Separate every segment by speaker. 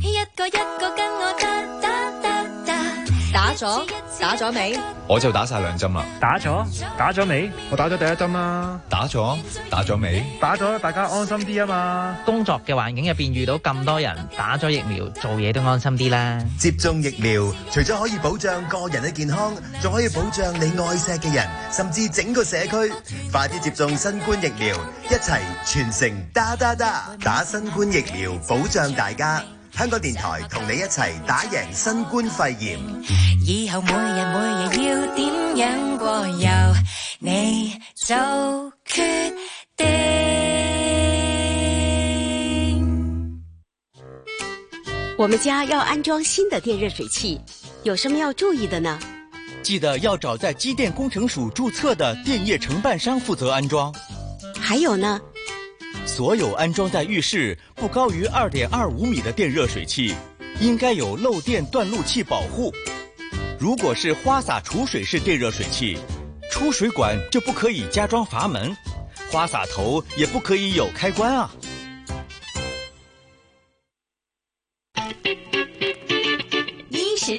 Speaker 1: 一個一個跟我打打打打，
Speaker 2: 打咗，打咗未？
Speaker 3: 我就打晒兩針啦，
Speaker 4: 打咗，打咗未？
Speaker 5: 我打咗第一針啦，
Speaker 3: 打咗，打咗未？
Speaker 5: 打咗大家安心啲啊嘛。
Speaker 6: 工作嘅環境入邊遇到咁多人打咗疫苗，做嘢都安心啲啦。
Speaker 7: 接種疫苗，除咗可以保障個人嘅健康，仲可以保障你愛錫嘅人，甚至整個社區。快啲接種新冠疫苗，一齊全城打打打，打新冠疫苗保障大家。香港電台同你一齊打贏新冠肺炎。
Speaker 8: 以後每日每日要點樣過，由你做決定。
Speaker 9: 我們家要安裝新的電熱水器，有什麼要注意的呢？
Speaker 10: 記得要找在機電工程署註冊的電業承辦商負責安裝。
Speaker 9: 還有呢？
Speaker 10: 所有安裝在浴室不高於二點二五米的電熱水器，應該有漏電斷路器保護。如果是花灑儲水式電熱水器，出水管就不可以加裝閥門，花灑頭也不可以有開關啊。
Speaker 1: 衣食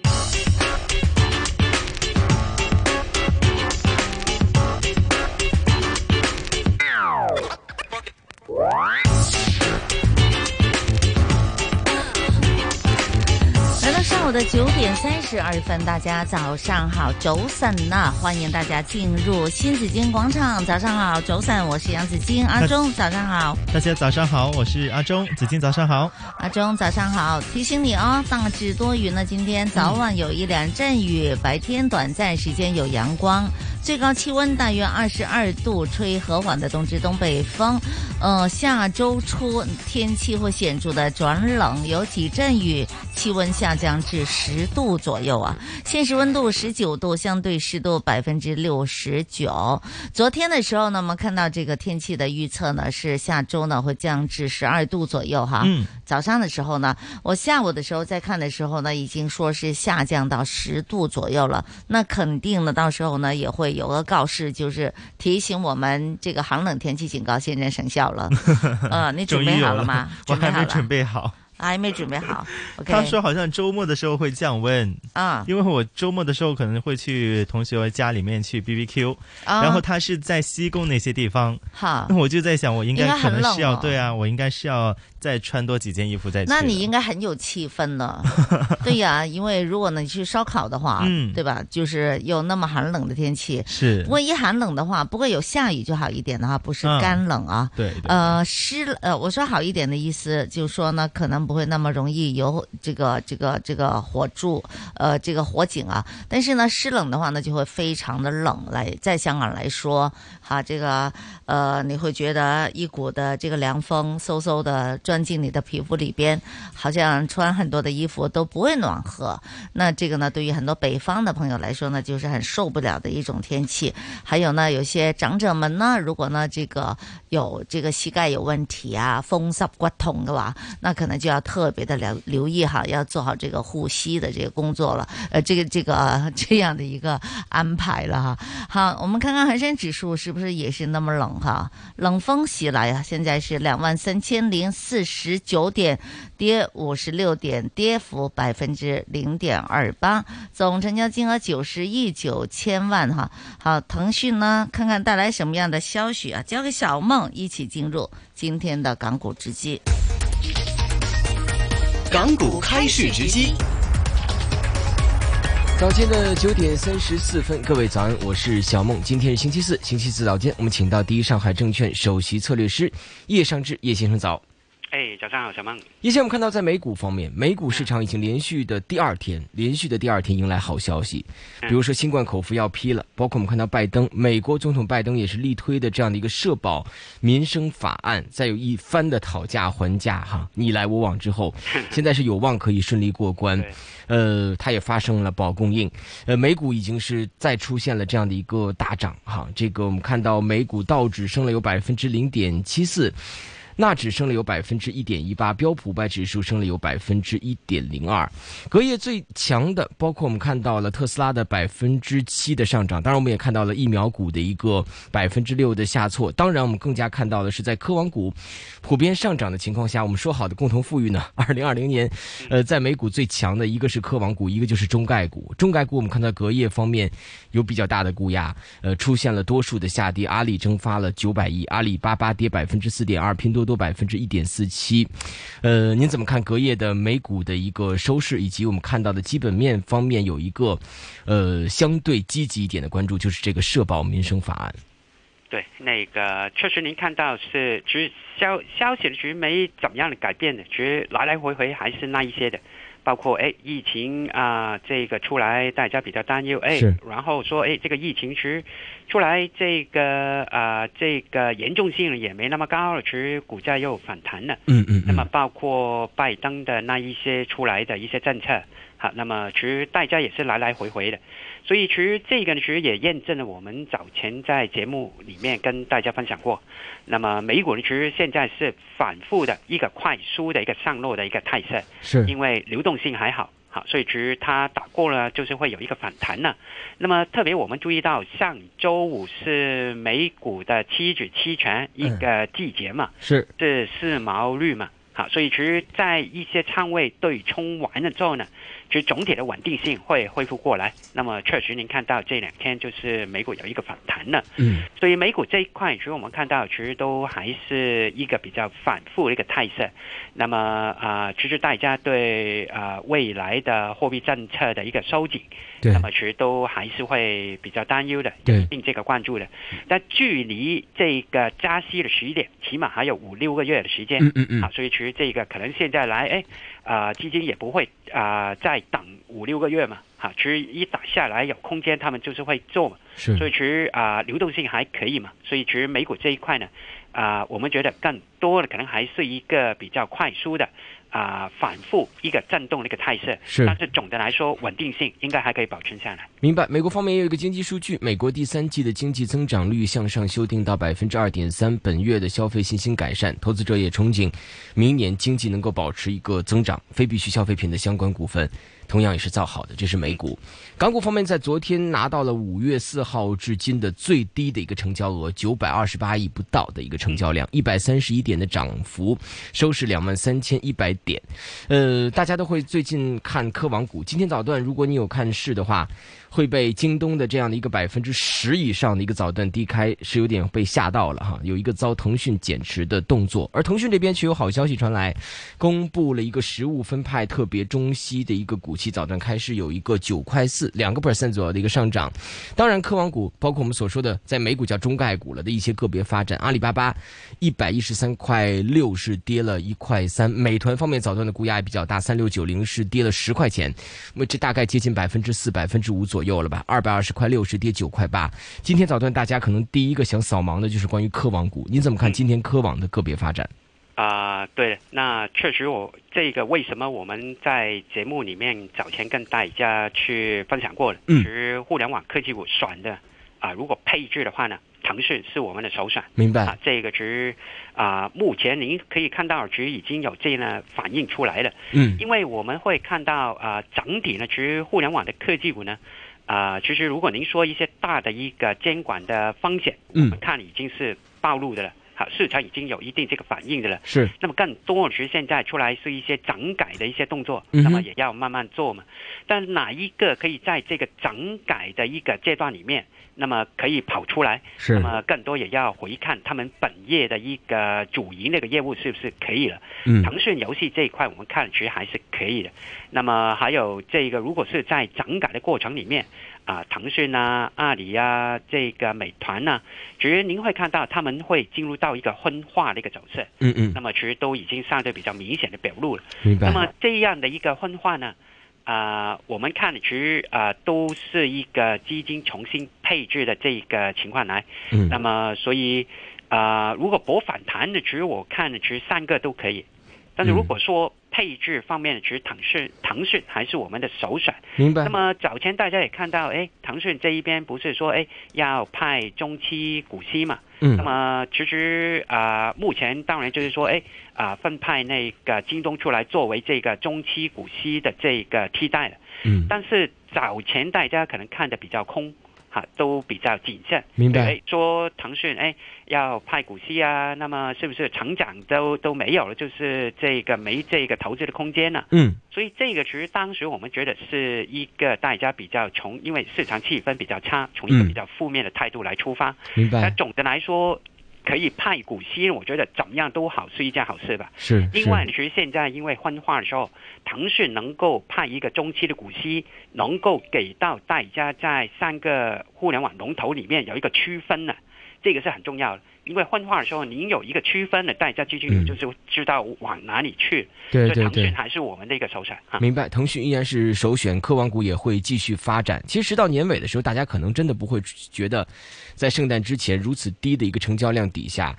Speaker 11: 来到上午的九點三十二分，大家早上好，早晨呐！歡迎大家進入新紫荊廣場，早上好，早晨，我是楊子矜，阿中，早上好，
Speaker 12: 大家早上好，我是阿中，子矜早上好，
Speaker 11: 阿啊中早上好，提醒你哦，大致多雲呢，今天早晚有一兩陣雨，白天短暫時間有陽光，最高氣溫大約二十二度，吹和緩的東至東北風，呃，下周初天氣會顯著的轉冷，有幾陣雨，氣溫下。下降至十度左右啊！現時溫度十九度，相對濕度百分之六十九。昨天的時候呢，我們看到這個天氣的預測呢，是下周呢會降至十二度左右哈。嗯。早上的時候呢，我下午的時候再看的時候呢，已經說是下降到十度左右了。那肯定呢，到時候呢也會有個告示，就是提醒我們這個寒冷天氣警告現在生 效了。呃，你準備好了嗎？
Speaker 12: 了我還沒準備好。
Speaker 11: 還沒準 備好。Okay、
Speaker 12: 他說好像周末的時候會降溫
Speaker 11: 啊，
Speaker 12: 因為我周末的時候可能會去同學家裏面去 BBQ，、啊、然後他是在西貢那些地方，
Speaker 11: 好，
Speaker 12: 那我就在想，我應該可能是要、
Speaker 11: 哦、
Speaker 12: 對啊，我應該是要再穿多幾件衣服再去。啊
Speaker 11: 那你應該很有氣氛 了，對呀、啊，因為如果你去燒烤的話，
Speaker 12: 嗯，
Speaker 11: 對吧？就是有那麼寒冷的天氣，
Speaker 12: 是。
Speaker 11: 不過一寒冷的話，不過有下雨就好一點的話，不是乾冷啊，
Speaker 12: 嗯、對，對，對，
Speaker 11: 呃濕呃，我說好一點的意思就是說呢，可能。不會那麼容易有這個這個這個火柱，呃，這個火警啊。但是呢，濕冷的話呢，就會非常的冷來。來在香港來說，哈，這個呃，你會覺得一股的這個涼風嗖嗖的鑽進你的皮膚裏邊，好像穿很多的衣服都不會暖和。那這個呢，對於很多北方的朋友來說呢，就是很受不了的一種天氣。還有呢，有些長者們呢，如果呢這個有這個膝蓋有問題啊，風濕骨痛的話，那可能就要。特別的留留意哈，要做好這個護膝的這個工作了，呃，這個這個 這樣的一個安排了哈。好，我們看看恒生指數是不是也是那麼冷哈？冷風襲來啊，現在是兩萬三千零四十九點，跌五十六點，跌幅百分之零點二八，總成交金額九十億九千萬哈。好，騰訊呢，看看帶來什麼樣的消息啊？交給小夢一起進入今天的港股直擊。
Speaker 13: 港股開市直擊。
Speaker 14: 早間的九點三十四分，各位早安，我是小夢。今天是星期四，星期四早間，我們請到第一上海證券首席策略師葉尚志葉先生早。
Speaker 15: 哎，早上好，小梦。
Speaker 14: 以前我们看到，在美股方面，美股市场已经连续的第二天，连续的第二天迎来好消息，比如说新冠口服药批了，包括我们看到拜登，美国总统拜登也是力推的这样的一个社保民生法案，再有一番的讨价还价哈，你来我往之后，现在是有望可以顺利过关。呃，它也发生了保供应，呃，美股已经是再出现了这样的一个大涨哈，这个我们看到美股道指升了有百分之零点七四。纳指升了有百分之一点一八，标普五百指数升了有百分之一点零二。隔夜最强的，包括我们看到了特斯拉的百分之七的上涨，当然我们也看到了疫苗股的一个百分之六的下挫。当然，我们更加看到的是在科网股普遍上涨的情况下，我们说好的共同富裕呢？ 二零二零年，呃，在美股最强的一个是科网股，一个就是中概股。中概股我们看到隔夜方面有比较大的估压，呃，出现了多数的下跌。阿里蒸发了九百亿，阿里巴巴跌百分之四点二，拼多。多多百分之一点四七，呃，您怎么看隔夜的美股的一个收市，以及我们看到的基本面方面有一个呃相对积极一点的关注，就是这个社保民生法案。
Speaker 15: 对，那个确实您看到是，只消消息只没怎么样的改变的，只来来回回还是那一些的。包括哎，疫情啊、呃，这个出来大家比较担忧，哎，然后说哎，这个疫情其实出来这个啊、呃，这个严重性也没那么高了，其实股价又反弹了。
Speaker 14: 嗯嗯。
Speaker 15: 那么包括拜登的那一些出来的一些政策，好，那么其实大家也是来来回回的，所以其实这个呢，其实也验证了我们早前在节目里面跟大家分享过，那么美股呢，其实现在是反复的一个快速的一个上落的一个态势，
Speaker 14: 是
Speaker 15: 因为流动。动性还好，好，所以其实它打过了，就是会有一个反弹呢。那么特别我们注意到，上周五是美股的期指期权一个季节嘛，
Speaker 14: 哎是
Speaker 15: 是四毛率嘛，好，所以其实，在一些仓位对冲完了之后呢，其实总体的稳定性会恢复过来。那么确实，您看到这两天就是美股有一个反弹了，
Speaker 14: 嗯，
Speaker 15: 所以美股这一块，其实我们看到，其实都还是一个比较反复的一个态势。那么啊、呃，其实大家对啊、呃、未来的货币政策的一个收紧，
Speaker 14: 对
Speaker 15: 那么其实都还是会比较担忧的，
Speaker 14: 对，
Speaker 15: 并这个关注的。但距离这个加息的时点，起码还有五六个月的时间，
Speaker 14: 嗯嗯嗯，
Speaker 15: 啊，所以其实这个可能现在来，哎，啊、呃，基金也不会啊再等五六个月嘛。啊，其实一打下来有空间，他们就是会做嘛。
Speaker 14: 是，
Speaker 15: 所以其实啊、呃，流动性还可以嘛。所以其实美股这一块呢，啊、呃，我们觉得更多的可能还是一个比较快速的啊、呃、反复一个震动的一个态势。
Speaker 14: 是
Speaker 15: 但是总的来说，稳定性应该还可以保存下来。
Speaker 14: 明白。美国方面也有一个经济数据，美国第三季的经济增长率向上修订到百分之二点三，本月的消费信心改善，投资者也憧憬明年经济能够保持一个增长。非必需消费品的相关股份同样也是造好的，这是美股。港股方面，在昨天拿到了五月四号至今的最低的一个成交额，九百二十八亿不到的一个成交量，一百三十一点的涨幅，收市两万三千一百点。呃，大家都会最近看科网股，今天早段如果你有看市的话。会被京东的这样的一个百分之十以上的一个早段低开是有点被吓到了哈，有一个遭腾讯减持的动作，而腾讯这边却有好消息传来，公布了一个实物分派特别中期的一个股息早段开市有一个九块四两个 percent 左右的一个上涨，当然科网股包括我们所说的在美股叫中概股了的一些个别发展，阿里巴巴一百一十三块六是跌了一块三，美团方面早段的估压也比较大，三六九零是跌了十块钱，那么这大概接近百分之四百分之五左右。左右了吧，二百二十块六是跌九块八。今天早段大家可能第一个想扫盲的就是关于科网股，您怎么
Speaker 15: 嗯
Speaker 14: 看今天科网的个别发展？
Speaker 15: 啊、对，那确实我这个为什么我们在节目里面早前跟大家去分享过了，
Speaker 14: 嗯
Speaker 15: 其实互联网科技股选的啊、如果配置的话呢，腾讯是我们的首选。
Speaker 14: 明白
Speaker 15: 啊，这个其实啊，目前您可以看到，其实已经有这样的反应出来了。
Speaker 14: 嗯
Speaker 15: 因为我们会看到啊、整体呢，其实互联网的科技股呢，啊、其实如果您说一些大的一个监管的风险，
Speaker 14: 嗯
Speaker 15: 我们看已经是暴露的了，好，市场已经有一定这个反应的了。
Speaker 14: 是
Speaker 15: 那么更多其实现在出来是一些整改的一些动作，
Speaker 14: 嗯哼
Speaker 15: 那么也要慢慢做嘛。但哪一个可以在这个整改的一个阶段里面，那么可以跑出来？
Speaker 14: 是
Speaker 15: 那么更多也要回看他们本业的一个主营那个业务是不是可以了。
Speaker 14: 嗯
Speaker 15: 腾讯游戏这一块我们看其实还是可以的。那么还有这个，如果是在整改的过程里面。啊腾讯啊、阿里啊、这个美团啊，其实您会看到他们会进入到一个分化的一个角色。
Speaker 14: 嗯嗯
Speaker 15: 那么其实都已经相对比较明显的表露了。
Speaker 14: 明白
Speaker 15: 那么这样的一个分化呢，啊、我们看其实啊、都是一个基金重新配置的这个情况来。
Speaker 14: 嗯
Speaker 15: 那么所以啊、如果博反弹的，其实我看其实三个都可以。但是如果说配置方面，其实腾讯腾讯还是我们的首选。
Speaker 14: 明白
Speaker 15: 那么早前大家也看到，哎，腾讯这一边不是说哎要派中期股息嘛？
Speaker 14: 嗯
Speaker 15: 那么其实啊、目前当然就是说，哎啊、分派那个京东出来作为这个中期股息的这个替代了。
Speaker 14: 嗯
Speaker 15: 但是早前大家可能看的比较空。哈，都比较谨慎。
Speaker 14: 明白
Speaker 15: 哎，说腾讯哎要派股息啊，那么是不是成长都都没有了？就是这个没这个投资的空间了、
Speaker 14: 嗯
Speaker 15: 所以这个其实当时我们觉得是一个大家比较从，因为市场气氛比较差，从一个
Speaker 14: 嗯
Speaker 15: 比较负面的态度来出发。
Speaker 14: 明
Speaker 15: 那
Speaker 14: 白，
Speaker 15: 总的来说，可以派股息，我觉得怎么样都好，是一件好事吧。
Speaker 14: 是
Speaker 15: 另外，其实现在因为分化的时候，腾讯能够派一个中期的股息，能够给到大家在三个互联网龙头里面有一个区分呢、这个是很重要的。因为分化的时候，您有一个区分了，大家基金
Speaker 14: 嗯
Speaker 15: 就是知道往哪里去。
Speaker 14: 对
Speaker 15: 所以
Speaker 14: 对
Speaker 15: 腾讯
Speaker 14: 对
Speaker 15: 还是我们的一个首选啊。
Speaker 14: 明白，腾讯依然是首选，科网股也会继续发展。其实到年尾的时候，大家可能真的不会觉得，在圣诞之前如此低的一个成交量底下，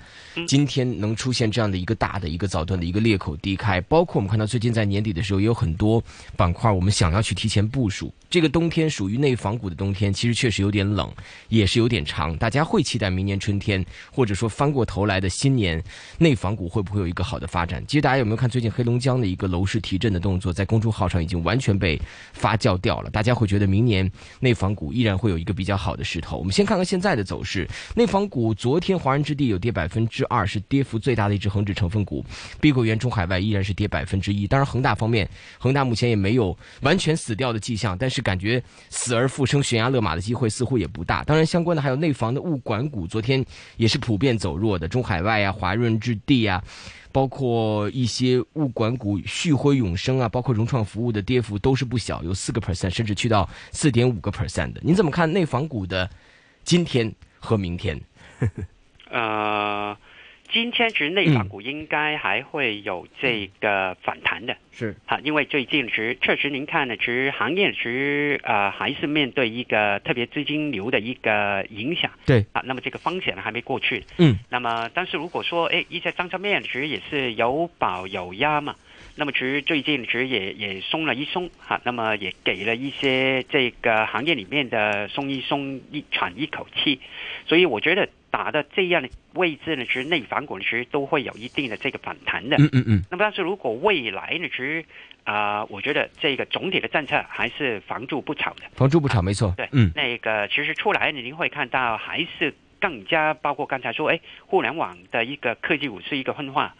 Speaker 14: 今天能出现这样的一个大的一个早段的一个裂口低开。包括我们看到最近在年底的时候，也有很多板块我们想要去提前部署。这个冬天属于内房股的冬天，其实确实有点冷，也是有点长。大家会期待明年春天，或者说翻过头来的新年，内房股会不会有一个好的发展？其实大家有没有看最近黑龙江的一个楼市提振的动作，在公众号上已经完全被发酵掉了。大家会觉得明年内房股依然会有一个比较好的势头。我们先看看现在的走势，内房股昨天华人置地有跌百分之二，是跌幅最大的一只恒指成分股。碧桂园中海外依然是跌百分之一。当然，恒大方面，恒大目前也没有完全死掉的迹象，但是感觉死而复生、悬崖勒马的机会似乎也不大。当然，相关的还有内房的物管股，昨天也是普遍走弱的，中海外啊、华润置地啊。包括一些物管股旭辉永生啊，包括融创服务的跌幅都是不小，有四个 percent，甚至去到四点五个 percent 的。您怎么看内房股的今天和明天？
Speaker 15: 呃，今天其实内房股应该还会有这个反弹的。
Speaker 14: 是
Speaker 15: 好，因为最近其实确实您看呢，其实行业其实呃还是面对一个特别资金流的一个影响。
Speaker 14: 对
Speaker 15: 啊，那么这个风险呢还没过去。
Speaker 14: 嗯，
Speaker 15: 那么但是如果说哎一些政策面其实也是有保有压嘛，那么其实最近其实也也松了一松哈、那么也给了一些这个行业里面的松一松一喘一口气，所以我觉得打到这样的位置呢，其实内房股呢其实都会有一定的这个反弹的。
Speaker 14: 嗯嗯嗯
Speaker 15: 那么，但是如果未来呢，其实啊、我觉得这个总体的政策还是房住不炒的。
Speaker 14: 房住不炒，没错。
Speaker 15: 对，
Speaker 14: 嗯，
Speaker 15: 那个其实出来呢您会看到还是更加包括刚才说，哎，互联网的一个科技股是一个分化，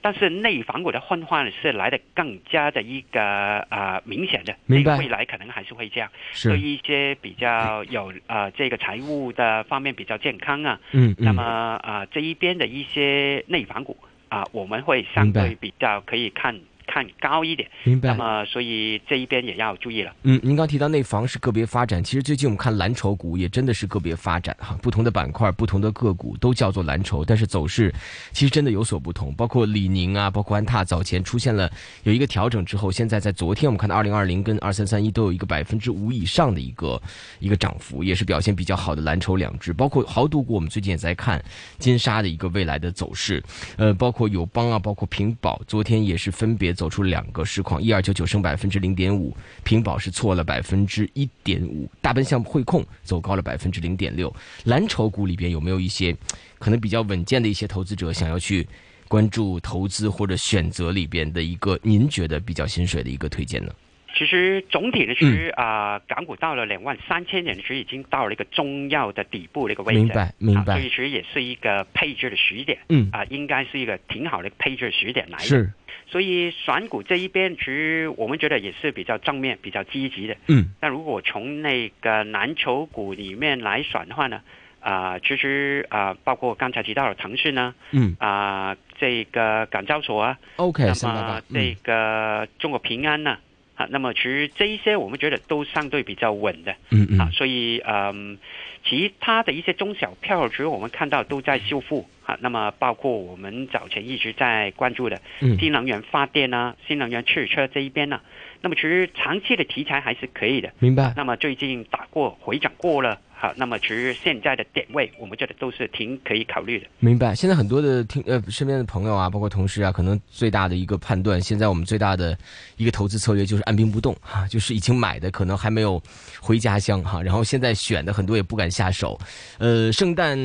Speaker 15: 但是内房股的分化呢是来的更加的一个啊、呃明显的，
Speaker 14: 明白
Speaker 15: 未来可能还是会这样，
Speaker 14: 是
Speaker 15: 对一些比较有啊、呃这个财务的方面比较健康啊，
Speaker 14: 嗯嗯
Speaker 15: 那么啊、呃这一边的一些内房股啊、我们会相对
Speaker 14: 明
Speaker 15: 比较可以看看高一点，
Speaker 14: 明白
Speaker 15: 那么所以这一边也要注意了。
Speaker 14: 嗯，您刚提到内房是个别发展，其实最近我们看蓝筹股也真的是个别发展哈，不同的板块、不同的个股都叫做蓝筹，但是走势其实真的有所不同。包括李宁啊，包括安踏，早前出现了有一个调整之后，现在在昨天我们看到二零二零跟二三三一都有一个百分之五以上的一个一个涨幅，也是表现比较好的蓝筹两只，包括豪赌股，我们最近也在看金沙的一个未来的走势，呃，包括友邦啊，包括平保，昨天也是分别走出两个市况，一二九九升百分之零点五，平保是错了百分之一点五，大奔向汇控走高了百分之零点六。蓝筹股里边有没有一些可能比较稳健的一些投资者想要去关注投资或者选择里边的一个您觉得比较心水的一个推荐呢？
Speaker 15: 其实总体呢，其实
Speaker 14: 嗯
Speaker 15: 啊、港股到了两万三千点，其实已经到了一个中药的底部的一个位置。
Speaker 14: 明白明白
Speaker 15: 啊所以其实也是一个配置的时点。
Speaker 14: 嗯
Speaker 15: 啊、应该是一个挺好的配置时点来的。
Speaker 14: 是。
Speaker 15: 所以选股这一边，其实我们觉得也是比较正面、比较积极的。
Speaker 14: 嗯。
Speaker 15: 那如果从那个蓝筹股里面来选的话呢，啊、其实啊、包括刚才提到的腾讯呢，
Speaker 14: 嗯
Speaker 15: 啊、这个港交所啊呃
Speaker 14: OK，
Speaker 15: 那
Speaker 14: 三八八嗯
Speaker 15: 么这个中国平安呢、啊，那么其实这一些我们觉得都相对比较稳的，
Speaker 14: 嗯嗯
Speaker 15: 啊，所以嗯，其他的一些中小票，其实我们看到都在修复啊，那么包括我们早前一直在关注的
Speaker 14: 嗯
Speaker 15: 新能源发电啊、新能源汽车这一边呢、那么其实长期的题材还是可以的，
Speaker 14: 明白
Speaker 15: 那么最近打过回涨过了，好、那么其实现在的点位，我们觉得都是挺可以考虑的。
Speaker 14: 明白。现在很多的听呃身边的朋友啊，包括同事啊，可能最大的一个判断，现在我们最大的一个投资策略就是按兵不动啊，就是已经买的可能还没有回家乡哈、然后现在选的很多也不敢下手。呃，圣诞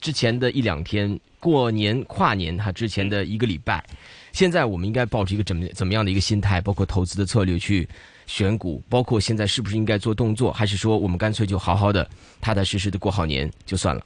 Speaker 14: 之前的一两天，过年跨年哈、之前的一个礼拜，现在我们应该抱着一个怎么怎么样的一个心态，包括投资的策略去。选股，包括现在是不是应该做动作，还是说我们干脆就好好的、踏踏实实的过好年就算了？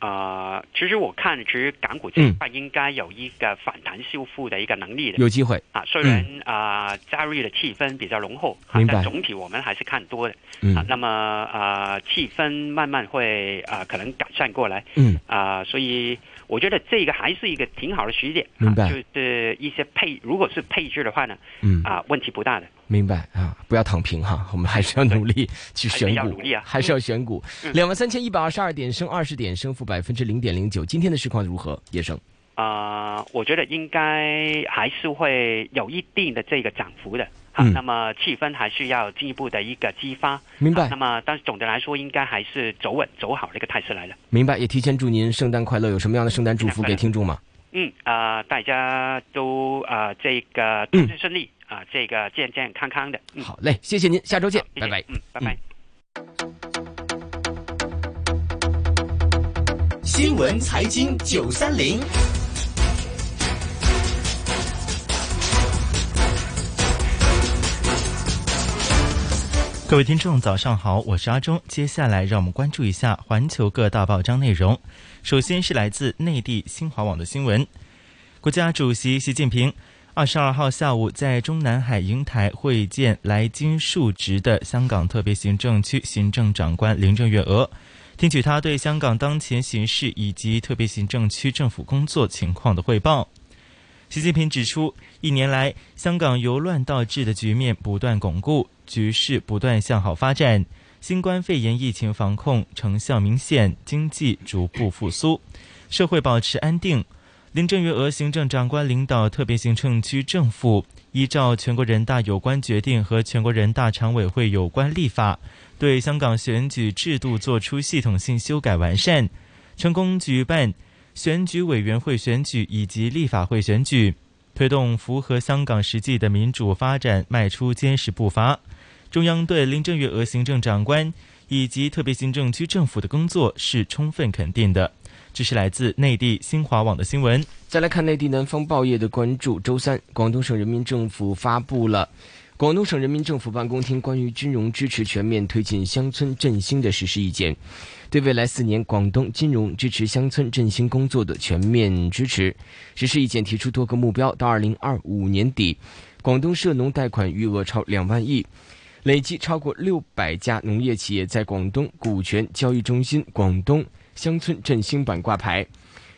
Speaker 15: 啊、其实我看，其实港股这一块应该有一个反弹修复的一个能力的，
Speaker 14: 有机会嗯
Speaker 15: 啊。虽然啊、加入的气氛比较浓厚，啊
Speaker 14: 明白
Speaker 15: 但总体我们还是看多的。
Speaker 14: 嗯
Speaker 15: 啊，那么啊、气氛慢慢会啊、可能改善过来。
Speaker 14: 嗯
Speaker 15: 啊、所以我觉得这个还是一个挺好的时点。
Speaker 14: 明白
Speaker 15: 啊，就是一些配，如果是配置的话呢，
Speaker 14: 嗯
Speaker 15: 啊、问题不大的。
Speaker 14: 明白啊，不要躺平哈，我们还是要努力去
Speaker 15: 还
Speaker 14: 选
Speaker 15: 是要
Speaker 14: 股，
Speaker 15: 努力啊
Speaker 14: 还是要选股。
Speaker 15: 嗯
Speaker 14: 两万三千一百二十二点，升二十点，升幅百分之零点零九。今天的市况如何？叶生，
Speaker 15: 啊、我觉得应该还是会有一定的这个涨幅的。好，
Speaker 14: 嗯
Speaker 15: 那么气氛还是要进一步的一个激发。啊
Speaker 14: 明白
Speaker 15: 好那么，但是总的来说，应该还是走稳、走好的一个态势来了。
Speaker 14: 明白，也提前祝您圣诞快乐。有什么样的圣诞祝福
Speaker 15: 圣诞快
Speaker 14: 给
Speaker 15: 乐
Speaker 14: 听众吗？
Speaker 15: 嗯啊、大家都啊、这个投资顺利啊、这个健健康康的。嗯，
Speaker 14: 嗯好嘞，谢谢您，下周见，拜拜。
Speaker 15: 嗯，拜拜。
Speaker 10: 新闻财经九三零，
Speaker 12: 各位听众，早上好，我是阿忠。接下来，让我们关注一下环球各大报章内容。首先是来自内地新华网的新闻，国家主席习近平二十二号下午在中南海瀛台会见来京述职的香港特别行政区行政长官林郑月娥，听取她对香港当前形势以及特别行政区政府工作情况的汇报。习近平指出，一年来，香港由乱到治的局面不断巩固，局势不断向好发展，新冠肺炎疫情防控成效明显，经济逐步复苏，社会保持安定。林郑月娥行政长官领导特别行政区政府，依照全国人大有关决定和全国人大常委会有关立法，对香港选举制度作出系统性修改完善，成功举办选举委员会选举以及立法会选举，推动符合香港实际的民主发展迈出坚实步伐。中央对林郑月娥行政长官以及特别行政区政府的工作是充分肯定的。这是来自内地新华网的新闻。
Speaker 14: 再来看内地南方报业的关注。周三，广东省人民政府发布了《广东省人民政府办公厅关于金融支持全面推进乡村振兴的实施意见》，对未来四年广东金融支持乡村振兴工作的全面支持。实施意见提出多个目标，到二零二五年底，广东涉农贷款余额超两万亿。累计超过六百家农业企业在广东股权交易中心广东乡村振兴版挂牌。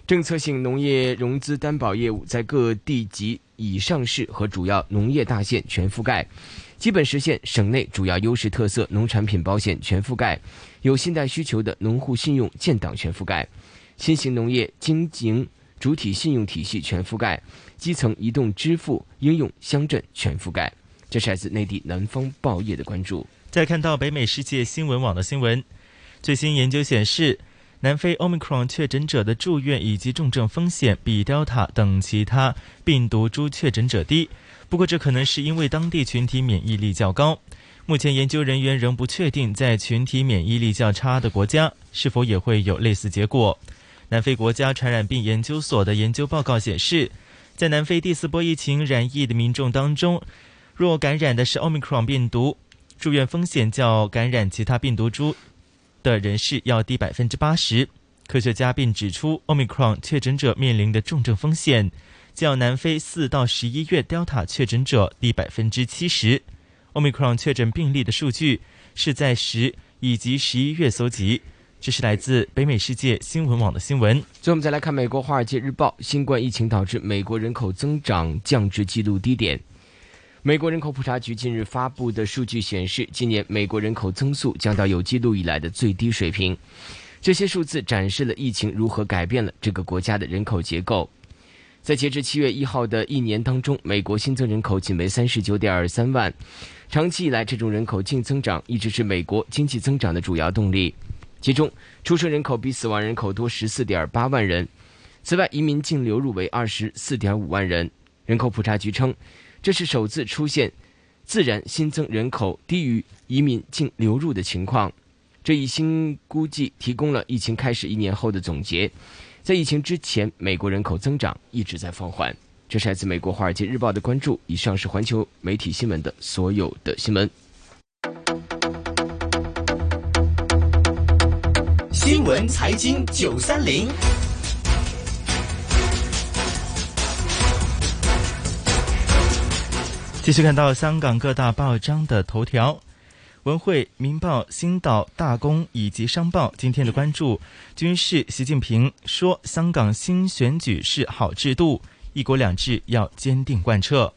Speaker 14: 政策性农业融资担保业务在各地级以上市和主要农业大县全覆盖，基本实现省内主要优势特色农产品保险全覆盖，有信贷需求的农户信用建档全覆盖，新型农业经营主体信用体系全覆盖，基层移动支付应用乡镇全覆盖。这是来自内地南方报业的关注。
Speaker 12: 再看到北美世界新闻网的新闻，最新研究显示，南非 Omicron 确诊者的住院以及重症风险比 Delta 等其他病毒株确诊者低。不过，这可能是因为当地群体免疫力较高。目前，研究人员仍不确定在群体免疫力较差的国家是否也会有类似结果。南非国家传染病研究所的研究报告显示，在南非第四波疫情染疫的民众当中，若感染的是 Omicron 病毒，住院风险较感染其他病毒株的人士要低百分之八十。科学家并指出，Omicron 确诊者面临的重症风险较南非四到十一月 Delta 确诊者低百分之七十。Omicron 确诊病例的数据是在十以及十一月搜集。这是来自北美世界新闻网的新闻。
Speaker 14: 最后，我们再来看美国《华尔街日报》，新冠疫情导致美国人口增长降至纪录低点。美国人口普查局近日发布的数据显示，今年美国人口增速降到有记录以来的最低水平。这些数字展示了疫情如何改变了这个国家的人口结构。在截至七月一号的一年当中，美国新增人口仅为三十九点二三万。长期以来，这种人口净增长一直是美国经济增长的主要动力。其中，出生人口比死亡人口多十四点八万人。此外，移民净流入为二十四点五万人。人口普查局称，这是首次出现自然新增人口低于移民净流入的情况。这一新估计提供了疫情开始一年后的总结。在疫情之前，美国人口增长一直在放缓。这是来自美国《华尔街日报》的关注。以上是环球媒体新闻的所有的新闻。
Speaker 10: 新闻财经九三零。
Speaker 12: 继续看到香港各大报章的头条，《文汇》《民报》《星岛》《大公》以及《商报》今天的关注均是习近平说香港新选举是好制度，一国两制要坚定贯彻。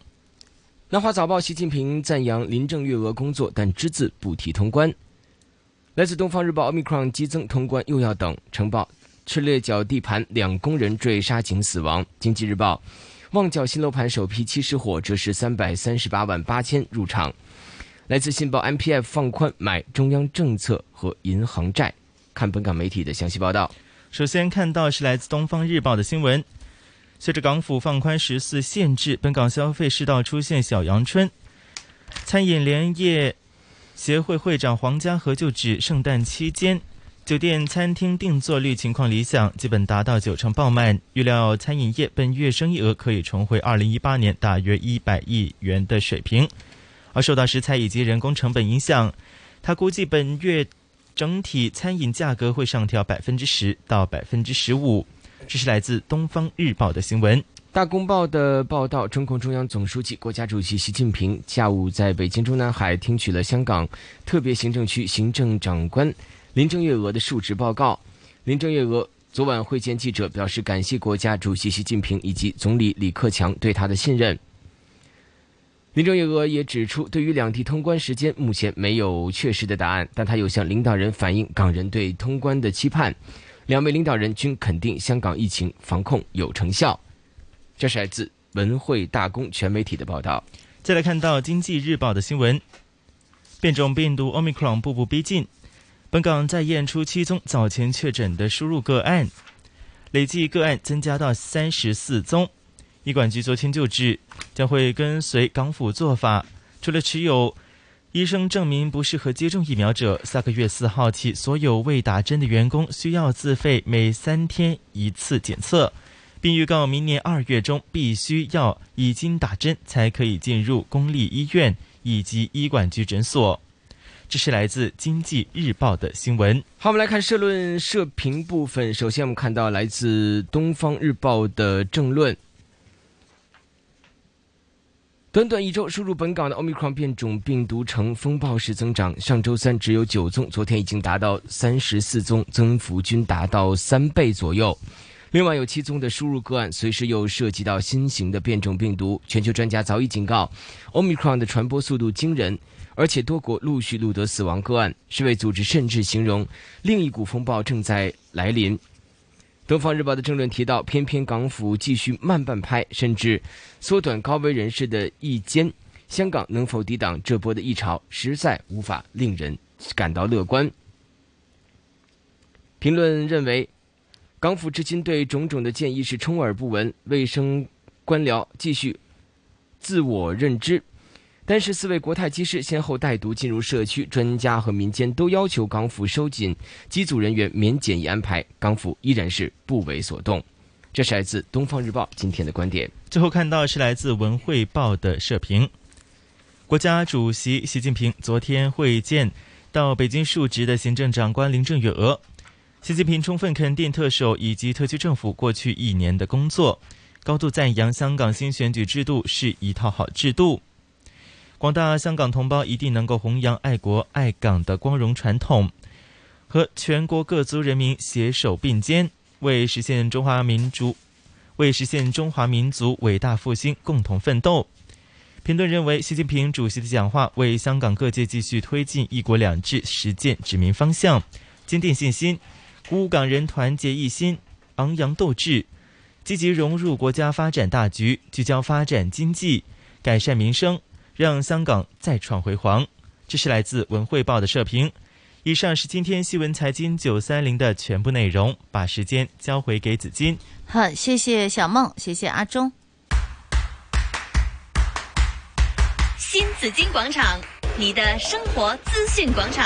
Speaker 14: 南华早报，习近平赞扬林郑月娥工作，但只字不提通关。来自《东方日报》，Omicron 激增通关又要等。成报，吃裂脚地盘两工人坠沙井死亡。《经济日报》。旺角新楼盘首批七十伙折是三百三十八万八千入场。来自信报 M P F 放宽买中央政策和银行债。看本港媒体的详细报道。
Speaker 12: 首先看到是来自《东方日报》的新闻，随着港府放宽十四限制，本港消费市道出现小阳春。餐饮联业协会会长黄家和就指，圣诞期间。酒店、餐厅订座率情况理想，基本达到九成爆满。预料餐饮业本月生意额可以重回二零一八年大约一百亿元的水平。而受到食材以及人工成本影响，他估计本月整体餐饮价格会上调百分之十到百分之十五。这是来自《东方日报》的新闻。
Speaker 14: 大公报的报道，中共中央总书记、国家主席习近平下午在北京中南海听取了香港特别行政区行政长官。林郑月娥的述职报告。林郑月娥昨晚会见记者，表示感谢国家主席习近平以及总理李克强对她的信任。林郑月娥也指出，对于两地通关时间，目前没有确实的答案，但她有向领导人反映港人对通关的期盼。两位领导人均肯定香港疫情防控有成效。这是来自《文汇大公》全媒体的报道。
Speaker 12: 再来看到《经济日报》的新闻，变种病毒 Omicron 步步逼近。本港再验出七宗早前确诊的输入个案，累计个案增加到三十四宗。医管局昨天就指，将会跟随港府做法，除了持有医生证明不适合接种疫苗者，下个月四号起，所有未打针的员工需要自费每三天一次检测，并预告明年二月中必须要已经打针才可以进入公立医院以及医管局诊所。这是来自《经济日报》的新闻。
Speaker 14: 好，我们来看社论社评部分。首先，我们看到来自《东方日报》的政论：短短一周，输入本港的 Omicron 变种病毒呈风暴式增长。上周三只有九宗，昨天已经达到三十四宗，增幅均达到三倍左右。另外有七宗的输入个案，随时又涉及到新型的变种病毒。全球专家早已警告，Omicron 的传播速度惊人，而且多国陆续录得死亡个案。世卫组织甚至形容，另一股风暴正在来临。《东方日报》的政论提到，偏偏港府继续慢半拍，甚至缩短高危人士的一间。香港能否抵挡这波的一潮，实在无法令人感到乐观。评论认为。港府至今对种种的建议是充耳不闻，卫生官僚继续自我认知。但是四位国泰机师先后带毒进入社区，专家和民间都要求港府收紧机组人员免检疫安排，港府依然是不为所动。这是来自《东方日报》今天的观点。
Speaker 12: 最后看到是来自《文汇报》的社评。国家主席习近平昨天会见到北京述职的行政长官林郑月娥。习近平充分肯定特首以及特区政府过去一年的工作，高度赞扬香港新选举制度是一套好制度。广大香港同胞一定能够弘扬爱国爱港的光荣传统，和全国各族人民携手并肩，为实现中华民族为实现中华民族伟大复兴共同奋斗。评论认为，习近平主席的讲话为香港各界继续推进“一国两制”实践指明方向，坚定信心，鼓舞港人团结一心、昂扬斗志，积极融入国家发展大局，聚焦发展经济、改善民生，让香港再创辉煌。这是来自《文汇报》的社评。以上是今天新闻财经九三零的全部内容，把时间交回给子金。
Speaker 11: 好，谢谢小梦，谢谢阿忠。
Speaker 1: 新紫金广场，你的生活资讯广场。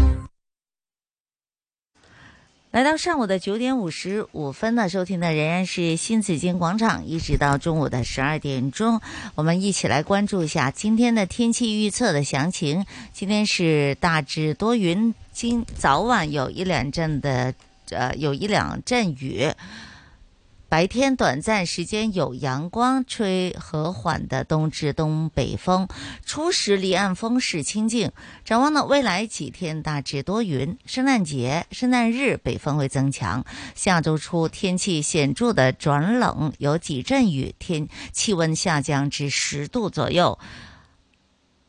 Speaker 11: 来到上午的九点五十五分呢，收听的仍然是新紫金广场，一直到中午的十二点钟，我们一起来关注一下今天的天气预测的详情。今天是大致多云，今早晚有一两阵的呃有一两阵雨。白天短暂时间有阳光，吹和缓的东至东北风，初时离岸风势清劲。展望呢，未来几天大致多云。圣诞节、圣诞日北风会增强，下周初天气显著的转冷，有几阵雨，天气温下降至十度左右。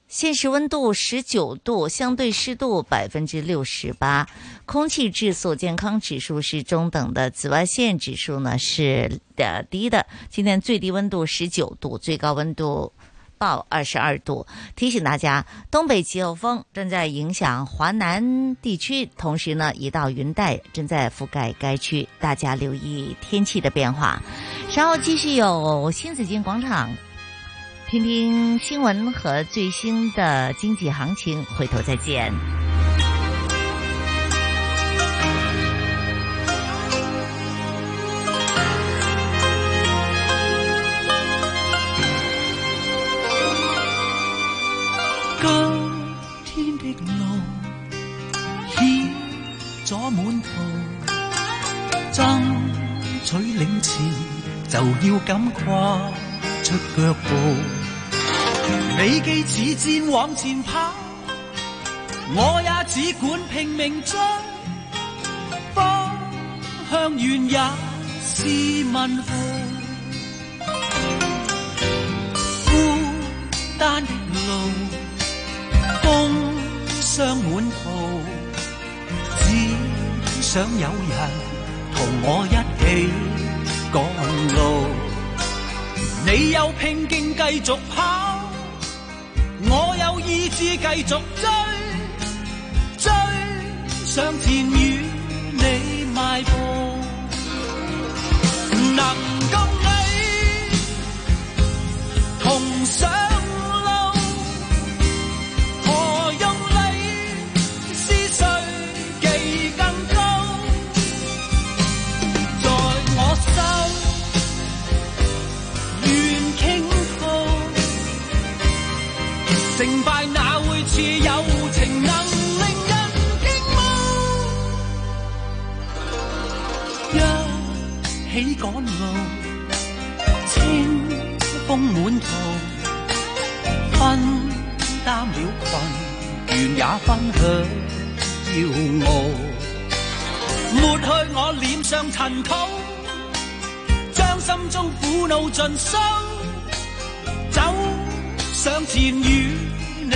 Speaker 11: 现实温度十九度，相对湿度百分之六十八，空气质素健康指数是中等的，紫外线指数呢是呃低的。今天最低温度十九度，最高温度报二十二度。提醒大家，东北季候风正在影响华南地区，同时呢，一道云带正在覆盖该区，大家留意天气的变化。稍后继续有新紫金广场。听听新闻和最新的经济行情，回头再见。
Speaker 16: 今天的路牵咗满途，争取领前就要敢跨出腳步。你既似箭往前跑，我也只管拼命追。方向原也是問號，孤單的路，風霜滿途，只想有人同我一起趕路。你有拼勁繼續跑。我有意志繼續追，追上前與你邁步。能共你同上路，何用你是誰技更高？在我手，願傾吐。成敗哪會似友情能令人傾慕？一起趕路，清風滿途，分擔了困倦，也分享驕傲。抹去我臉上塵土，將心中苦惱盡收，走。上前與你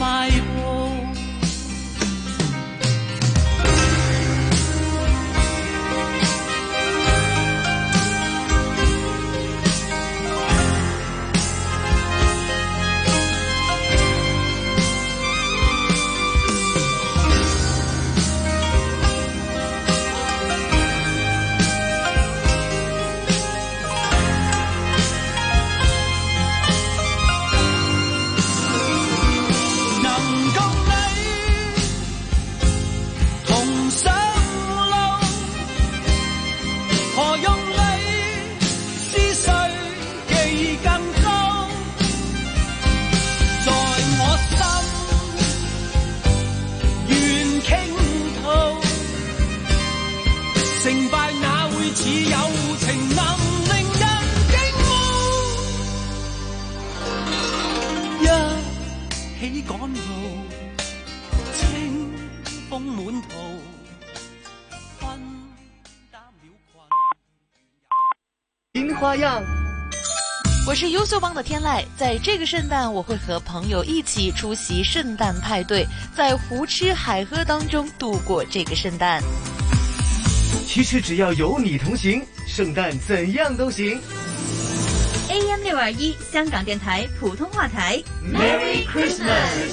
Speaker 16: 邁步，能共你
Speaker 3: 新花样。
Speaker 17: 我是优秀帮的天籁，在这个圣诞，我会和朋友一起出席圣诞派对，在胡吃海喝当中度过这个圣诞。
Speaker 10: 其实只要有你同行，圣诞怎样都行。
Speaker 1: AM 六二一，香港电台普通话台。
Speaker 10: Merry Christmas！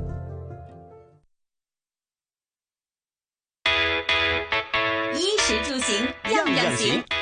Speaker 1: 衣食住行样样行，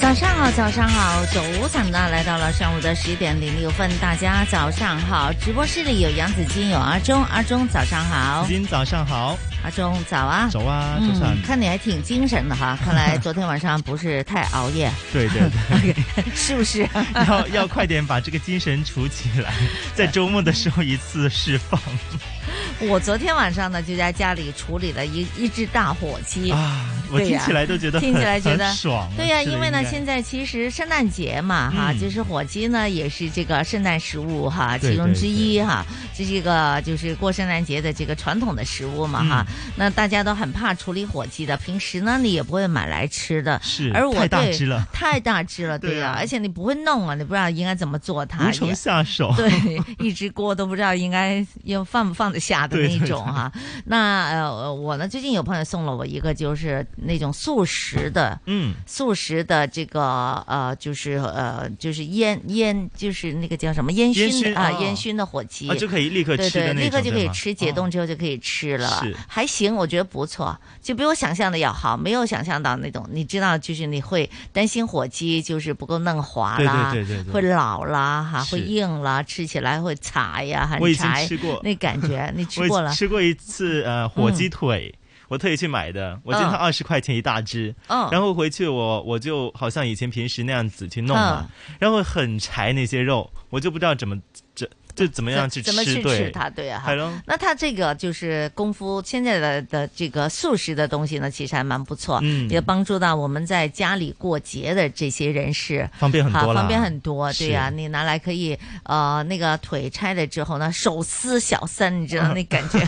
Speaker 11: 早上好，早上好，早晨呢，来到了上午的十点零六分，大家早上好。直播室里有杨子金，有阿忠，阿忠早上好，
Speaker 12: 今早上好，
Speaker 11: 阿忠早啊，
Speaker 12: 走啊，早上
Speaker 11: 嗯，看你还挺精神的哈，看来昨天晚上不是太熬夜，
Speaker 12: 对对对，
Speaker 11: 是不是？
Speaker 12: 要要快点把这个精神储起来，在周末的时候一次释放。
Speaker 11: 我昨天晚上呢，就在家里处理了一一只大火鸡
Speaker 12: 啊我
Speaker 11: 对呀
Speaker 12: 听起来都觉得
Speaker 11: 听起来
Speaker 12: 很
Speaker 11: 觉得
Speaker 12: 很爽
Speaker 11: 对呀、
Speaker 12: 吃得
Speaker 11: 因为呢，
Speaker 12: 应该
Speaker 11: 现在其实圣诞节嘛，哈，
Speaker 12: 嗯
Speaker 11: 就是火鸡呢也是这个圣诞食物哈
Speaker 12: 对
Speaker 11: 其中之一哈，这是一个就是过圣诞节的这个传统的食物嘛哈、
Speaker 12: 嗯
Speaker 11: 那大家都很怕处理火鸡的，平时呢你也不会买来吃的，
Speaker 12: 是
Speaker 11: 而我
Speaker 12: 太大
Speaker 11: 对
Speaker 12: 只了
Speaker 11: 太大只了，对
Speaker 12: 对
Speaker 11: 呀、
Speaker 12: 呀
Speaker 11: 而且你不会弄啊，你不知道应该怎么做它，
Speaker 12: 无从
Speaker 11: 也
Speaker 12: 下手
Speaker 11: 对，一只锅都不知道应该要放不放得下的那一种哈、那呃，我呢最近有朋友送了我一个，就是那种速食的，
Speaker 12: 嗯，
Speaker 11: 速食的这个呃，就是呃，就是烟烟，就是那个叫什么烟
Speaker 12: 烟
Speaker 11: 熏
Speaker 12: 熏
Speaker 11: 啊，
Speaker 12: 哦
Speaker 11: 烟熏的火鸡，
Speaker 12: 啊就可以立刻
Speaker 11: 对
Speaker 12: 吃的
Speaker 11: 对，
Speaker 12: 那
Speaker 11: 立刻
Speaker 12: 种
Speaker 11: 就可
Speaker 12: 对
Speaker 11: 以
Speaker 12: 吗哦
Speaker 11: 吃，解冻之后就可以吃了，
Speaker 12: 是
Speaker 11: 还行，我觉得不错，就比我想象的要好，没有想象到那种，你知道，就是你会担心火鸡就是不够嫩滑啦，
Speaker 12: 对对对对对
Speaker 11: 会老啦哈，会
Speaker 12: 是
Speaker 11: 硬啦，吃起来会柴呀，很柴，
Speaker 12: 我已经吃过
Speaker 11: 那感觉，你吃
Speaker 12: 我
Speaker 11: 过了。
Speaker 12: 吃过一次呃火鸡腿。我特意去买的，我记得它二十块钱一大只，
Speaker 11: 嗯
Speaker 12: 然后回去我我就好像以前平时那样子去弄嘛，
Speaker 11: 嗯
Speaker 12: 然后很柴那些肉，我就不知道怎么这就怎么样去吃，
Speaker 11: 怎么去
Speaker 12: 对
Speaker 11: 吃它？对啊，
Speaker 12: 系咯，
Speaker 11: 那它这个就是功夫，现在的的这个素食的东西呢，其实还蛮不错，
Speaker 12: 嗯
Speaker 11: 也帮助到我们在家里过节的这些人士，
Speaker 12: 方便很多
Speaker 11: 啊
Speaker 12: 啦
Speaker 11: 方便很多。对呀、
Speaker 12: 是
Speaker 11: 你拿来可以呃，那个腿拆了之后呢，手撕小三，你知道那感觉。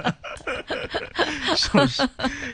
Speaker 12: 手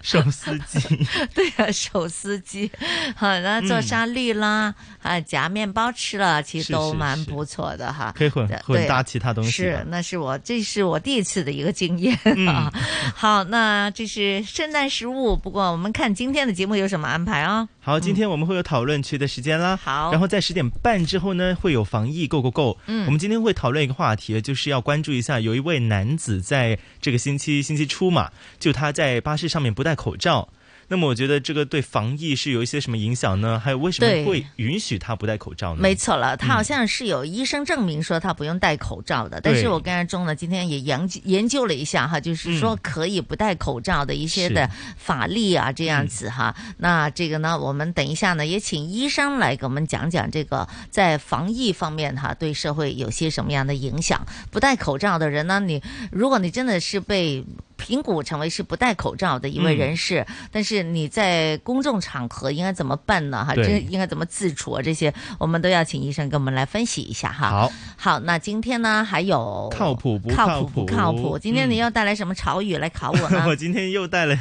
Speaker 12: 手撕鸡， 嗯
Speaker 11: 对呀、手撕鸡，好，然后做沙律啦，啊，夹面包吃了，其实
Speaker 12: 是
Speaker 11: 都
Speaker 12: 是
Speaker 11: 蛮不错的哈。
Speaker 12: 可以混
Speaker 11: 对啊
Speaker 12: 混搭其他东西
Speaker 11: 是
Speaker 12: 吧，
Speaker 11: 那是我这是我第一次的一个经验
Speaker 12: 嗯
Speaker 11: 啊。 好，那这是圣诞食物，不过我们看今天的节目有什么安排啊？
Speaker 12: 好，今天我们会有讨论区的时间啦。
Speaker 11: 好
Speaker 12: 然后在十点半之后呢，会有防疫 Go Go Go。
Speaker 11: 嗯
Speaker 12: 我们今天会讨论一个话题，就是要关注一下，有一位男子在这个星期星期初嘛，就他在巴士上面不戴口罩。那么我觉得这个对防疫是有一些什么影响呢？还有为什
Speaker 11: 对
Speaker 12: 么会允许他不戴口罩呢？
Speaker 11: 没错了，他好像是有医生证明说他不用戴口罩的，
Speaker 12: 对
Speaker 11: 但是我跟阿忠呢今天也研究研究了一下哈，就是说可以不戴口罩的一些的
Speaker 18: 是
Speaker 11: 法律啊这样子哈。那这个呢，我们等一下呢也请医生来给我们讲讲这个在防疫方面哈对社会有些什么样的影响。不戴口罩的人呢，你如果你真的是被评估成为是不戴口罩的一位
Speaker 19: 嗯
Speaker 11: 人士，但是你在公众场合应该怎么办呢？哈，
Speaker 19: 对
Speaker 11: 这应该怎么自处啊？这些我们都要请医生跟我们来分析一下哈。
Speaker 12: 好，
Speaker 11: 好，那今天呢还有
Speaker 12: 靠谱不
Speaker 11: 靠
Speaker 12: 谱嗯
Speaker 11: 不靠谱？今天你又带来什么潮语来考我 呢
Speaker 12: 我？今天又带了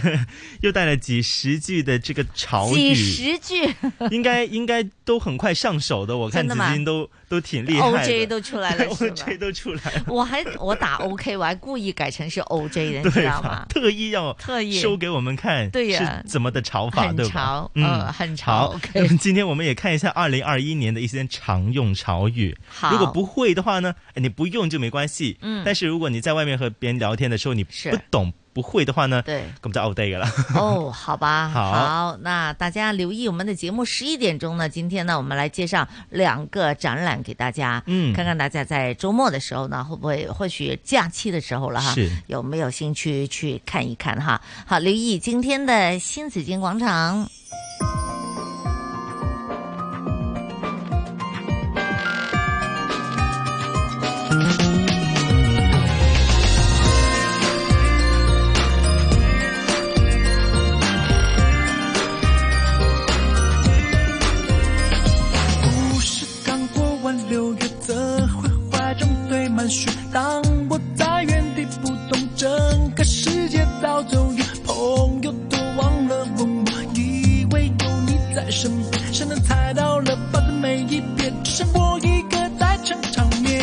Speaker 12: 又带了几十句的这个潮语，
Speaker 11: 几十句
Speaker 12: 应该应该都很快上手的。我看
Speaker 11: 真的
Speaker 12: 紫
Speaker 11: 吗哦
Speaker 12: 金都都挺厉害的
Speaker 11: OJ 都出来了
Speaker 12: OJ 都出来了。
Speaker 11: 我还我打 OK，我还故意改成是 OJ 的，你知知道
Speaker 12: 吧
Speaker 11: 吗？
Speaker 12: 特意要
Speaker 11: 特意
Speaker 12: show 给我们看，
Speaker 11: 对呀
Speaker 12: 是怎么的潮法，
Speaker 11: 很
Speaker 12: 对吧？
Speaker 11: 潮
Speaker 12: 嗯，
Speaker 11: 呃很
Speaker 12: 好
Speaker 11: 潮 OK
Speaker 12: 那么今天我们也看一下二零二一年的一些常用潮语。
Speaker 11: 好
Speaker 12: 如果不会的话呢，哎你不用就没关系。
Speaker 11: 嗯
Speaker 12: 但是如果你在外面和别人聊天的时候，你不懂不会的话呢，
Speaker 11: 对，
Speaker 12: 咁就 out day 了。
Speaker 11: 哦，好吧，
Speaker 12: 好
Speaker 11: 那大家留意我们的节目十一点钟呢，今天呢，我们来介绍两个展览给大家，
Speaker 12: 嗯
Speaker 11: 看看大家在周末的时候呢，会不会或许假期的时候了哈，
Speaker 12: 是
Speaker 11: 有没有兴趣去看一看哈？好，留意今天的新紫金广场。
Speaker 16: 故事刚过完六月的绘画正堆满雪。当我在原地不动，整个世界早走远，朋友都忘了问我，以为有你在身边，谁能猜到了吧的每一遍，只剩我一个在场场面。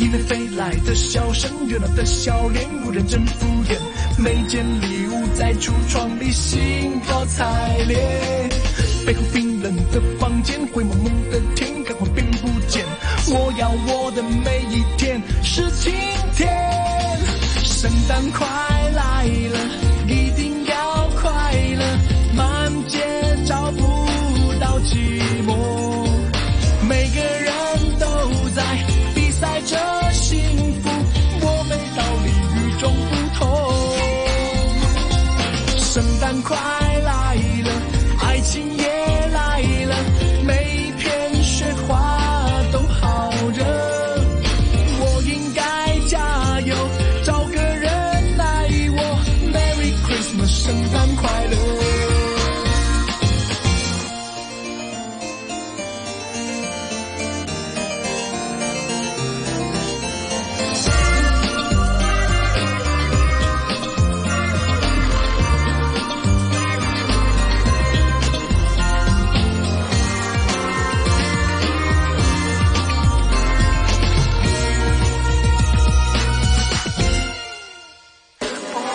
Speaker 16: 迎面飞来的笑声，热闹的笑脸，无人真敷衍，每件礼物在橱窗里兴高采烈。背后冰冷的房间，灰蒙蒙的天，赶快变不见。我要我的每一天是晴天。圣诞快来了，一定要快乐，满街找不到寂寞，每个人都在比赛着幸福，我们道理与众不同。圣诞快来了，爱情也来了，每片雪花都好热。我应该加油，找个人爱我。Merry Christmas，圣诞快乐。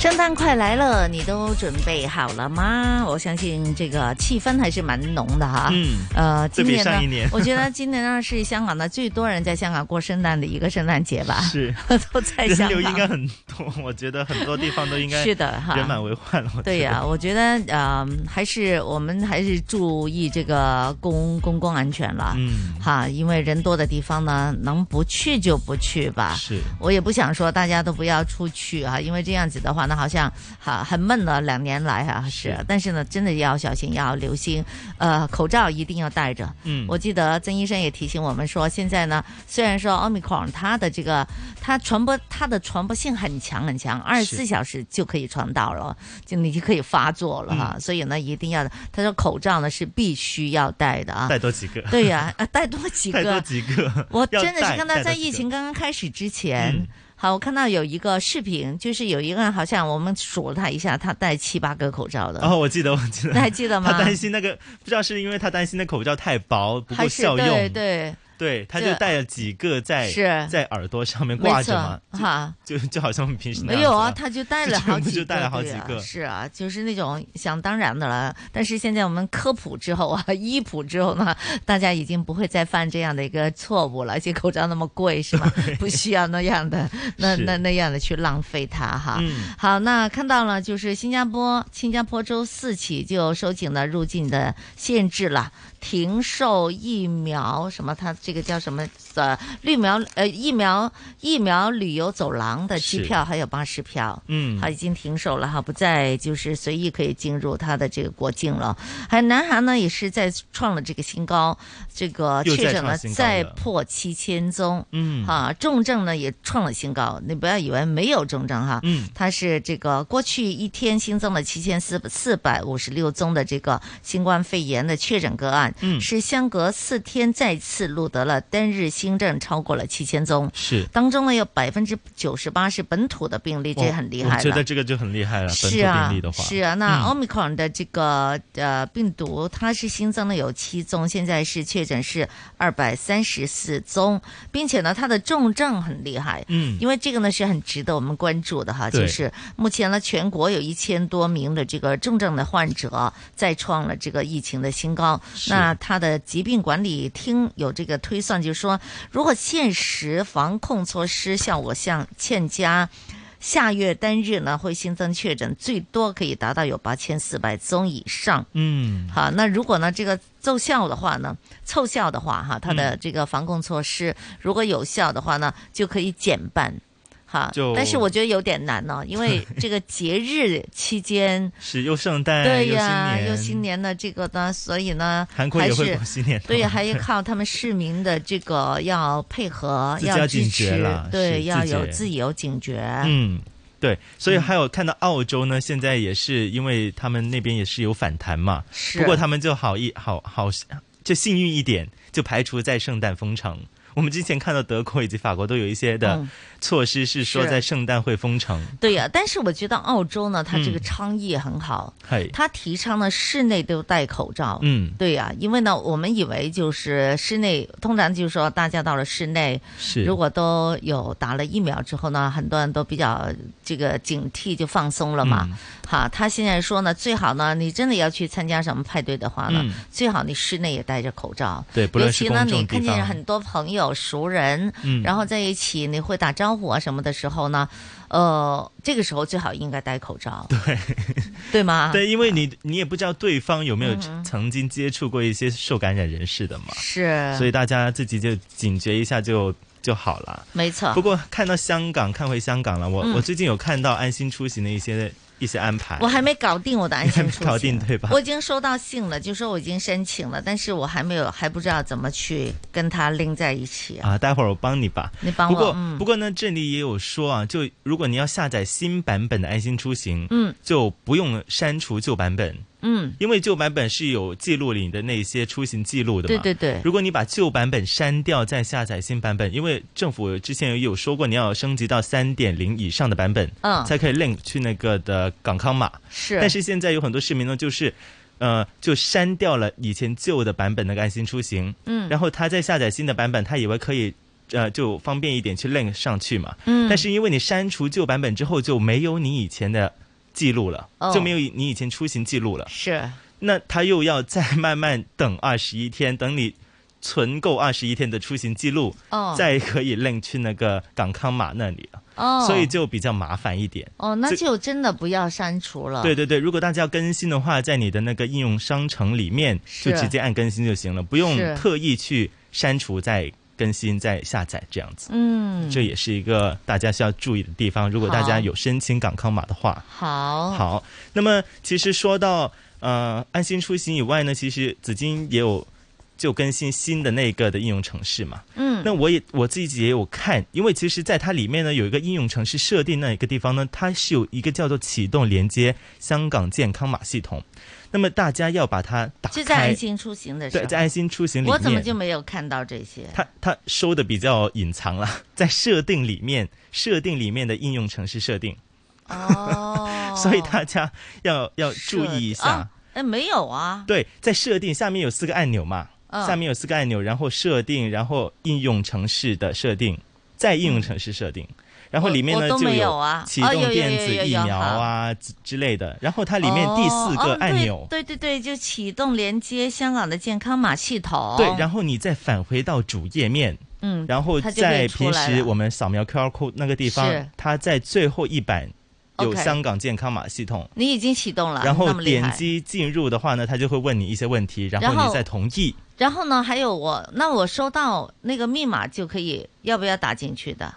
Speaker 11: 圣诞快来了，你都准备好了吗？我相信这个气氛还是蛮浓的哈。
Speaker 12: 嗯
Speaker 11: 呃，
Speaker 12: 对
Speaker 11: 今
Speaker 12: 比
Speaker 11: 年呢
Speaker 12: 上一年
Speaker 11: 我觉得今年呢是香港呢最多人在香港过圣诞的一个圣诞节吧。
Speaker 12: 是
Speaker 11: 都在
Speaker 12: 人
Speaker 11: 香
Speaker 12: 流
Speaker 11: 港。
Speaker 12: 应该很多，我觉得很多地方都应该
Speaker 11: 是的哈
Speaker 12: 人满为患了。我觉得
Speaker 11: 对呀、我觉得呃，还是我们还是注意这个公公共安全了。
Speaker 12: 嗯，
Speaker 11: 哈，因为人多的地方呢，能不去就不去吧。
Speaker 12: 是
Speaker 11: 我也不想说大家都不要出去啊，因为这样子的话呢，好像哈很闷了两年来啊是
Speaker 12: 是
Speaker 11: 但是呢，真的要小心，要留心，呃，口罩一定要戴着。
Speaker 12: 嗯
Speaker 11: 我记得曾医生也提醒我们说，现在呢，虽然说 omicron 它的这个它传播它的传播性很强很强，二十四小时就可以传导了，就你就可以发作了哈。
Speaker 12: 嗯
Speaker 11: 所以呢，一定要他说口罩呢是必须要戴的啊，
Speaker 12: 带多几个。
Speaker 11: 对 呀、啊，带多几个，
Speaker 12: 带多几个。
Speaker 11: 我
Speaker 12: 要
Speaker 11: 真的
Speaker 12: 带
Speaker 11: 是看到
Speaker 12: 带多
Speaker 11: 在
Speaker 12: 几
Speaker 11: 疫
Speaker 12: 个
Speaker 11: 情刚刚开始之前，
Speaker 12: 嗯
Speaker 11: 好，我看到有一个视频，就是有一个人好像我们数了他一下，他戴七八个口罩的。
Speaker 12: 哦，我记得，我记得，
Speaker 11: 你还记得吗
Speaker 12: 他担心那个，不知道是因为他担心那口罩太薄不
Speaker 11: 还
Speaker 12: 够
Speaker 11: 是
Speaker 12: 效用，
Speaker 11: 对对，
Speaker 12: 对他
Speaker 11: 对
Speaker 12: 就戴了几个在
Speaker 11: 是
Speaker 12: 在耳朵上面
Speaker 11: 没
Speaker 12: 挂
Speaker 11: 错
Speaker 12: 着嘛，
Speaker 11: 哈。
Speaker 12: 就就好像我们平时那
Speaker 11: 没
Speaker 12: 样
Speaker 11: 有
Speaker 12: 子
Speaker 11: 啊，
Speaker 12: 了
Speaker 11: 他 就带
Speaker 12: 就
Speaker 11: 了
Speaker 12: 全
Speaker 11: 好
Speaker 12: 部
Speaker 11: 几
Speaker 12: 就
Speaker 11: 个，
Speaker 12: 带了好
Speaker 11: 对
Speaker 12: 几
Speaker 11: 啊
Speaker 12: 个
Speaker 11: 是啊，就是那种想当然的了。但是现在我们科普之后啊， 医普之后呢，大家已经不会再犯这样的一个错误了。而且口罩那么贵，是吗？不需要那样的，那
Speaker 12: 是
Speaker 11: 那那样的去浪费它
Speaker 19: 啊
Speaker 11: 哈。
Speaker 12: 嗯
Speaker 11: 好，那看到了，就是新加坡，新加坡周四起就收紧了入境的限制了，停售疫苗什么，它这个叫什么呃绿苗呃疫苗疫苗旅游走廊的机
Speaker 12: 是
Speaker 11: 票还有巴士票，
Speaker 12: 嗯
Speaker 11: 好已经停售了哈，不再就是随意可以进入它的这个国境了。还有南韩呢也是在创了这个新高，这个
Speaker 12: 又
Speaker 11: 确
Speaker 12: 再
Speaker 11: 诊
Speaker 12: 创
Speaker 11: 了
Speaker 12: 新高
Speaker 11: 再
Speaker 12: 了
Speaker 11: 破七千宗，
Speaker 12: 嗯
Speaker 11: 啊，重症呢也创了新高。你不要以为没有重症哈，
Speaker 12: 嗯
Speaker 11: 它是这个过去一天新增了七千四四百五十六宗的这个新冠肺炎的确诊个案，
Speaker 12: 嗯
Speaker 11: 是相隔四天再次录得了单日新症超过了七千宗，
Speaker 12: 是
Speaker 11: 当中呢有百分之九十八是本土的病例，这
Speaker 12: 我
Speaker 11: 也很厉害
Speaker 12: 哦我
Speaker 11: 了。
Speaker 12: 觉得这个就很厉害了，本土
Speaker 11: 是啊
Speaker 12: 病例的，话
Speaker 11: 是啊，那
Speaker 12: 嗯
Speaker 11: Omicron 的这个呃病毒，它是新增了有七宗，现在是确诊是二百三十四宗，并且呢，它的重症很厉害，
Speaker 12: 嗯
Speaker 11: 因为这个呢是很值得我们关注的哈，
Speaker 12: 对
Speaker 11: 就是目前呢，全国有一千多名的这个重症的患者再创了这个疫情的新高，
Speaker 12: 是
Speaker 11: 那它的疾病管理厅有这个推算，就是说，如果现实防控措施效果像欠佳。下月单日呢会新增确诊，最多可以达到有八千四百宗以上。
Speaker 12: 嗯
Speaker 11: 好，那如果呢这个奏效的话呢，凑效的话哈，它的这个防控措施如果有效的话呢，就可以减半。哈
Speaker 12: 就，
Speaker 11: 但是我觉得有点难呢、因为这个节日 期间，
Speaker 12: 是又圣诞
Speaker 11: 对
Speaker 12: 又
Speaker 11: 呀，
Speaker 12: 哎新
Speaker 11: 又
Speaker 12: 年，
Speaker 11: 新年的这个呢，所以呢，
Speaker 12: 韩国也会
Speaker 11: 还是
Speaker 12: 过新年的
Speaker 11: 对呀，还要靠他们市民的这个要配合，
Speaker 12: 自己
Speaker 11: 要
Speaker 12: 要
Speaker 11: 支
Speaker 12: 警觉
Speaker 11: 持
Speaker 12: 啦，
Speaker 11: 对，
Speaker 12: 是
Speaker 11: 要
Speaker 12: 自
Speaker 11: 有
Speaker 12: 觉
Speaker 11: 自己有警觉，
Speaker 12: 嗯。对，所以还有看到澳洲呢，现在也是因为他们那边也是有反弹嘛，
Speaker 11: 是
Speaker 12: 不过他们就好一好好就幸运一点，就排除在圣诞封城。我们之前看到德国以及法国都有一些的
Speaker 11: 嗯
Speaker 12: 措施是说
Speaker 11: 是
Speaker 12: 在圣诞会封城，
Speaker 11: 对呀、但是我觉得澳洲呢，它这个
Speaker 12: 嗯
Speaker 11: 倡议很好，
Speaker 12: 嘿，
Speaker 11: 它提倡呢室内都戴口罩。
Speaker 12: 嗯
Speaker 11: 对呀、因为呢，我们以为就是室内，通常就是说大家到了室内，
Speaker 12: 是
Speaker 11: 如果都有打了疫苗之后呢，很多人都比较这个警惕，就放松了嘛。
Speaker 12: 嗯
Speaker 11: 哈，他现在说呢，最好呢，你真的要去参加什么派对的话呢，
Speaker 12: 嗯
Speaker 11: 最好你室内也戴着口罩。
Speaker 12: 对不
Speaker 11: 尤
Speaker 12: 论是
Speaker 11: 其呢，
Speaker 12: 公众地
Speaker 11: 你看见
Speaker 12: 方
Speaker 11: 很多朋友、熟人，
Speaker 12: 嗯
Speaker 11: 然后在一起，你会打招呼啊什么的时候呢，呃，这个时候最好应该戴口罩，
Speaker 12: 对
Speaker 11: 对吗？
Speaker 12: 对，因为你你也不知道对方有没有
Speaker 11: 嗯哼
Speaker 12: 曾经接触过一些受感染人士的嘛，
Speaker 11: 是，
Speaker 12: 所以大家自己就警觉一下就就好了。
Speaker 11: 没错。
Speaker 12: 不过看到香港，看回香港了，我、
Speaker 11: 嗯
Speaker 12: 我最近有看到安心出行的一些一些安排，
Speaker 11: 我还没搞定我的安心出
Speaker 12: 搞
Speaker 11: 行，
Speaker 12: 定对吧？
Speaker 11: 我已经收到信了，就说我已经申请了，但是我还没有，还不知道怎么去跟他拎在一起。
Speaker 12: 啊，待会儿我帮你吧。
Speaker 11: 你帮
Speaker 12: 不
Speaker 11: 我
Speaker 12: 过、
Speaker 11: 嗯
Speaker 12: 不过呢，这里也有说啊，就如果你要下载新版本的安心出行，
Speaker 11: 嗯，
Speaker 12: 就不用删除旧版本。
Speaker 11: 嗯，
Speaker 12: 因为旧版本是有记录你的那些出行记录的嘛。
Speaker 11: 对对对
Speaker 12: 如果你把旧版本删掉，再下载新版本，因为政府之前也有说过，你要升级到三点零以上的版本，
Speaker 11: 嗯
Speaker 12: 才可以 link 去那个的港康码。
Speaker 11: 是
Speaker 12: 但是现在有很多市民呢，就是。呃，就删掉了以前旧的版本的安心出行，
Speaker 11: 嗯
Speaker 12: 然后他再下载新的版本，他以为可以呃就方便一点去 link 上去嘛。
Speaker 11: 嗯
Speaker 12: 但是因为你删除旧版本之后，就没有你以前的记录了，
Speaker 11: 哦
Speaker 12: 就没有你以前出行记录了。
Speaker 11: 是，
Speaker 12: 那他又要再慢慢等二十一天，等你存够二十一天的出行记录，
Speaker 11: 哦
Speaker 12: 再可以 link 去那个港康码那里了。
Speaker 11: 哦
Speaker 12: 所以就比较麻烦一点。
Speaker 11: 哦，那
Speaker 12: 这
Speaker 11: 就真的不要删除了。
Speaker 12: 对对对，如果大家要更新的话，在你的那个应用商城里面
Speaker 11: 是
Speaker 12: 就直接按更新就行了，不用
Speaker 11: 是
Speaker 12: 特意去删除再更新再下载这样子。
Speaker 11: 嗯
Speaker 12: 这也是一个大家需要注意的地方。如果大
Speaker 11: 好
Speaker 12: 家有申请港康码的话，
Speaker 11: 好，，
Speaker 12: 好，那么其实说到呃安心出行以外呢，其实紫金也有就更新新的那个的应用程式嘛。
Speaker 11: 嗯
Speaker 12: 那我也我自己也有看，因为其实在它里面呢有一个应用程式设定那一个地方呢，它是有一个叫做启动连接香港健康码系统。那么大家要把它打开，
Speaker 11: 就在安心出行的时候，
Speaker 12: 对，在安心出行里面，
Speaker 11: 我怎么就没有看到这些？
Speaker 12: 它它收的比较隐藏了，在设定里面设定里面的应用程式设定。
Speaker 11: 哦
Speaker 12: 所以大家要要注意一下。
Speaker 11: 啊哎，没有啊，
Speaker 12: 对，在设定下面有四个按钮嘛，
Speaker 11: 嗯
Speaker 12: 下面有四个按钮，然后设定，然后应用程式的设定，再应用程式设定，然后里面呢
Speaker 11: 嗯我都
Speaker 12: 就
Speaker 11: 没有啊
Speaker 12: 启
Speaker 11: 哦有有
Speaker 12: 动
Speaker 11: 有
Speaker 12: 电子
Speaker 11: 有有
Speaker 12: 疫
Speaker 11: 有
Speaker 12: 苗啊之之类的，然后它里面
Speaker 11: 哦
Speaker 12: 第四个
Speaker 11: 哦
Speaker 12: 按
Speaker 11: 对
Speaker 12: 钮，
Speaker 11: 对对对，就启动连接香港的健康码系统。
Speaker 12: 对，然后你再返回到主页面。
Speaker 11: 嗯
Speaker 12: 然后
Speaker 11: 它就可
Speaker 12: 在
Speaker 11: 以出
Speaker 12: 平
Speaker 11: 来
Speaker 12: 时
Speaker 11: 了
Speaker 12: 我们扫描 QR code 那个地
Speaker 11: 是
Speaker 12: 方，它在最后一版有
Speaker 11: OK
Speaker 12: 香港健康码系统，
Speaker 11: 你已经启动了，
Speaker 12: 然后
Speaker 11: 那么厉
Speaker 12: 点
Speaker 11: 害。
Speaker 12: 击进入的话呢，它就会问你一些问题，然
Speaker 11: 然
Speaker 12: 后
Speaker 11: 后
Speaker 12: 你再同意。
Speaker 11: 然后呢，还有我，那我收到那个密码就可以，要不要打进去的？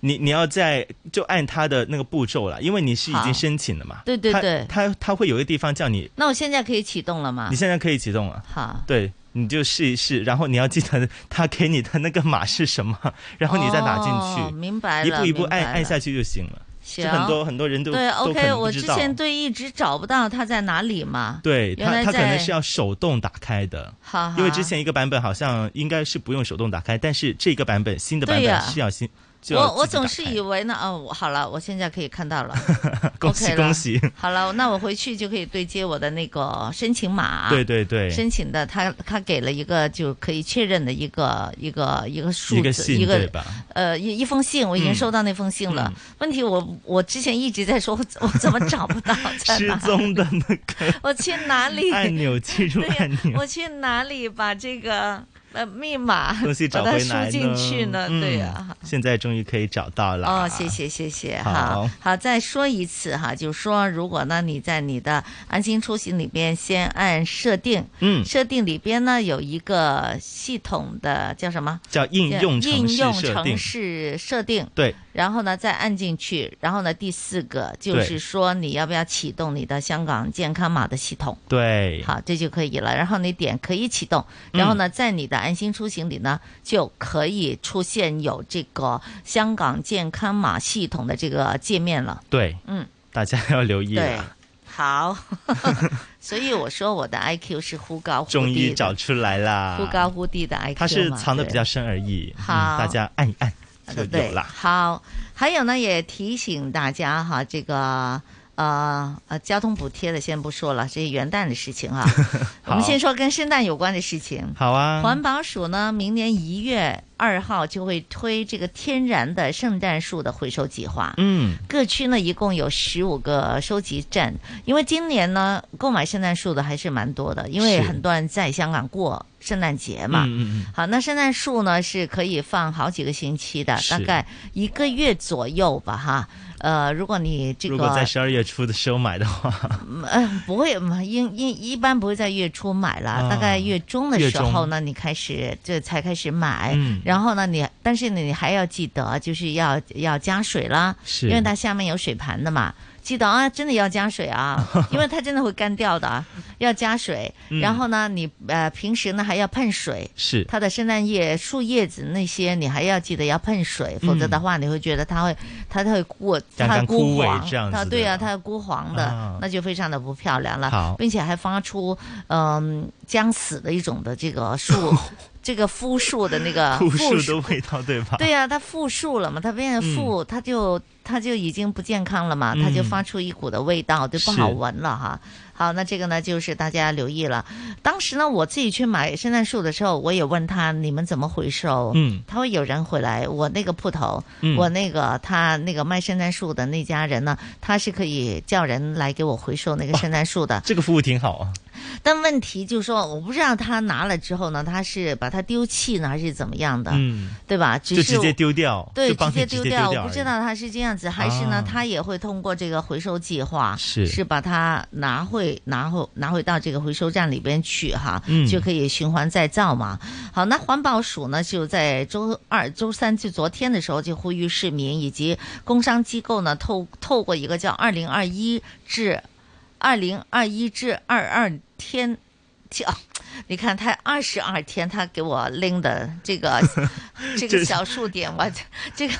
Speaker 12: 你你要在就按它的那个步骤了，因为你是已
Speaker 11: 好
Speaker 12: 经申请了嘛。
Speaker 11: 对对对
Speaker 12: 它它它会有一个地方叫你，
Speaker 11: 那我现在可以启动了吗？
Speaker 12: 你现在可以启动了。
Speaker 11: 好，
Speaker 12: 对，你就试一试，然后你要记得它给你的那个码是什么， 然后你再打进去，
Speaker 11: 哦明白了
Speaker 12: 一步一步
Speaker 11: 明白
Speaker 12: 按
Speaker 11: 了
Speaker 12: 按下去就行了。
Speaker 11: 行
Speaker 12: 就很多很多人都
Speaker 11: 对
Speaker 12: 都可
Speaker 11: ，OK，
Speaker 12: 能不
Speaker 11: 我
Speaker 12: 知
Speaker 11: 之
Speaker 12: 道
Speaker 11: 前对一直找不到它在哪里嘛。
Speaker 12: 对
Speaker 11: 原来
Speaker 12: 它它可能
Speaker 11: 在啊
Speaker 12: 是要手动打开的。
Speaker 11: 好好
Speaker 12: 因为之前一个版本好像应该是不用手动打开，但是这个版本新的版
Speaker 11: 对
Speaker 12: 本
Speaker 11: 呀
Speaker 12: 是要新。就要
Speaker 11: 我我
Speaker 12: 自己打
Speaker 11: 总是以为呢，哦，我好了，我现在可以看到 了，
Speaker 12: 恭喜
Speaker 11: OK 了
Speaker 12: 恭喜！
Speaker 11: 好了，那我回去就可以对接我的那个申请码。
Speaker 12: 对对对
Speaker 11: 申请的他他给了一个就可以确认的一个一个一个数字
Speaker 12: 一个信
Speaker 11: 一个
Speaker 12: 对吧
Speaker 11: 呃一一封信，我已经
Speaker 12: 嗯
Speaker 11: 收到那封信了。问题我我之前一直在说，我我怎么找不 到在
Speaker 12: 失
Speaker 11: 哪？
Speaker 12: 踪的那个
Speaker 11: 我去哪里？
Speaker 12: 按钮 进入按钮，
Speaker 11: 我去哪里把这个呃密码
Speaker 12: 东西找
Speaker 11: 把它
Speaker 12: 回
Speaker 11: 输
Speaker 12: 来
Speaker 11: 进去呢？
Speaker 12: 嗯
Speaker 11: 对呀、
Speaker 12: 现在终于可以找到了。
Speaker 11: 哦，谢谢谢谢
Speaker 12: 好
Speaker 11: 哈，好，再说一次哈，就说如果呢你在你的安心出行里边先按设定，
Speaker 12: 嗯
Speaker 11: 设定里边呢有一个系统的叫什么？
Speaker 12: 叫应用
Speaker 11: 叫
Speaker 12: 程
Speaker 11: 应
Speaker 12: 式
Speaker 11: 用
Speaker 12: 设定
Speaker 11: 程式设定，
Speaker 12: 对，
Speaker 11: 然后呢再按进去，然后呢第四个就
Speaker 12: 对
Speaker 11: 是说你要不要启动你的香港健康码的系统。
Speaker 12: 对，嗯
Speaker 11: 好，这就可以了。然后你点可以启动，然后呢，在你的安心出行里呢，就可以出现有这个香港健康码系统的这个界面了。
Speaker 12: 对，
Speaker 11: 嗯，
Speaker 12: 大家要留意
Speaker 11: 对
Speaker 12: 了，，
Speaker 11: 好。 所以我说我的 IQ 是忽高忽低的，
Speaker 12: 终于找出来啦。
Speaker 11: 忽高忽低的 IQ
Speaker 12: 它是
Speaker 11: 嘛
Speaker 12: 藏的
Speaker 11: 对
Speaker 12: 比较深而已，嗯
Speaker 11: 好
Speaker 12: 大家按一按就
Speaker 11: 对，
Speaker 12: 有啦。
Speaker 11: 好，还有呢，也提醒大家哈，这个。呃呃，交通补贴的先不说了，这是元旦的事 情哈。我们先说跟圣诞有关的事情。
Speaker 12: 好
Speaker 20: 嗯
Speaker 12: 啊，
Speaker 11: 环保署呢，明年一月二号就会推这个天然的圣诞树的回收计划。
Speaker 12: 嗯，
Speaker 11: 各区呢一共有十五个收集站，因为今年呢购买圣诞树的还是蛮多的，因为
Speaker 20: 是
Speaker 11: 很多人在香港过圣诞节嘛。
Speaker 20: 嗯嗯嗯
Speaker 11: 好，那圣诞树呢是可以放好几个星期的，
Speaker 12: 是
Speaker 11: 大概一个月左右吧，哈。呃，如果你这个
Speaker 12: 如果在十二月初的时候买的话，
Speaker 11: 嗯、呃不会，嗯应应一般不会在月初买了，
Speaker 12: 啊
Speaker 11: 大概月中的时
Speaker 12: 月
Speaker 11: 候
Speaker 12: 中
Speaker 11: 呢，你开始就才开始买，
Speaker 12: 嗯
Speaker 11: 然后呢，你但是你还要记得就是要要加水啦，
Speaker 12: 是
Speaker 11: 因为它下面有水盘的嘛。记得啊，真的要加水 啊，因为它真的会干掉的啊，要加水。
Speaker 12: 嗯
Speaker 11: 然后呢，你呃平时呢还要喷水，
Speaker 12: 是
Speaker 11: 它的圣诞叶、树叶子那些，你还要记得要喷水，否则的话你会觉得它会它它会过
Speaker 12: 嗯干
Speaker 11: 它
Speaker 12: 干
Speaker 11: 枯
Speaker 12: 枯萎
Speaker 11: 黄，
Speaker 12: 这样
Speaker 11: 它
Speaker 12: 子
Speaker 11: 对
Speaker 12: 的
Speaker 11: 啊，它枯黄的，
Speaker 12: 啊
Speaker 11: 那就非常的不漂亮了。
Speaker 12: 好
Speaker 11: 并且还发出嗯、将死的一种的这个树。这个复数的那个
Speaker 12: 朴
Speaker 11: 复
Speaker 12: 树的味道，对吧？
Speaker 11: 对呀、它复数了嘛，它变成复，它就它就已经不健康了嘛，它就
Speaker 12: 嗯
Speaker 11: 发出一股的味道，就不好
Speaker 12: 是
Speaker 11: 闻了哈。好，那这个呢，就是大家留意了。当时呢，我自己去买圣诞树的时候，我也问他你们怎么回收？
Speaker 12: 嗯
Speaker 11: 他会有人回来。我那个铺头，
Speaker 12: 嗯
Speaker 11: 我那个他那个卖圣诞树的那家人呢，他是可以叫人来给我回收那个圣诞树的。
Speaker 12: 这个服务挺好啊。
Speaker 11: 但问题就是说，我不知道他拿了之后呢，他是把它丢弃呢，还是怎么样的，
Speaker 12: 嗯，
Speaker 11: 对吧？只
Speaker 12: 就是直接丢掉，
Speaker 11: 对，
Speaker 12: 就帮
Speaker 11: 直
Speaker 12: 你
Speaker 11: 接
Speaker 12: 直
Speaker 11: 丢
Speaker 12: 丢掉
Speaker 11: 掉。我不
Speaker 12: 而
Speaker 11: 知
Speaker 12: 已
Speaker 11: 道他是这样子，还是呢，
Speaker 12: 啊
Speaker 11: 他也会通过这个回收计划，
Speaker 12: 是
Speaker 11: 是把它拿回拿回拿回到这个回收站里边去哈，
Speaker 12: 嗯
Speaker 11: 就可以循环再造嘛。好，那环保署呢就在周二、周三就昨天的时候就呼吁市民以及工商机构呢，透透过一个叫“二零二一至二零二一至二二天”叫。你看，他二十二天，他给我拎的 这个这个
Speaker 12: 这
Speaker 11: 小数点，我这个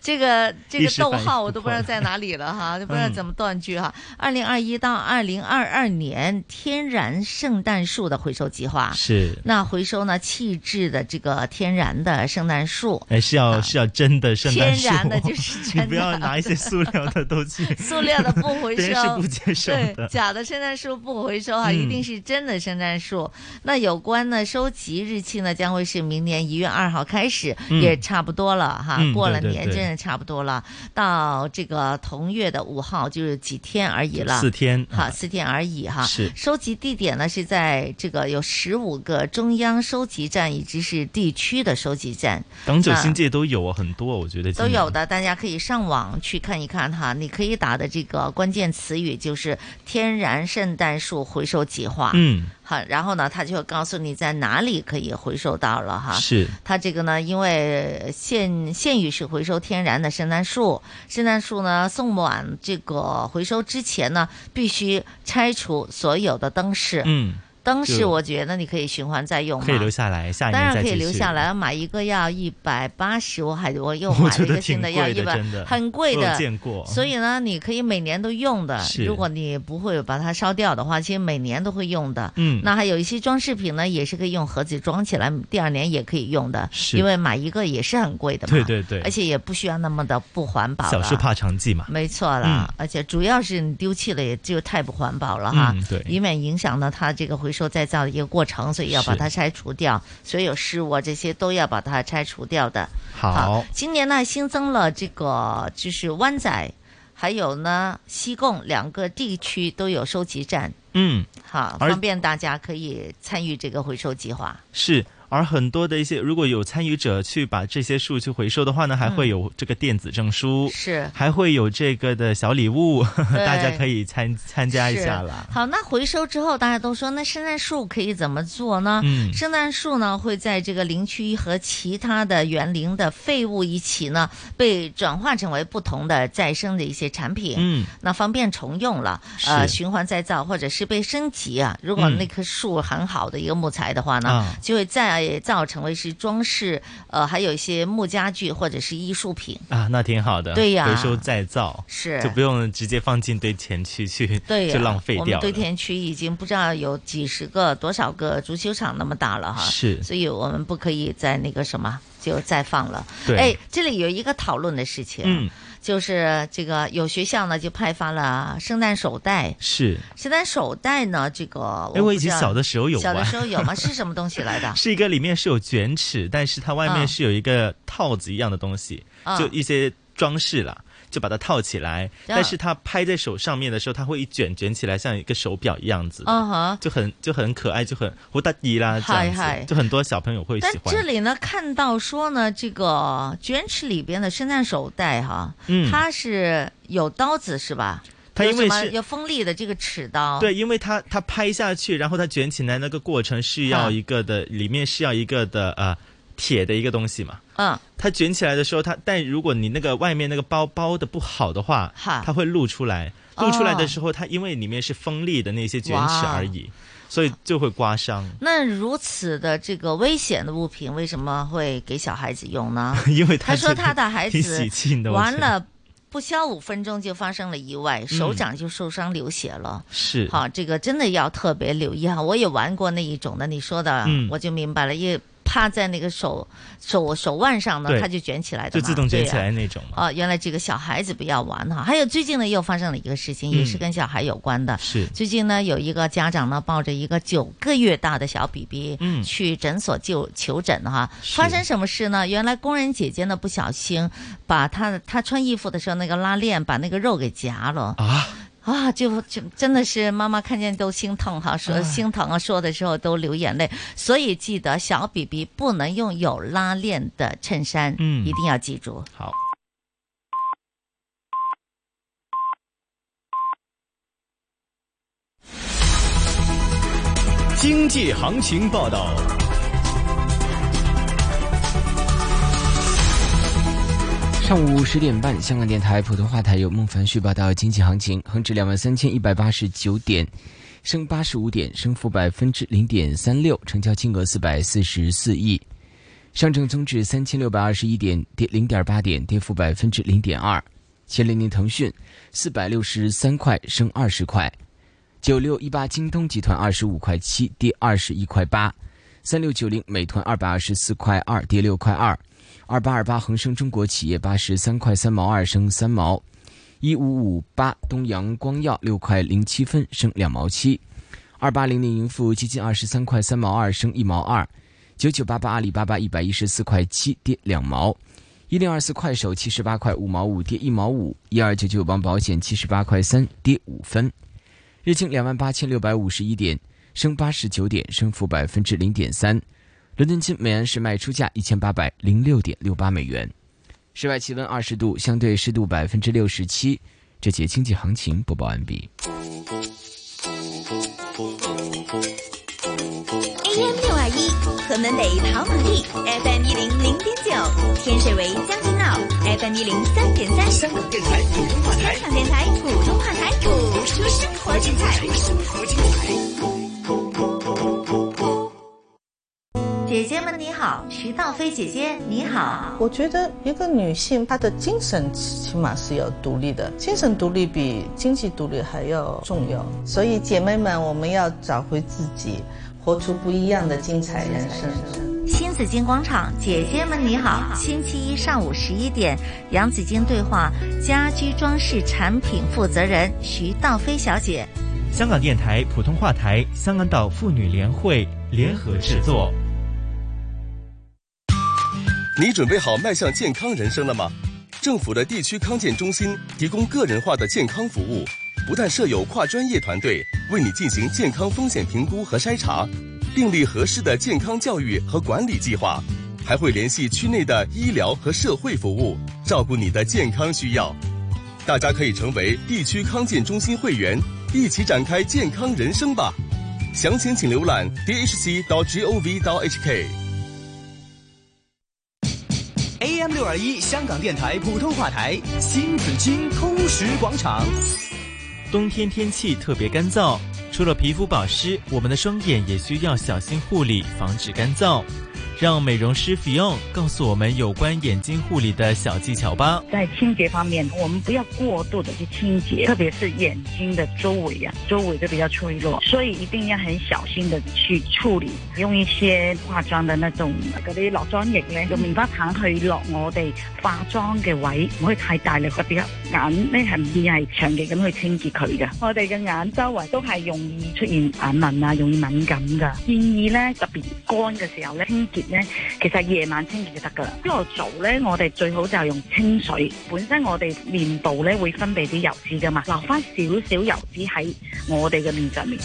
Speaker 11: 这个这
Speaker 12: 一
Speaker 11: 个
Speaker 12: 时
Speaker 11: 逗
Speaker 12: 反应
Speaker 11: 号
Speaker 12: 不
Speaker 11: 我都不知道在哪里 了哈，就不知道
Speaker 12: 嗯
Speaker 11: 怎么断句哈。二零二一到二零二二年天然圣诞树的回收计划
Speaker 12: 是
Speaker 11: 那回收呢气质的这个天然的圣诞树，
Speaker 12: 哎，是要是要真的圣诞
Speaker 11: 啊天
Speaker 12: 树，
Speaker 11: 然的 就是真的，
Speaker 12: 你不要拿一些塑料的东西，
Speaker 11: 塑料的不回
Speaker 12: 别人是
Speaker 11: 收，
Speaker 12: 不接受
Speaker 11: 对，
Speaker 12: 的。
Speaker 11: 假的圣诞树不回收哈，
Speaker 12: 嗯
Speaker 11: 一定是真的圣诞树。那有关呢收集日期呢，将会是明年一月二号开始，
Speaker 12: 嗯
Speaker 11: 也差不多了哈，
Speaker 12: 嗯
Speaker 11: 过了
Speaker 12: 对对
Speaker 11: 年
Speaker 12: 对
Speaker 11: 真的差不多了，到这个同月的五号就是几天而已了，
Speaker 12: 四天啊
Speaker 11: 好，四天而已哈。
Speaker 12: 是
Speaker 11: 收集地点呢是在这个有十五个中央收集站，以及是地区的收集站。
Speaker 12: 港九
Speaker 11: 那
Speaker 12: 新界都有啊，很多，我觉得
Speaker 11: 都有。的，大家可以上网去看一看哈。你可以打的这个关键词语就是“天然圣诞树回收计划”，
Speaker 12: 嗯，
Speaker 11: 好，然后呢，它就会告诉你在哪里可以回收到了哈。
Speaker 12: 嗯是
Speaker 11: 它这个呢，因为县县域是回收天然的圣诞树，圣诞树呢送往这个回收之前呢，必须拆除所有的灯饰。
Speaker 12: 嗯，
Speaker 11: 灯饰
Speaker 12: 就
Speaker 11: 我觉得你可以循环再用嘛，
Speaker 12: 可以留下来，下一
Speaker 11: 当
Speaker 12: 年
Speaker 11: 然
Speaker 12: 再
Speaker 11: 可以
Speaker 12: 继
Speaker 11: 留
Speaker 12: 续
Speaker 11: 下。来，买一个要一百八十，我还我又
Speaker 12: 我
Speaker 11: 买
Speaker 12: 觉
Speaker 11: 了一
Speaker 12: 得
Speaker 11: 个新
Speaker 12: 挺
Speaker 11: 要
Speaker 12: 贵
Speaker 11: 一
Speaker 12: 的
Speaker 11: 百
Speaker 12: 真，的
Speaker 11: 很贵
Speaker 12: 我有
Speaker 11: 的，
Speaker 12: 见过
Speaker 11: 所以呢，你可以每年都用的。
Speaker 12: 是
Speaker 11: 如果你不会把它烧掉的话，其实每年都会用的。
Speaker 12: 嗯
Speaker 11: 那还有一些装饰品呢，也是可以用盒子装起来，第二年也可以用的，
Speaker 12: 是
Speaker 11: 因为买一个也是很贵的嘛。
Speaker 12: 对对对
Speaker 11: 而且也不需要那么的不环保
Speaker 12: 小
Speaker 11: 了
Speaker 12: 树怕长计嘛，
Speaker 11: 没错啦，
Speaker 12: 嗯
Speaker 11: 而且主要是你丢弃了，也就太不环保了哈，
Speaker 12: 嗯对
Speaker 11: 以免影响到它这个回收再造的一个过程，所以要把
Speaker 12: 是
Speaker 11: 它拆除掉，所有事物啊这些都要把它拆除掉的。
Speaker 12: 好
Speaker 11: 今年呢新增了这个就是湾仔，还有呢西贡两个地区都有收集站，
Speaker 12: 嗯，
Speaker 11: 好
Speaker 12: 而
Speaker 11: 方便大家可以参与这个回收计划。
Speaker 12: 是。而很多的一些，如果有参与者去把这些树去回收的话呢，还会有这个电子证书，
Speaker 11: 嗯是
Speaker 12: 还会有这个的小礼物， 大家
Speaker 11: 对
Speaker 12: 可以参参加一
Speaker 11: 是
Speaker 12: 下啦。
Speaker 11: 好，那回收之后，大家都说那圣诞树可以怎么做呢？
Speaker 12: 嗯
Speaker 11: 圣诞树呢会在这个林区和其他的园林的废物一起呢被转化成为不同的再生的一些产品。
Speaker 12: 嗯，
Speaker 11: 那方便重用了，呃，
Speaker 12: 是
Speaker 11: 循环再造或者是被升级啊。如果
Speaker 12: 嗯
Speaker 11: 那棵树很好的一个木材的话呢，
Speaker 12: 啊
Speaker 11: 就会再造成为是装饰，呃，还有一些木家具或者是艺术品。
Speaker 12: 啊，那挺好的，
Speaker 11: 对呀
Speaker 12: 回收再造
Speaker 11: 是
Speaker 12: 就不用直接放进堆填区去，
Speaker 11: 对呀、
Speaker 12: 就浪费
Speaker 11: 我
Speaker 12: 掉了。
Speaker 11: 们堆填区已经不知道有几十个、多少个足球场那么大了哈，
Speaker 12: 是
Speaker 11: 所以我们不可以再那个什么就再放了。
Speaker 12: 对
Speaker 11: 哎，这里有一个讨论的事情，啊
Speaker 12: 嗯，
Speaker 11: 就是这个有学校呢就派发了圣诞手袋，
Speaker 12: 是
Speaker 11: 圣诞手袋呢这个，
Speaker 12: 哎我
Speaker 11: 不
Speaker 12: 以前
Speaker 11: 知道
Speaker 12: 小的时候有
Speaker 11: 小的
Speaker 12: 玩？
Speaker 11: 时候有吗？是什么东西来的
Speaker 12: 是一个里面是有卷尺，但是它外
Speaker 11: 啊
Speaker 12: 面是有一个套子一样的东西，
Speaker 11: 啊
Speaker 12: 就一些装饰啦，就把它套起来。
Speaker 11: 这样
Speaker 12: 但是它拍在手上面的时候，它会一卷卷起来，像一个手表一样子的，
Speaker 11: 嗯哼
Speaker 12: 就很就很可爱，就很好得意啦，这样子
Speaker 11: 嗨嗨
Speaker 12: 就很多小朋友会
Speaker 11: 但
Speaker 12: 喜欢。
Speaker 11: 这里呢，看到说呢，这个卷尺里边的圣诞手袋哈，
Speaker 12: 嗯
Speaker 11: 它是有刀子是吧？
Speaker 12: 它
Speaker 11: 有
Speaker 12: 因为
Speaker 11: 什么
Speaker 12: 是
Speaker 11: 有锋利的这个尺刀，
Speaker 12: 对，，因为它它拍下去，然后它卷起来那个过程是要
Speaker 11: 啊
Speaker 12: 一个的，里面是要一个的呃铁的一个东西嘛。
Speaker 11: 嗯，
Speaker 12: 它卷起来的时候，它但如果你那个外面那个包包的不好的话
Speaker 11: 哈，
Speaker 12: 它会露出来。露出来的时候，它因为里面是锋利的那些卷尺
Speaker 11: 哇
Speaker 12: 而已，所以就会刮伤。？
Speaker 11: 那如此的这个危险的物品，为什么会给小孩子用呢
Speaker 12: 因为
Speaker 11: 他
Speaker 12: 他
Speaker 11: 说
Speaker 12: 觉得
Speaker 11: 他的孩
Speaker 12: 挺
Speaker 11: 子
Speaker 12: 喜庆的我
Speaker 11: 玩
Speaker 12: 觉得嗯
Speaker 11: 了不消五分钟就发生了意外，手掌就受伤流血了。
Speaker 12: 是
Speaker 11: 好，这个真的要特别留意哈。我也玩过那一种的，你说的，
Speaker 12: 嗯
Speaker 11: 我就明白了，也趴在那个手手手腕上呢，
Speaker 12: 对
Speaker 11: 它就卷起来的
Speaker 12: 就
Speaker 11: 嘛，
Speaker 12: 自动卷
Speaker 11: 对呀
Speaker 12: 起来那种嘛。
Speaker 11: 啊，原来这个小孩子不要玩哈。还有最近呢，又发生了一个事情，也是
Speaker 12: 嗯
Speaker 11: 跟小孩有关的。
Speaker 12: 是
Speaker 11: 最近呢，有一个家长呢抱着一个九个月大的小 BB，
Speaker 12: 嗯
Speaker 11: 去诊所就求诊哈。发生什么事呢？原来工人姐姐呢不小心把她她穿衣服的时候那个拉链把那个肉给夹了
Speaker 12: 啊。
Speaker 11: 啊，就就真的是妈妈看见都心疼哈，说
Speaker 18: 哎
Speaker 11: 心疼啊，说的时候都流眼泪。所以记得小 BB 不能用有拉链的衬衫，
Speaker 12: 嗯
Speaker 11: 一定要记住。
Speaker 12: 好。
Speaker 21: 经济行情报道。
Speaker 14: 上午十点半，香港电台普通话台由孟凡旭报道经济行情：恒指两万三千一百八十九点，升八十五点，升幅百分之零点三六，成交金额四百四十四亿。上证综指三千六百二十一点，跌零点八点，跌幅百分之零点二。前零零腾讯四百六十三块，升二十块。九六一八京东集团二十五块七，跌二十一块八；三六九零美团二百二十四块二，跌六块二；二八二八恒生中国企业八十三块三毛二，升三毛；一五五八东阳光药六块零七分，升两毛七；二八零零盈富基金二十三块三毛二，升一毛二；九九八八阿里巴巴一百一十四块七，跌两毛。一零二四快手七十八块五毛五跌一毛五，一二九九帮保险七十八块三跌五分，日经两万八千六百五十一点，升八十九点，升幅百分之零点三。伦敦金每安士卖出价一千八百零六点六八美元。室外气温二十度，相对湿度百分之六十七。这节经济行情播报完毕。
Speaker 1: AM 六二一，河门北跑马地，FM 一零零点九，天水围将军澳，FM 一零三点三。香港电台普通话台，香港电台普通话台，播出生活精彩。生活精
Speaker 11: 姐姐们你好，徐道飞姐姐你好。
Speaker 19: 我觉得一个女性她的精神起码是要独立的，精神独立比经济独立还要重要。所以姐妹们，我们要找回自己，活出不一样的精彩人生。
Speaker 11: 新紫金广场，姐姐们你好！星期一上午十一点，杨紫金对话家居装饰产品负责人徐道飞小姐。
Speaker 22: 香港电台普通话台、香港岛妇女联会联合制作。
Speaker 23: 你准备好迈向健康人生了吗？政府的地区康健中心提供个人化的健康服务，不但设有跨专业团队为你进行健康风险评估和筛查，订立合适的健康教育和管理计划，还会联系区内的医疗和社会服务，照顾你的健康需要。大家可以成为地区康健中心会员，一起展开健康人生吧。详情请浏览 dhc.gov.hk。
Speaker 10: AM 六二一香港电台普通话台新紫金通识广场，
Speaker 12: 冬天天气特别干燥，除了皮肤保湿，我们的双眼也需要小心护理，防止干燥。让美容师 Fion 告诉我们有关眼睛护理的小技巧吧。
Speaker 24: 在清洁方面，我们不要过度的去清洁，特别是眼睛的周围啊，周围都比较脆弱，所以一定要很小心的去处理，用一些化妝嘅那種嗰啲落妝液咧，用棉花棒去落我哋化妝嘅位，唔可以太大力，特別眼咧係唔易係長期咁去清潔佢嘅。我哋嘅眼周圍都係 容易出現眼紋啊，容易敏感噶。建議咧特別乾嘅時候咧清潔咧，其實夜晚清潔就得噶啦。朝頭早咧，我哋最好就係用清水。本身我哋面部咧會分泌啲油脂噶嘛，留翻少少油脂喺我哋嘅面上面。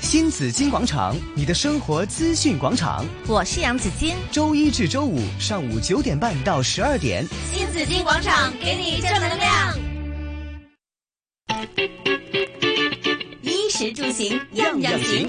Speaker 10: 新紫金广场，你的生活资讯广场。
Speaker 11: 我是杨紫金，
Speaker 10: 周一至周五上午九点半到十二点，
Speaker 6: 新紫金广场给你正能量。
Speaker 1: 衣食住行样样行，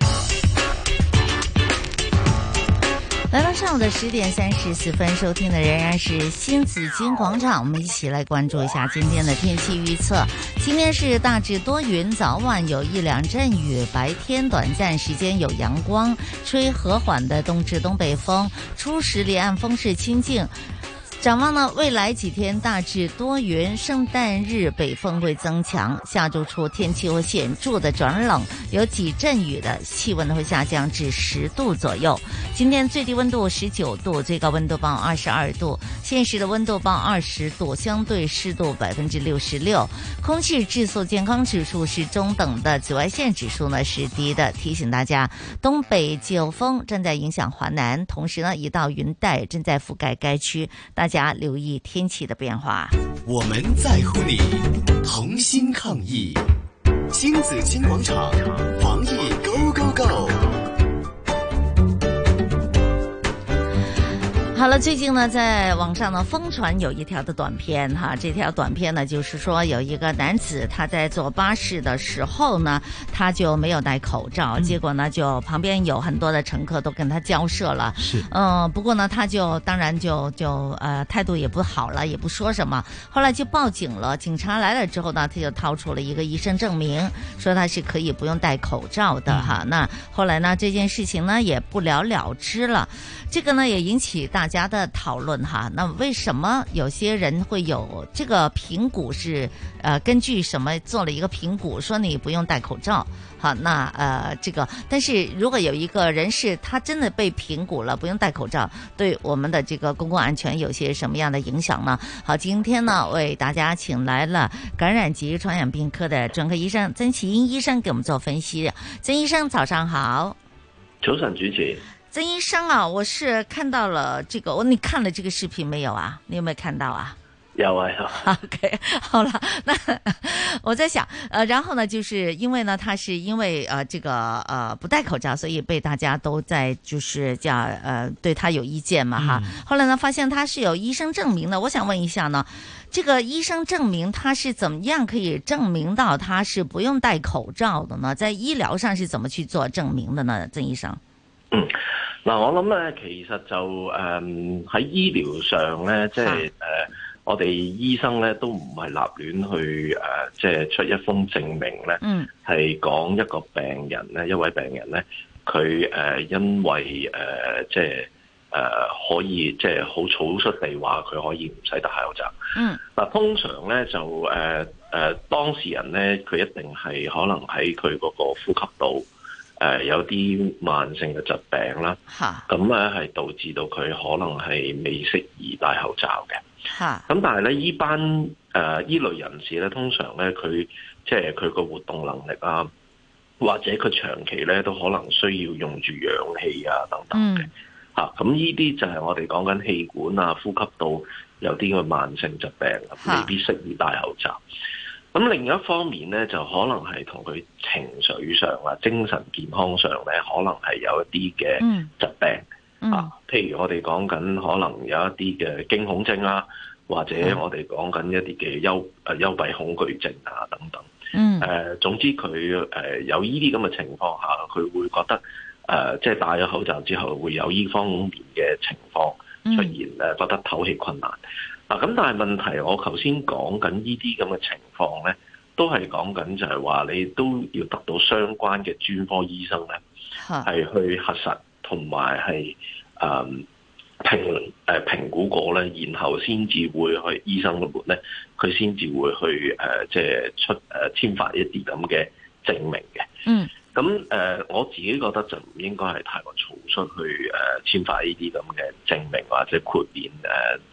Speaker 11: 来到上午的十点三十四分，收听的仍然是新紫金广场，我们一起来关注一下今天的天气预测。今天是大致多云，早晚有一两阵雨，白天短暂时间有阳光，吹和缓的东至东北风，初时离岸风势清劲。展望呢，未来几天大致多云，圣诞日北风会增强，下周初天气会显著的转冷，有几阵雨的，气温会下降至十度左右。今天最低温度十九度，最高温度报二十二度，现实的温度报二十度，相对湿度百分之六十六，空气质素健康指数是中等的，紫外线指数呢是低的。提醒大家，东北季候风正在影响华南，同时呢，一道云带正在覆盖该区，大家留意天气的变化。
Speaker 10: 我们在乎你，同心抗疫。新紫金广场，防疫 Go Go Go！
Speaker 11: 好了，最近呢，在网上呢疯传有一条的短片哈，这条短片呢就是说有一个男子他在坐巴士的时候呢，他就没有戴口罩，结果呢就旁边有很多的乘客都跟他交涉了，
Speaker 2: 是
Speaker 11: 嗯、不过呢他就当然就就呃态度也不好了，也不说什么，后来就报警了，警察来了之后呢，他就掏出了一个医生证明，说他是可以不用戴口罩的哈，那后来呢这件事情呢也不了了之了，这个呢也引起大家的讨论哈。那为什么有些人会有这个评估是呃根据什么做了一个评估，说你不用戴口罩？好，那呃这个，但是如果有一个人是他真的被评估了不用戴口罩，对我们的这个公共安全有些什么样的影响呢？好，今天呢为大家请来了感染及传染病科的专科医生曾奇英医生给我们做分析。曾医生，早上好。
Speaker 25: 早晨主持，
Speaker 11: 曾医生啊，我是看到了这个，我哦你看了这个视频没有啊？你有没有看到啊？
Speaker 25: 有啊有啊，
Speaker 11: OK，好了，那我在想，呃，然后呢，就是因为呢，他是因为呃这个呃不戴口罩，所以被大家都在就是叫呃对他有意见嘛哈。
Speaker 25: 嗯
Speaker 11: 后来呢，发现他是有医生证明的，我想问一下呢，这个医生证明他是怎么样可以证明到他是不用戴口罩的呢？在医疗上是怎么去做证明的呢？曾医生，
Speaker 25: 嗱我諗咧，其實就誒喺、醫療上咧，即係誒、我哋醫生咧都唔係立亂去誒、呃即係出一封證明咧，
Speaker 11: 嗯
Speaker 25: 係講一個病人咧，一位病人咧，佢誒、因為誒、即係誒、呃可以即係好草率地話佢可以唔使戴口罩。
Speaker 11: 嗯
Speaker 25: 嗱，通常咧就誒誒、呃呃、當事人咧，佢一定係可能喺佢嗰個呼吸道誒、呃有啲慢性嘅疾病啦，
Speaker 11: 哈
Speaker 25: 咁咧係導致到佢可能係未適宜戴口罩嘅。
Speaker 11: 哈，
Speaker 25: 咁但係咧，依班誒依類人士咧，通常咧佢即係佢個活動能力啊，或者佢長期咧都可能需要用住氧氣啊等等。
Speaker 11: 嗯
Speaker 25: 嚇，啊咁呢啲就係我哋講緊氣管啊、呼吸道有啲嘅慢性疾病，啊未必適宜戴口罩。咁另一方面咧，就可能係同佢情緒上啊、精神健康上咧，可能係有一啲嘅
Speaker 11: 嗯
Speaker 25: 疾病。
Speaker 11: 嗯
Speaker 25: 譬如我哋講緊可能有一啲嘅驚恐症啊，或者我哋講緊一啲嘅幽誒幽閉恐懼症啊等等。
Speaker 11: 嗯
Speaker 26: 哎
Speaker 25: 誒、總呃之佢誒、有呢啲咁嘅情況下，佢會覺得誒、呃即係戴咗口罩之後會有呢方面嘅情況出
Speaker 27: 嗯
Speaker 25: 現，誒、覺得透氣困難。嗱、咁但係問題，我頭先講緊呢啲咁嘅情況咧，都係講緊就係話你都要得到相關嘅專科醫生咧。
Speaker 11: 哈，
Speaker 25: 係去核實同埋係誒評誒評估過咧，然後先至會去醫生嗰度咧，佢先至會去誒、呃即係出誒、呃、簽發一啲咁嘅證明嘅。
Speaker 11: 嗯
Speaker 25: 咁誒、呃我自己覺得就唔應該係太過草率去誒、呃、簽發呢啲咁嘅證明或者豁免誒誒、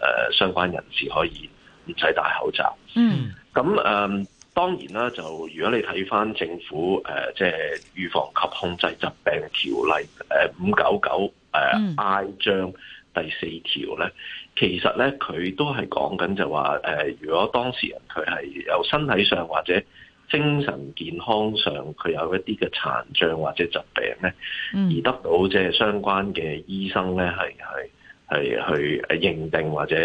Speaker 25: 呃相關人士可以唔使戴口罩。
Speaker 11: 嗯
Speaker 25: 咁誒、嗯當然啦，就如果你睇翻政府誒、呃即係預防及控制疾病條例誒五九九誒 I 章第四條咧，其實咧佢都係講緊就話誒、呃如果當事人佢係有身體上或者精神健康上佢有一啲嘅殘障或者疾病咧，
Speaker 11: 嗯
Speaker 25: 而得到即係相關嘅醫生咧係係係去誒認定或者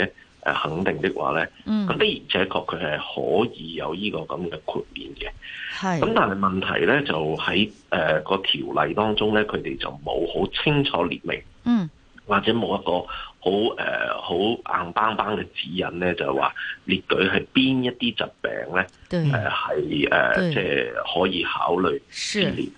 Speaker 25: 誒肯定的話咧，
Speaker 11: 嗯
Speaker 25: 咁的而且確佢係可以有呢個咁嘅豁免嘅。
Speaker 11: 係
Speaker 25: 咁但係問題咧呃就喺誒個條例當中咧，佢哋就冇好清楚列明
Speaker 11: 嗯
Speaker 25: 或者冇一個好誒好硬邦邦嘅指引咧，就係話列舉係邊一啲疾病咧，
Speaker 11: 誒
Speaker 25: 係誒即係可以考慮治療。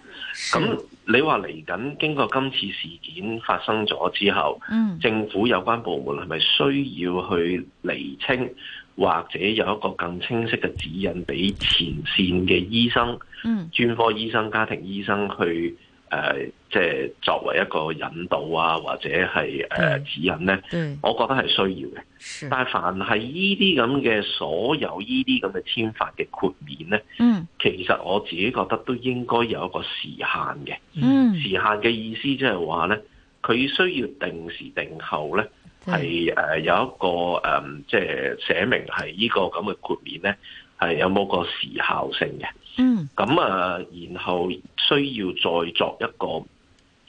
Speaker 25: 咁你話嚟緊經過今次事件發生咗之後，
Speaker 11: 嗯
Speaker 25: 政府有關部門係咪需要去釐清，或者有一個更清晰嘅指引俾前線嘅醫生、
Speaker 11: 嗯
Speaker 25: 專科醫生、家庭醫生去誒、呃即係作為一個引導啊，或者係誒、呃指引咧
Speaker 11: 嗯對，
Speaker 25: 我覺得係需要嘅。但係凡係依啲咁嘅所有依啲咁嘅簽發嘅豁免咧，
Speaker 11: 嗯
Speaker 25: 其實我自己覺得都應該有一個時限嘅。
Speaker 11: 嗯
Speaker 25: 時限嘅意思即係話咧，佢需要定時定候咧，係誒有一個誒、嗯即係寫明係呢個咁嘅豁免咧，係有冇個時效性嘅。
Speaker 11: 嗯
Speaker 25: 咁啊，然後需要再作一個誒、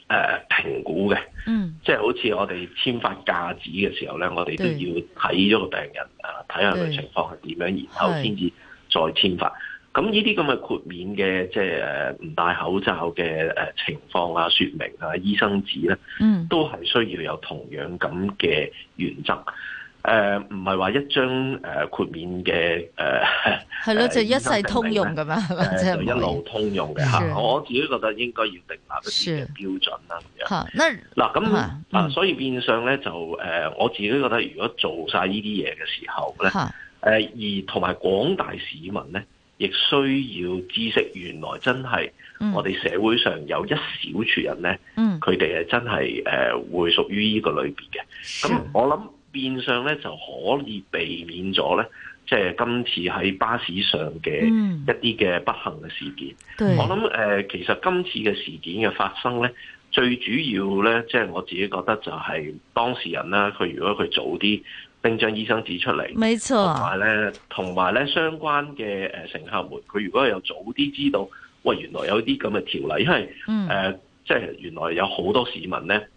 Speaker 25: 呃、評估嘅，
Speaker 11: 嗯
Speaker 25: 即係好似我哋簽發假紙嘅時候咧，我哋都
Speaker 11: 對
Speaker 25: 要睇咗個病人啊，睇下佢
Speaker 11: 對
Speaker 25: 情況係點樣，然後
Speaker 11: 係
Speaker 25: 先至再簽發。咁呢啲咁嘅豁免嘅，即係誒唔戴口罩嘅誒情況啊、説明啊、醫生紙咧，
Speaker 11: 嗯
Speaker 25: 都係需要有同樣咁嘅原則。誒唔係話一張誒豁免嘅誒，
Speaker 11: 係 咯，
Speaker 25: 誒
Speaker 11: 就一
Speaker 25: 呃醫生
Speaker 11: 世
Speaker 25: 證
Speaker 11: 通
Speaker 25: 明啊
Speaker 11: 用
Speaker 25: 呢
Speaker 11: 咁 嘛，係
Speaker 25: 誒
Speaker 11: 咪？即係
Speaker 25: 呃就
Speaker 11: 唔
Speaker 25: 一
Speaker 11: 可以
Speaker 25: 路通用嘅嚇
Speaker 11: 是，
Speaker 25: 我自己覺得應該要定立一啲
Speaker 11: 是
Speaker 25: 嘅標準啦咁樣。
Speaker 11: 好，那
Speaker 25: 嗱咁
Speaker 11: 啊
Speaker 25: 嗱，所以變相咧就誒、呃我自己覺得如果做晒呢啲嘢嘅時候咧，誒、
Speaker 11: 哈
Speaker 25: 而同埋廣大市民咧，亦需要知識原來真係
Speaker 11: 嗯
Speaker 25: 我哋社會上有一小撮人咧，
Speaker 11: 嗯
Speaker 25: 佢哋係真係誒、呃、會屬於呢個類別嘅。咁我諗變相咧就可以避免咗咧，即係今次喺巴士上嘅
Speaker 11: 嗯
Speaker 25: 一啲嘅不幸嘅事件。
Speaker 11: 對
Speaker 25: 我諗誒、呃其實今次嘅事件嘅發生咧，最主要咧，即、係、我自己覺得就係當事人啦，佢如果佢早啲拎張醫生紙出嚟，
Speaker 11: 沒錯
Speaker 25: 同埋咧，同埋咧相關嘅誒乘客們，佢如果有早啲知道，喂，原來有啲咁嘅條例，因為誒、
Speaker 11: 嗯
Speaker 25: 呃即係原來有好多市民咧。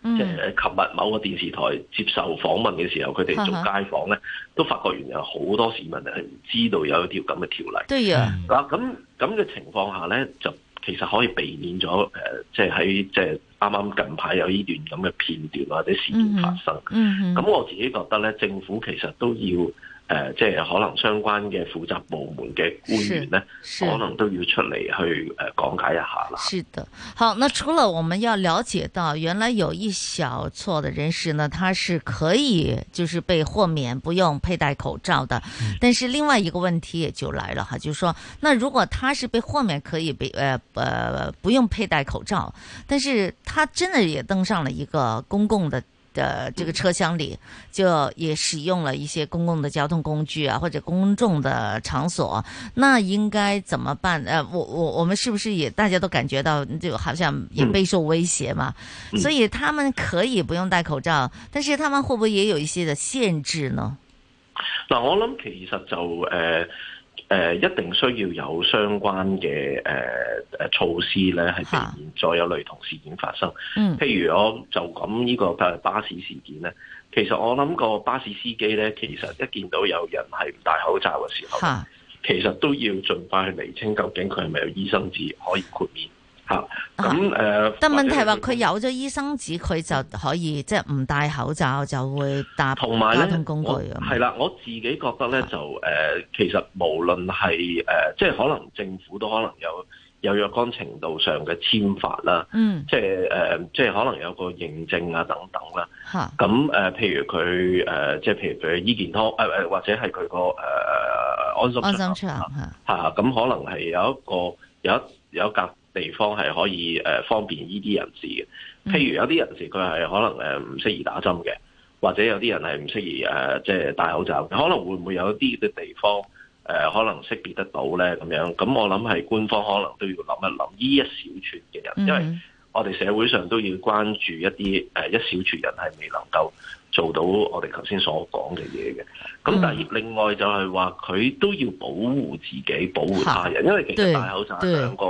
Speaker 25: 即係
Speaker 11: 嗯
Speaker 25: 琴日某個電視台接受訪問嘅時候，佢哋做
Speaker 11: 哈
Speaker 25: 街
Speaker 11: 哈
Speaker 25: 訪咧，都發覺原來有好多市民係唔知道有一條咁嘅條例。
Speaker 11: 對呀嗯
Speaker 25: 嗱咁咁嘅情況下咧，就其實可以避免咗誒，即係喺即係啱啱近排有呢段咁嘅片段或者事件發生。
Speaker 11: 嗯
Speaker 25: 咁我自己覺得咧，政府其實都要誒、呃即係可能相關嘅負責部門嘅官員咧，
Speaker 11: 是是
Speaker 25: 可能都要出嚟去誒、呃、講解一下啦。
Speaker 11: 是的，好，那除了我们要了解到原来有一小撮的人士呢，他是可以就是被豁免不用佩戴口罩的，但是另外一个问题也就来了哈，就是说，那如果他是被豁免可以被呃呃不用佩戴口罩，但是他真的也登上了一个公共的。的
Speaker 25: 嗯
Speaker 11: 这个车厢里，就也使用了一些公共的交通工具啊，或者公众的场所，那应该怎么办？呃，我我我们是不是也大家都感觉到，就好像也备受威胁嘛？
Speaker 25: 嗯
Speaker 11: 所以他们可以不用戴口罩，但是他们会不会也有一些的限制呢？
Speaker 25: 嗱，我諗其實就誒誒、呃呃一定需要有相關嘅誒誒措施咧，係避免再有類同事件發生。
Speaker 11: 嗯
Speaker 25: 譬如我就咁呢個巴巴士事件咧，其實我諗個巴士司機咧，其實一見到有人係唔戴口罩嘅時候，
Speaker 11: 哈，
Speaker 25: 其實都要盡快去釐清究竟佢係咪有醫生紙可以豁免嚇。咁誒、呃
Speaker 11: 但問
Speaker 25: 或者
Speaker 11: 題話佢有咗醫生紙，佢就可以即係唔戴口罩就會搭
Speaker 25: 同埋咧
Speaker 11: 交，通工具
Speaker 25: 我
Speaker 11: 啊。
Speaker 25: 係啦，我自己覺得咧就誒、呃其實無論係誒、呃即係可能政府都可能有有若干程度上嘅簽發啦，
Speaker 11: 嗯
Speaker 25: 即係誒、呃即係可能有個認證啊等等啦。
Speaker 11: 哈，
Speaker 25: 咁誒、呃譬如佢誒、呃即係譬如佢醫健康誒誒、呃或者係佢個誒呃安心
Speaker 11: 安
Speaker 25: 出行
Speaker 11: 心出行哈，
Speaker 25: 嚇，咁、可能係有一個有一有一格地方係可以誒、呃方便呢啲人士嘅。譬如有啲人士佢係可能誒唔適宜打針嘅，或者有啲人係唔適宜誒即係戴口罩，可能會唔會有啲嘅地方誒、呃可能識別得到咧咁樣？咁我諗係官方可能都要諗一諗呢一小撮嘅人，因為
Speaker 11: 嗯
Speaker 25: 我哋社會上都要關注一啲誒、呃一小撮人係未能夠做到我哋頭先所講嘅嘢嘅。
Speaker 11: 嗯
Speaker 25: 咁但係另外就係話佢都要保護自己、保護他人，因為其實
Speaker 11: 對
Speaker 25: 戴口罩
Speaker 11: 對
Speaker 25: 係兩個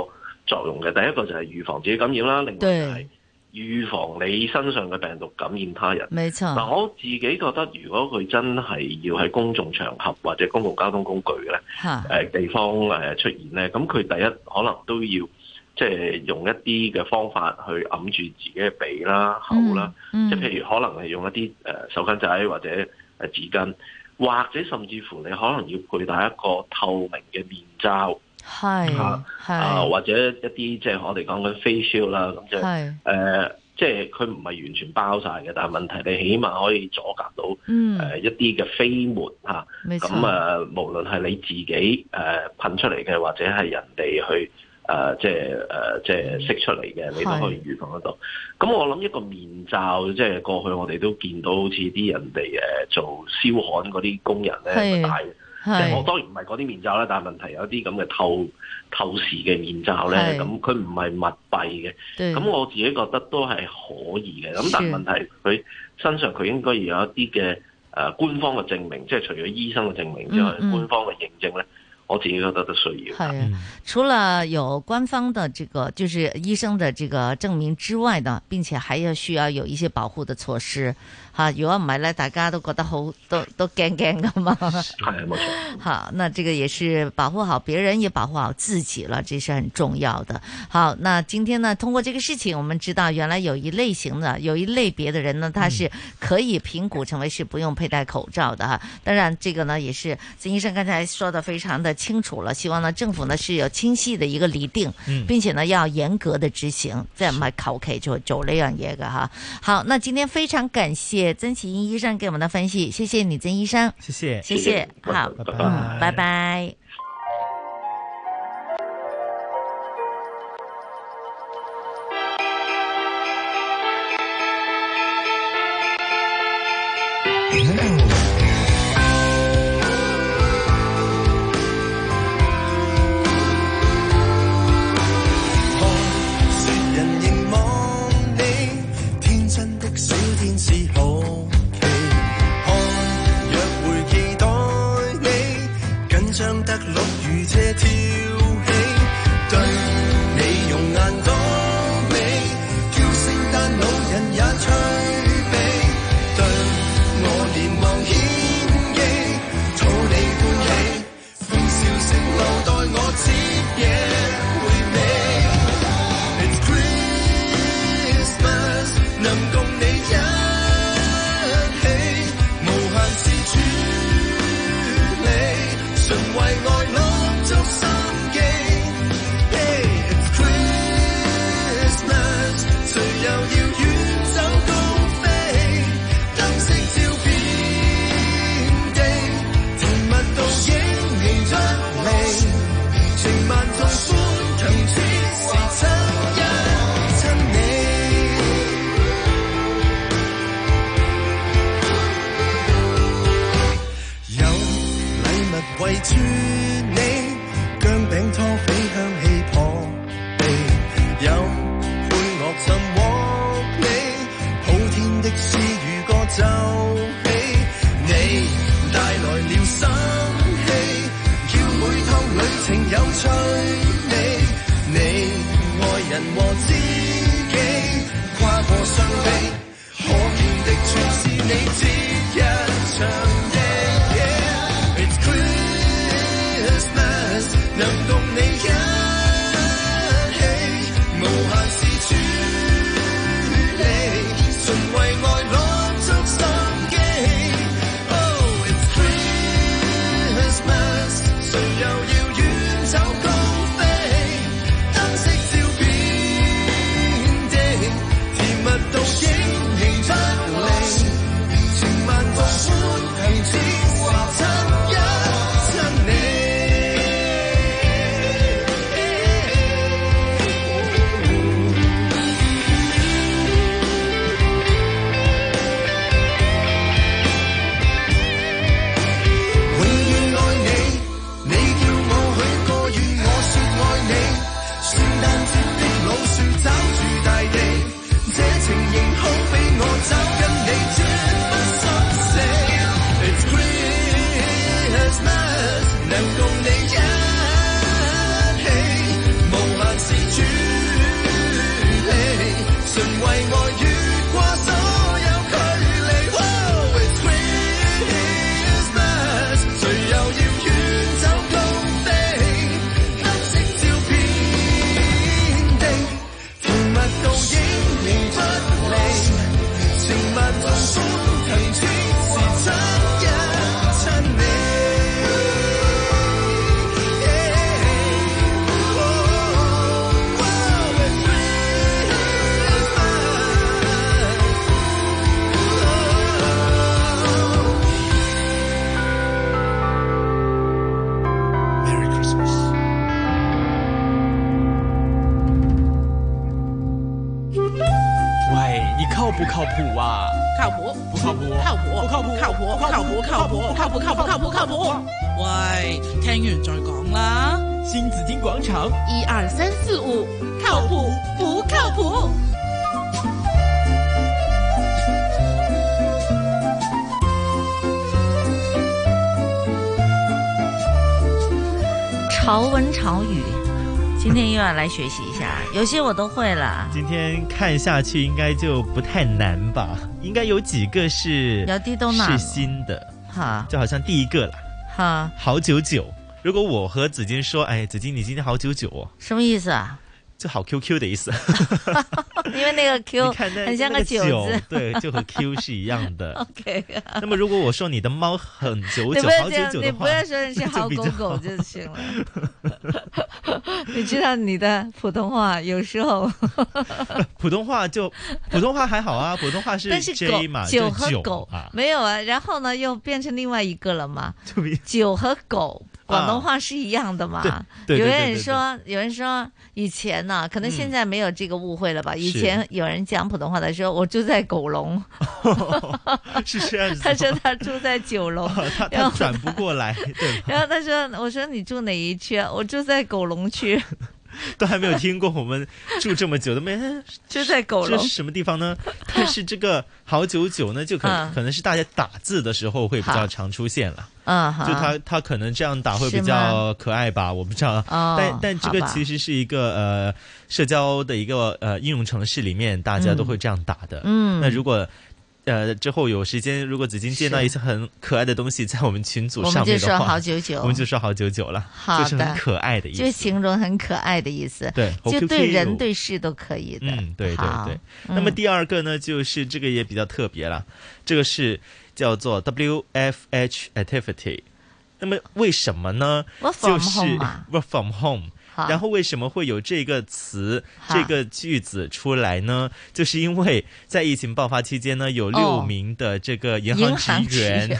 Speaker 25: 作用嘅，第一個就係預防自己感染啦，另外就係
Speaker 11: 對，
Speaker 25: 預防你身上嘅病毒感染他人。
Speaker 11: 沒錯
Speaker 25: 嗱，我自己覺得，如果佢真係要喺公眾場合或者公共交通工具咧，
Speaker 11: 哈
Speaker 25: 誒、地方誒、呃出現咧，咁佢第一可能都要即係用一啲嘅方法去揞住自己嘅鼻啦、口啦，
Speaker 2: 嗯嗯
Speaker 25: 即係譬如可能係用一啲誒手巾仔或者誒紙巾，或者甚至乎你可能要佩戴一個透明嘅面罩。
Speaker 11: 係
Speaker 25: 啊啊，
Speaker 11: 係
Speaker 25: 或者一啲即係我哋講緊 facial 啦，咁就
Speaker 11: 係
Speaker 25: 誒，呃即係佢唔係完全包晒嘅，但係問題你起碼可以阻隔到誒、
Speaker 11: 嗯
Speaker 25: 呃一啲嘅飛沫嚇，
Speaker 11: 沒錯
Speaker 25: 咁啊、呃無論係你自己誒、呃、噴出嚟嘅，或者係人哋去。誒、即係誒、即係釋出嚟嘅，你都可以預防得到。咁我諗一個面罩，即係過去我哋都見到，好似啲人哋誒、做燒焊嗰啲工人咧，
Speaker 11: 係
Speaker 25: 咪戴即
Speaker 11: 係
Speaker 25: 係我當然唔係嗰啲面罩啦，但係問題有啲咁嘅透透視嘅面罩咧
Speaker 11: 係，
Speaker 25: 咁佢唔係密閉嘅，
Speaker 11: 對
Speaker 25: 咁我自己覺得都係可以嘅。咁但係
Speaker 11: 是
Speaker 25: 問題佢身上佢應該要有一啲嘅誒官方嘅證明，即係除咗醫生嘅證明之外，
Speaker 11: 嗯嗯
Speaker 25: 官方嘅認證咧，我自己覺得都需要。
Speaker 11: 係啊，除了有官方的这个就是医生的这个证明之外呢，並且還要需要有一些保護的措施吓。如果唔係咧，大家都覺得好都 都驚驚噶嘛。
Speaker 25: 係 冇錯。
Speaker 11: 好，啊那這個也是保護好別人，也保護好自己了，这是很重要的。好，那今天呢，通過這個事情，我們知道原來有一類型的、有一類別的人呢，他是可以評估成為是不用佩戴口罩的哈。当然，这个呢也是曾醫生剛才說的非常的清楚了，希望呢政府呢是有清晰的一個厘定，
Speaker 5: 嗯
Speaker 11: 並且呢要嚴格的執行，即係唔係求其就做呢樣嘢嘅哈。好，那今天非常感謝曾祈殷醫生給我們的分析，謝謝你，曾醫生，
Speaker 12: 謝謝
Speaker 11: 謝謝，好，
Speaker 12: 拜拜
Speaker 11: 嗯拜拜。
Speaker 26: 看誰人凝望你，天真的小天使好奇。看約會期待你，緊張得綠如車跳起，對你用眼多美，叫聖誕老人也趣味。對我連忙獻技，討你歡喜，歡笑承諾待我徹夜回味。It's Christmas，能共你一起，無限是處理，常為愛落足心機。Hey, It's Christmas，誰又要遠走高飛？燈飾照遍地，甜蜜倒映你出味。情萬種歡強切是親一親你。有禮物圍住你，姜餅拖肥香氣撲鼻，有配樂襯鍋你，普天的詩與歌奏起，你帶來了新氣。叫每趟旅程有趣味，你愛人和知己跨過傷悲，可見的全是你節日長夜。It's Christmas，能共你一起，無限是處理，純為愛攞足心機。Oh, it's Christmas。Christmas，誰又要遠走高飛？燈飾照遍地，甜蜜倒影映出你，情萬放寬向
Speaker 2: 不靠谱啊？
Speaker 5: 靠谱，
Speaker 2: 不靠谱，
Speaker 5: 靠谱，不靠谱，靠谱，靠谱，靠谱，靠谱，靠谱，靠谱，靠谱。喂，聽完再講啦。
Speaker 2: 新紫金广场，
Speaker 5: 一二三四五，靠譜不靠譜？
Speaker 11: 潮文潮语，今天又要来学习一下，有些我都会了。
Speaker 12: 今天看下去应该就不太难吧？应该有几个是
Speaker 11: 有啲都难
Speaker 12: 是新的，
Speaker 11: 哈
Speaker 12: 就好像第一个了，
Speaker 11: 哈，
Speaker 12: 好久久。如果我和紫金说，哎，紫金你今天好久久哦，
Speaker 11: 什么意 思啊？
Speaker 12: 就好 QQ 的意 思，
Speaker 11: 因为那个 Q 很像
Speaker 12: 那
Speaker 11: 九
Speaker 12: 九
Speaker 11: 字，
Speaker 12: 对，就和 Q 是一样的。
Speaker 11: OK 啊。
Speaker 12: 那么如果我说你的猫很久
Speaker 11: 你
Speaker 12: 久
Speaker 11: 不要
Speaker 12: 好
Speaker 11: 这
Speaker 12: 久
Speaker 11: 样，
Speaker 12: 久
Speaker 11: 你
Speaker 12: 的
Speaker 11: 不
Speaker 12: 话，
Speaker 11: 要说你是好
Speaker 12: 就比
Speaker 11: 狗
Speaker 12: 较
Speaker 11: 狗就行了。 你知道你的普通话有时候，
Speaker 12: 普通话就普通话还好啊，普通话是
Speaker 11: 但是
Speaker 12: J 嘛，
Speaker 11: 狗
Speaker 12: 就
Speaker 11: 酒
Speaker 12: 是
Speaker 11: 和
Speaker 12: 九
Speaker 11: 狗
Speaker 12: 啊，
Speaker 11: 没有啊，然后呢又变成另外一个 了嘛。酒和狗，
Speaker 12: 啊
Speaker 11: 广东话是一样的嘛。
Speaker 8: 对对对
Speaker 11: 有
Speaker 8: 对
Speaker 11: 人
Speaker 8: 对
Speaker 11: 说，有人说以前呢、可
Speaker 12: 嗯
Speaker 11: 能现在没有这个误会了吧？以
Speaker 8: 是
Speaker 11: 前有人讲普通话的时候，我住在狗笼，
Speaker 12: 是这样子吗。哦
Speaker 11: 他说他住在九龙，
Speaker 12: 他
Speaker 11: 然
Speaker 12: 他
Speaker 11: 后
Speaker 12: 转不过来，对吧？
Speaker 11: 然后他说：“我说你住哪一区、啊？我住在狗 笼区，
Speaker 12: 都还没有听过，我们住这么久 都没，哎
Speaker 11: 就在狗
Speaker 12: 这
Speaker 11: 笼
Speaker 12: 是。什么地方 呢？但是这个好久久呢，就可、
Speaker 11: 嗯
Speaker 12: 可能是大家打字的时候会比较常出现了。”
Speaker 11: 嗯，
Speaker 12: 就他他可能这样打会
Speaker 11: 是
Speaker 12: 比
Speaker 11: 吗
Speaker 12: 较可爱吧，我不知道。
Speaker 11: 哦
Speaker 12: 但但这
Speaker 11: 好
Speaker 12: 个
Speaker 11: 吧
Speaker 12: 其实是一个呃社交的一个呃应用程式里面，大家都会这样打的。
Speaker 11: 嗯嗯
Speaker 12: 那如果呃之后有时间，如果紫金见到一些很可爱的东西在我们群组
Speaker 11: 我们
Speaker 12: 上面
Speaker 11: 就
Speaker 12: 的话，
Speaker 11: 说好久久
Speaker 12: 我们就说好久久了，
Speaker 11: 好
Speaker 12: 就是
Speaker 11: 的
Speaker 12: 很可爱的意
Speaker 11: 就
Speaker 12: 思。
Speaker 11: 形容很可爱的意思。
Speaker 12: 对好 Q
Speaker 11: 就
Speaker 12: Q
Speaker 11: 对人对事都可以的。
Speaker 12: 嗯，对对
Speaker 11: 好
Speaker 12: 对。那么
Speaker 11: 嗯
Speaker 12: 第二个呢，就是这个也比较特别了，这个是叫做 WFH activity。那么为什么呢？
Speaker 11: Work
Speaker 12: 就
Speaker 11: from
Speaker 12: 是
Speaker 11: home 嘛
Speaker 12: work from home
Speaker 11: 好。
Speaker 12: 然后为什么会有这个词、
Speaker 11: 好
Speaker 12: 这个句子出来呢？就是因为在疫情爆发期间呢，有六
Speaker 11: 哦
Speaker 12: 名的这个银
Speaker 11: 银
Speaker 12: 行
Speaker 11: 行
Speaker 12: 职
Speaker 11: 职
Speaker 12: 员，
Speaker 11: 员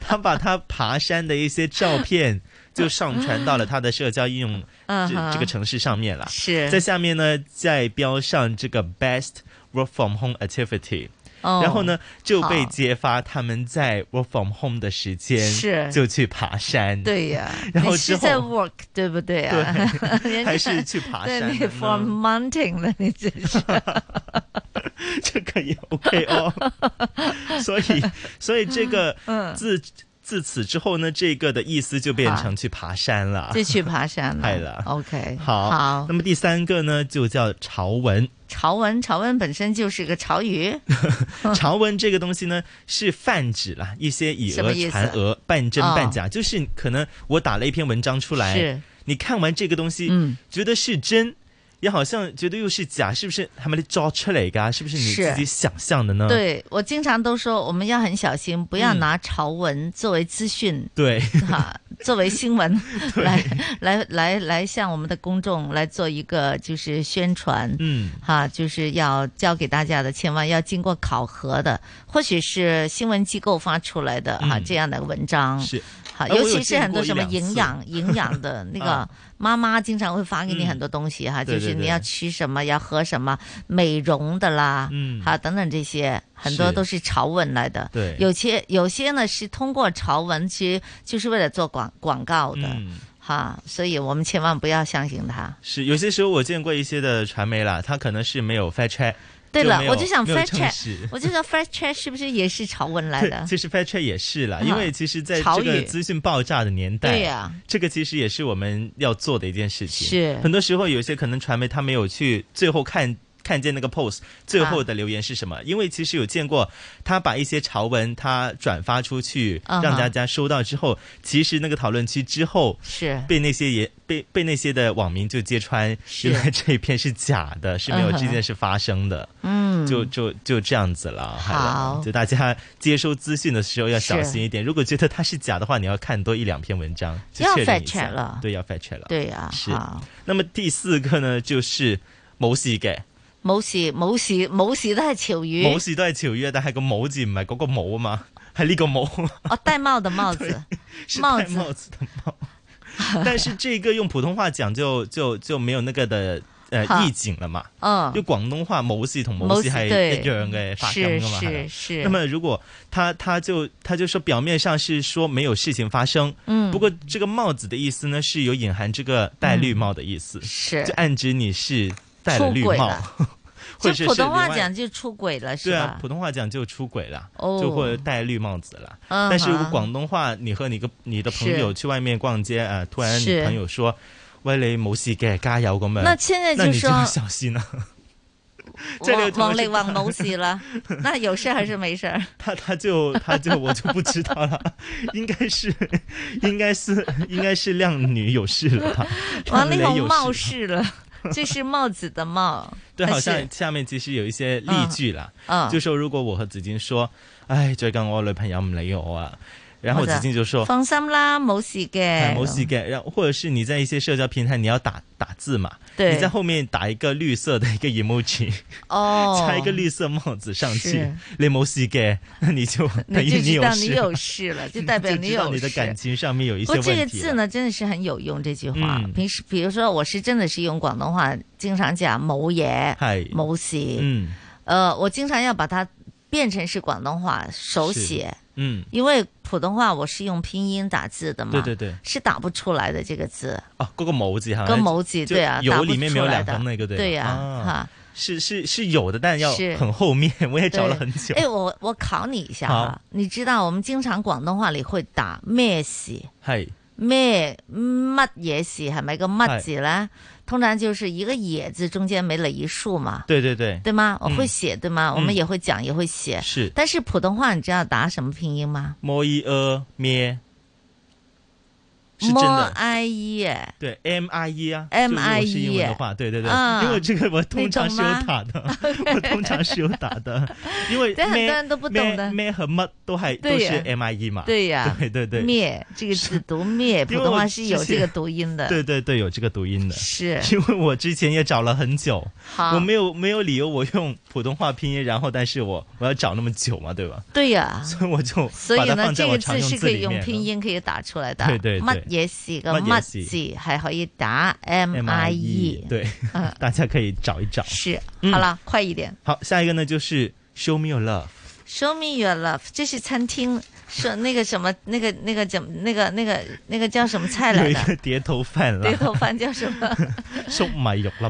Speaker 12: 他把他爬山的一些照片 就上传到了他的社交应用
Speaker 11: 嗯
Speaker 12: 这
Speaker 11: 哼
Speaker 12: 这个城市上面了。
Speaker 11: 是
Speaker 12: 在下面呢，再标上这个 best work from home activity。
Speaker 11: 哦
Speaker 12: 然后呢，就被
Speaker 11: 好
Speaker 12: 揭发他们在 work from home 的时间
Speaker 11: 是
Speaker 12: 就去爬山，
Speaker 11: 对呀、
Speaker 12: 然后
Speaker 11: 你
Speaker 12: 之
Speaker 11: 是在
Speaker 12: 后
Speaker 11: work 对不对啊？ 人家
Speaker 12: 还是去爬山
Speaker 11: 对你
Speaker 12: 的嗯
Speaker 11: from
Speaker 12: 呢
Speaker 11: mountain 了，你这是
Speaker 12: 这个也 OK 哦。所以，所以这个
Speaker 11: 嗯
Speaker 12: 自自此之后呢，这个的意思就变成去爬山了，
Speaker 11: 就去爬山
Speaker 12: 对
Speaker 11: 了。
Speaker 12: 了。
Speaker 11: OK，
Speaker 12: 好，
Speaker 11: 好
Speaker 12: 那么第三个呢，就叫潮文。
Speaker 11: 潮文，潮文本身就是个潮语。
Speaker 12: 嗯
Speaker 11: 嗯
Speaker 12: 潮文这个东西呢，是泛指啦，一些以
Speaker 11: 什么
Speaker 12: 讹
Speaker 11: 意思哦
Speaker 12: 传讹、半真半假，就是可能我打了一篇文章出来
Speaker 11: 是，嗯
Speaker 12: 你看完这个东西，觉得是真，也好像觉得又是假，是不是？他们的招出来噶，是不是你
Speaker 11: 是
Speaker 12: 自己想象的呢？
Speaker 11: 对我经常都说，我们要很小心，不要
Speaker 12: 嗯
Speaker 11: 拿潮文作为资讯，
Speaker 12: 对，
Speaker 11: 哈，作为 新闻来来来来向我们的公众来做一个就是宣传，
Speaker 12: 嗯，
Speaker 11: 哈，就是要教给大家的，千万要经过考核的，或许是新闻机构发出来的哈、
Speaker 8: 嗯
Speaker 11: 这样的文章，
Speaker 8: 是
Speaker 11: 好，
Speaker 8: 哎
Speaker 11: 尤
Speaker 8: 我有
Speaker 11: 其是
Speaker 8: 见
Speaker 11: 很多
Speaker 8: 过一
Speaker 11: 什么
Speaker 8: 两
Speaker 11: 营
Speaker 8: 次
Speaker 11: 养 营养的 那个
Speaker 8: 啊嗯
Speaker 11: 妈妈经常会发给你很多东西哈，
Speaker 8: 对
Speaker 11: 就是
Speaker 8: 对
Speaker 11: 你
Speaker 8: 对
Speaker 11: 要吃什么，要喝什么，美容的啦，
Speaker 8: 嗯
Speaker 11: 好等等这些，很多
Speaker 8: 是
Speaker 11: 都是潮文来的，
Speaker 8: 对
Speaker 11: 有些有些呢是通过潮文，其实就是为了做广广告的，
Speaker 12: 嗯
Speaker 11: 哈，所以我们千万不要相信他。
Speaker 12: 是有些时候我见过一些的传媒啦，他可能是没有 fact check。
Speaker 11: 对了
Speaker 12: 没，有
Speaker 11: 我就想
Speaker 12: 没有
Speaker 11: fact
Speaker 12: 证实
Speaker 11: check，我就想 fact check 是不是也是潮文来
Speaker 12: 对，
Speaker 11: 的？
Speaker 12: 其实 fact check 也是啦，
Speaker 11: 嗯
Speaker 12: 因为其实在
Speaker 11: 潮
Speaker 12: 这个
Speaker 11: 语
Speaker 12: 资讯爆炸的年代，
Speaker 11: 对呀
Speaker 12: 这个其实也是我们要做的一件事情。
Speaker 11: 是
Speaker 12: 很多时候有些可能传媒他没有去最后看。看见那个 post 最后的留言是什
Speaker 11: 啊
Speaker 12: 么？因为其实有见过他把一些潮文他转发出去，
Speaker 11: 嗯哼
Speaker 12: 让大家收到之后，其实那个讨论区之后
Speaker 11: 是
Speaker 12: 被那些也被被那些的网民就揭穿，
Speaker 11: 是
Speaker 12: 原来这一篇是假的，是没有
Speaker 11: 嗯哼
Speaker 12: 这件事发生的。
Speaker 11: 嗯
Speaker 12: 就就就这样子了。海伦
Speaker 11: 好
Speaker 12: 就大家接收资讯的时候要小
Speaker 11: 是
Speaker 12: 心一点。如果觉得它是假的话，你要看多一两篇文章，就
Speaker 11: 要
Speaker 12: 确认
Speaker 11: fact
Speaker 12: 一下
Speaker 11: check 了
Speaker 12: 对，要 fact check 了。
Speaker 11: 对呀
Speaker 12: 是
Speaker 11: 好。
Speaker 12: 那么第四个呢，就是冇事嘅，
Speaker 11: 冇事冇事冇事都系潮语，
Speaker 12: 冇事都係潮語，但係個冇字唔係嗰個冇啊嘛， 係呢個冇。
Speaker 11: 哦，戴帽的帽子，
Speaker 12: 是
Speaker 11: 帽
Speaker 12: 戴 帽子的帽。但是这个用普通话讲就就就没有那个的呃
Speaker 11: 嚇
Speaker 12: 誒意境啦嘛。
Speaker 11: 嗯
Speaker 12: 因為廣東話冇事同冇事係
Speaker 11: 冇事對
Speaker 12: 一樣嘅發音噶嘛。
Speaker 11: 是
Speaker 12: 係咪
Speaker 11: 是是
Speaker 12: 那麼如果他他就他就說表面上是說沒有事情發生，
Speaker 11: 嗯
Speaker 12: 不過這個帽子的意思呢是有隱含這個戴綠帽的意思，
Speaker 11: 嗯是
Speaker 12: 就暗指你是戴了
Speaker 11: 出
Speaker 12: 綠
Speaker 11: 轨
Speaker 12: 帽
Speaker 11: 了，
Speaker 12: 或
Speaker 11: 就
Speaker 12: 者是
Speaker 11: 普通话
Speaker 12: 另外
Speaker 11: 讲就出轨了是
Speaker 12: 对啊
Speaker 11: 吧，？
Speaker 12: 普通话讲就出轨了，
Speaker 11: 哦
Speaker 12: 就会戴绿帽子了。
Speaker 11: 嗯
Speaker 12: 但是如果
Speaker 11: 哈
Speaker 12: 广东话，你和你个你的朋
Speaker 11: 是
Speaker 12: 友去外面逛街啊、呃突然你
Speaker 11: 是
Speaker 12: 朋友说：“喂，你冇事嘅，加油咁樣。”
Speaker 11: 那現在
Speaker 12: 那
Speaker 11: 就
Speaker 12: 你就
Speaker 11: 說
Speaker 12: 要小心啊了。啊这
Speaker 11: 王
Speaker 12: 里头
Speaker 11: 王
Speaker 12: 是
Speaker 11: 力宏冇事 了，那有事还是没事儿？
Speaker 12: 他 他就他就我就不知道了， 应该是应该是应该是靓女有事了吧？
Speaker 11: 王
Speaker 12: 靓
Speaker 11: 力
Speaker 12: 雷
Speaker 11: 宏
Speaker 12: 有
Speaker 11: 冒
Speaker 12: 事。
Speaker 11: 失了，这是帽子的帽。
Speaker 12: 对，
Speaker 11: 但
Speaker 12: 好像
Speaker 11: 是
Speaker 12: 下面其實有一些例句啦，
Speaker 11: 嗯嗯
Speaker 12: 就說如果我和子矜說，唉，最近我女朋友唔理我啊，然後
Speaker 11: 或
Speaker 12: 子
Speaker 11: 者
Speaker 12: 矜就說，
Speaker 11: 放心啦，冇事嘅，
Speaker 12: 哎冇事嘅，然後或者是你在一些社交平台你要打打字嘛，
Speaker 11: 对
Speaker 12: 你在后面打一個綠色的一個 emoji，
Speaker 11: 哦
Speaker 12: 加一個綠色帽子上去
Speaker 11: 是，
Speaker 12: 你冇事嘅，那 你就等
Speaker 11: 你
Speaker 12: 於
Speaker 11: 就知
Speaker 12: 有
Speaker 11: 道
Speaker 12: 事，
Speaker 11: 你有事 了，就代表
Speaker 12: 就知道
Speaker 11: 有
Speaker 12: 你
Speaker 11: 事。
Speaker 12: 的感情上面有一些
Speaker 11: 不过
Speaker 12: 問題
Speaker 11: 这个
Speaker 12: 了。
Speaker 11: 字呢，真的是很有用。这句话，
Speaker 12: 嗯
Speaker 11: 平时比如说，我是真的是用广东话经常讲某嘢
Speaker 12: 係、
Speaker 11: 某事，
Speaker 12: 嗯
Speaker 11: 呃，我经常要把它变成是广东话手
Speaker 12: 是
Speaker 11: 写，
Speaker 12: 嗯，
Speaker 11: 因为普通话我是用拼音打字的嘛，
Speaker 12: 對對對
Speaker 11: 是打不出来的这个字。
Speaker 12: 哦，嗰個某字哈，
Speaker 11: 跟某字
Speaker 12: 就
Speaker 11: 对啊，打
Speaker 12: 有
Speaker 11: 不
Speaker 12: 里面
Speaker 11: 出
Speaker 12: 沒有
Speaker 11: 来
Speaker 12: 兩
Speaker 11: 的
Speaker 12: 横那個對吧
Speaker 11: 对呀、
Speaker 12: 啊
Speaker 11: 哈。
Speaker 12: 是是是有的，但要
Speaker 11: 是
Speaker 12: 很后面， 我也找了
Speaker 11: 对
Speaker 12: 很久。
Speaker 11: 哎，我我考你一下
Speaker 12: 好
Speaker 11: 啊，你知道我们经常广东话里会打咩事？
Speaker 12: 系
Speaker 11: 咩乜嘢事系咪个乜
Speaker 12: 是
Speaker 11: 字呢？通常就是一个野字中间没了一竖嘛，
Speaker 12: 对对对，
Speaker 11: 对吗？我会
Speaker 12: 嗯
Speaker 11: 写对吗？我们
Speaker 12: 嗯
Speaker 11: 也会讲也会写，
Speaker 12: 是
Speaker 11: 但是普通话你知道打什么拼音吗？
Speaker 12: 摸一呃咩，是真
Speaker 11: m
Speaker 12: 的。
Speaker 11: i e 哎
Speaker 12: 对，M I E 啊
Speaker 11: M I
Speaker 12: 就是如果是
Speaker 11: E
Speaker 12: 英文的话，对对对，
Speaker 11: 啊
Speaker 12: 因为这个我通常
Speaker 11: 你
Speaker 12: 是
Speaker 11: 懂
Speaker 12: 有
Speaker 11: 吗
Speaker 12: 打的， 我通常是有打的，因为
Speaker 11: 对很
Speaker 12: 咩
Speaker 11: 多人都不懂的
Speaker 12: 咩咩和乜都还
Speaker 11: 对
Speaker 12: 都是
Speaker 11: 呀
Speaker 12: M I E 嘛，
Speaker 11: 对呀
Speaker 12: 对对对，
Speaker 11: 灭这个字读灭，
Speaker 12: 因
Speaker 11: 普
Speaker 12: 为
Speaker 11: 通
Speaker 12: 我
Speaker 11: 话
Speaker 12: 之
Speaker 11: 是有这
Speaker 12: 前
Speaker 11: 个读音的，
Speaker 12: 对对对，有这个读音的，
Speaker 11: 是
Speaker 12: 因为我之前也找了很久，
Speaker 11: 好
Speaker 12: 我没有没有理由我用普通话拼音，然后但是我我要找那么久嘛，对吧？
Speaker 11: 对呀。
Speaker 12: 所以我就
Speaker 11: 所
Speaker 12: 把
Speaker 11: 以
Speaker 12: 它
Speaker 11: 呢，
Speaker 12: 放在
Speaker 11: 这
Speaker 12: 我
Speaker 11: 个
Speaker 12: 常
Speaker 11: 字
Speaker 12: 用
Speaker 11: 是
Speaker 12: 字
Speaker 11: 可以
Speaker 12: 里
Speaker 11: 用
Speaker 12: 面了。
Speaker 11: 拼音可以打出来的。
Speaker 12: 对对对
Speaker 11: 乜嘢事个
Speaker 12: 乜嘢
Speaker 11: 乜
Speaker 12: 事
Speaker 11: 字系可以打 M I E 嗯
Speaker 12: MIE E，对， 大家可以找一找。
Speaker 11: 是，
Speaker 12: 嗯
Speaker 11: 好了，快一点。
Speaker 12: 好，下一个呢就是 Show me your love，
Speaker 11: Show me your love，这是餐厅说那个什么那个那个怎么那个那个那个叫什么菜
Speaker 12: 有
Speaker 11: 来
Speaker 12: 一个
Speaker 11: 的？
Speaker 12: 碟头饭啦
Speaker 11: 对，口饭叫什 么？
Speaker 12: 粟米肉粒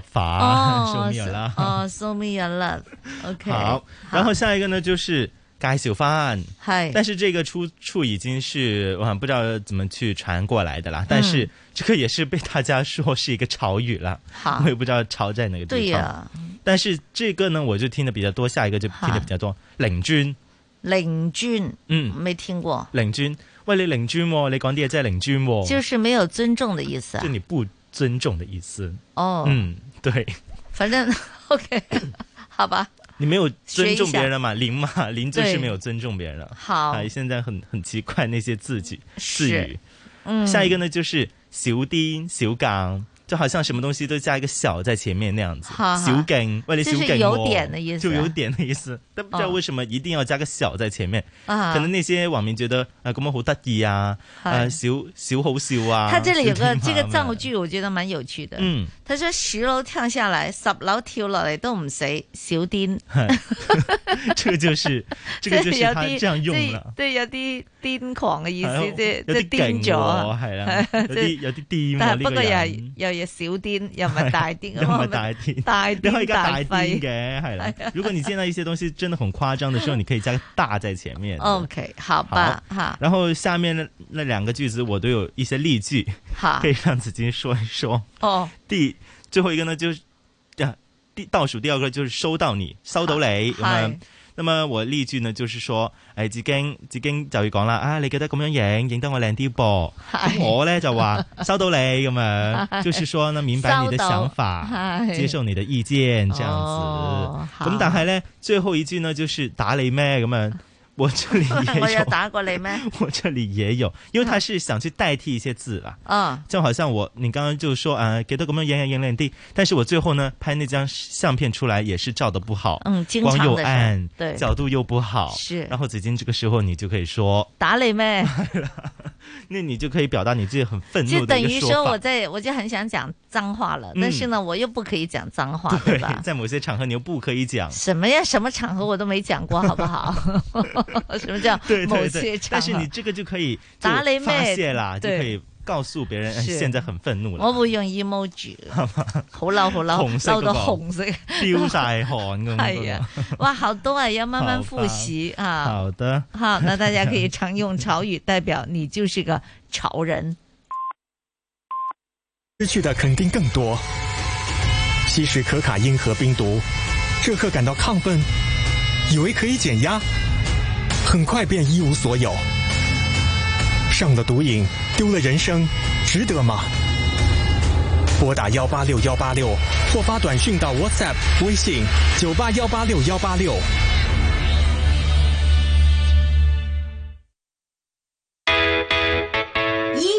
Speaker 12: 飯
Speaker 11: 哦
Speaker 12: ，Show me your love。
Speaker 11: 哦，Show me your love，OK。
Speaker 12: 好，然后下一个呢就是介绍翻，
Speaker 11: 嗨
Speaker 12: 但是这个出处已经是我不知道怎么去传过来的
Speaker 11: 嗯
Speaker 12: 啦，但是这个也是被大家说是一个潮语了，
Speaker 11: 好
Speaker 12: 我也不知道潮在哪个地方。
Speaker 11: 对呀，
Speaker 12: 但是这个呢，我就听的比较多，下一个就听的比较多。零磚，
Speaker 11: 领军，
Speaker 12: 嗯，
Speaker 11: 没听过，
Speaker 12: 零磚，喂，你零磚喎，你講啲嘢真係零磚喎，
Speaker 11: 就是没有尊重的意思啊
Speaker 12: 哦就。你不尊重的意思。
Speaker 11: 哦，
Speaker 12: 嗯，对，
Speaker 11: 反正 OK，好吧。
Speaker 12: 你没有尊重
Speaker 11: 学一下
Speaker 12: 别人了嘛，零嘛，零就
Speaker 11: 对
Speaker 12: 是没有尊重别人了。
Speaker 11: 好
Speaker 12: 啊现在很很奇怪那些字句
Speaker 11: 是
Speaker 12: 字语。
Speaker 11: 嗯
Speaker 12: 下一个呢就是小丁小杠。就好像什么东西都加一个小在前面那样子，
Speaker 11: 好好
Speaker 12: 小梗，喂，你
Speaker 11: 就
Speaker 12: 小
Speaker 11: 是
Speaker 12: 梗、哦，
Speaker 11: 有点的意思
Speaker 12: 就有点的意思。但不知道
Speaker 11: 哦
Speaker 12: 为什么一定要加个小在前面，
Speaker 11: 啊
Speaker 12: 可能那些网民觉得啊，咁、樣好得意啊，啊，小小好笑啊。
Speaker 11: 他这里有
Speaker 12: 小
Speaker 11: 个
Speaker 12: 丁啊
Speaker 11: 这个
Speaker 12: 咁樣
Speaker 11: 造句，我觉得蛮有趣的。
Speaker 12: 嗯，
Speaker 11: 他说十楼跳下来，十楼跳落嚟都唔死，小癲。
Speaker 12: 这个就是 这个就
Speaker 11: 即
Speaker 12: 是
Speaker 11: 係有
Speaker 12: 他
Speaker 11: 啲
Speaker 12: 這樣用啦。
Speaker 11: 即係有啲癲狂嘅意
Speaker 12: 係
Speaker 11: 思，
Speaker 12: 啊
Speaker 11: 即係
Speaker 12: 有
Speaker 11: 即
Speaker 12: 啲
Speaker 11: 係癲咗啊，
Speaker 12: 勁喎係 啦
Speaker 11: 係啊
Speaker 12: 哎有啲有啲癲喎
Speaker 11: 但係
Speaker 12: 呢
Speaker 11: 不
Speaker 12: 個
Speaker 11: 過又
Speaker 12: 人
Speaker 11: 係又係小癲，又唔係大癲，
Speaker 12: 又唔係大癲，
Speaker 11: 大
Speaker 12: 你可以
Speaker 11: 癲
Speaker 12: 加大
Speaker 11: 大
Speaker 12: 癲
Speaker 11: 肺
Speaker 12: 嘅，係啦
Speaker 11: 係啊。
Speaker 12: 如果你見到一些東西真的很誇張的 時候，你可以加個大在前面。
Speaker 11: OK，好吧，哈，
Speaker 12: 然后下面那那两个句子我都有一些例句
Speaker 11: 好，
Speaker 12: 可以让子金说一说。
Speaker 11: 哦，
Speaker 12: 第最后一个呢就是，啊，第倒數第二個就是收到你，收到你咁樣
Speaker 11: 係。
Speaker 12: 咁啊，我例句呢，就是說，誒子京，子京就要講啦，啊，你記得咁樣影，影得我靚啲噃。咁我咧就 話收到你咁樣，
Speaker 11: 係
Speaker 12: 就是說呢，明白你的
Speaker 11: 收到
Speaker 12: 想法，
Speaker 11: 係
Speaker 12: 接受你的意見，這樣
Speaker 11: 哦
Speaker 12: 子。
Speaker 11: 好
Speaker 12: 咁但係咧，最後一句呢，就是打你咩咁樣。啊我这里
Speaker 11: 我
Speaker 12: 也
Speaker 11: 有
Speaker 12: 有，
Speaker 11: 打過你咩？
Speaker 12: 我这里也有，因为他是想去代替一些字啦。
Speaker 11: 嗯，
Speaker 12: 就好像我，你刚刚就说啊，给到咁样演演演练地，但是我最后呢拍那张相片出来也是照的不好，
Speaker 11: 嗯经常
Speaker 12: 光
Speaker 11: 的
Speaker 12: 又暗，
Speaker 11: 对
Speaker 12: 角度又不好，
Speaker 11: 是
Speaker 12: 然后紫金这个时候你就可以说，
Speaker 11: 打你咩？
Speaker 12: 那你就可以表达你自己很愤
Speaker 11: 就
Speaker 12: 怒的
Speaker 11: 等
Speaker 12: 一
Speaker 11: 于
Speaker 12: 个
Speaker 11: 说
Speaker 12: 法。
Speaker 11: 我在我就很想讲脏话了，
Speaker 12: 嗯
Speaker 11: 但是呢，我又不可以讲脏话，对
Speaker 12: 对
Speaker 11: 吧？，
Speaker 12: 在某些场合你又不可以讲，
Speaker 11: 什么呀？什么场合我都没讲过，好 不好？什么叫
Speaker 12: 对
Speaker 11: 某
Speaker 12: 对
Speaker 11: 些
Speaker 12: 对，
Speaker 11: 场合？
Speaker 12: 但是你这个就可以就
Speaker 11: 打雷妹
Speaker 12: 发泄啦，就
Speaker 11: 对
Speaker 12: 可以告诉别人哎
Speaker 11: 是
Speaker 12: 现在很愤怒
Speaker 11: 我
Speaker 12: 了，
Speaker 11: 會 用 emoji，好嬲好嬲，
Speaker 12: 紅色
Speaker 11: 嬲
Speaker 12: 嗰個
Speaker 11: 到紅色，
Speaker 12: 飆晒汗 咁。
Speaker 11: 係啊，哇，好多啊，要慢慢複習啊。
Speaker 12: 好的，
Speaker 11: 好，那大家可 以常用潮語，代表你就是个潮人。
Speaker 15: 失去的肯定更多。吸食可卡因和冰毒，这刻感到亢奋，以为可以减压，很快便一无所有。上了毒瘾，丢了人生，值得吗？拨打幺八六幺八六，或发短讯到 WhatsApp、微信九八幺八六幺八六。
Speaker 1: 衣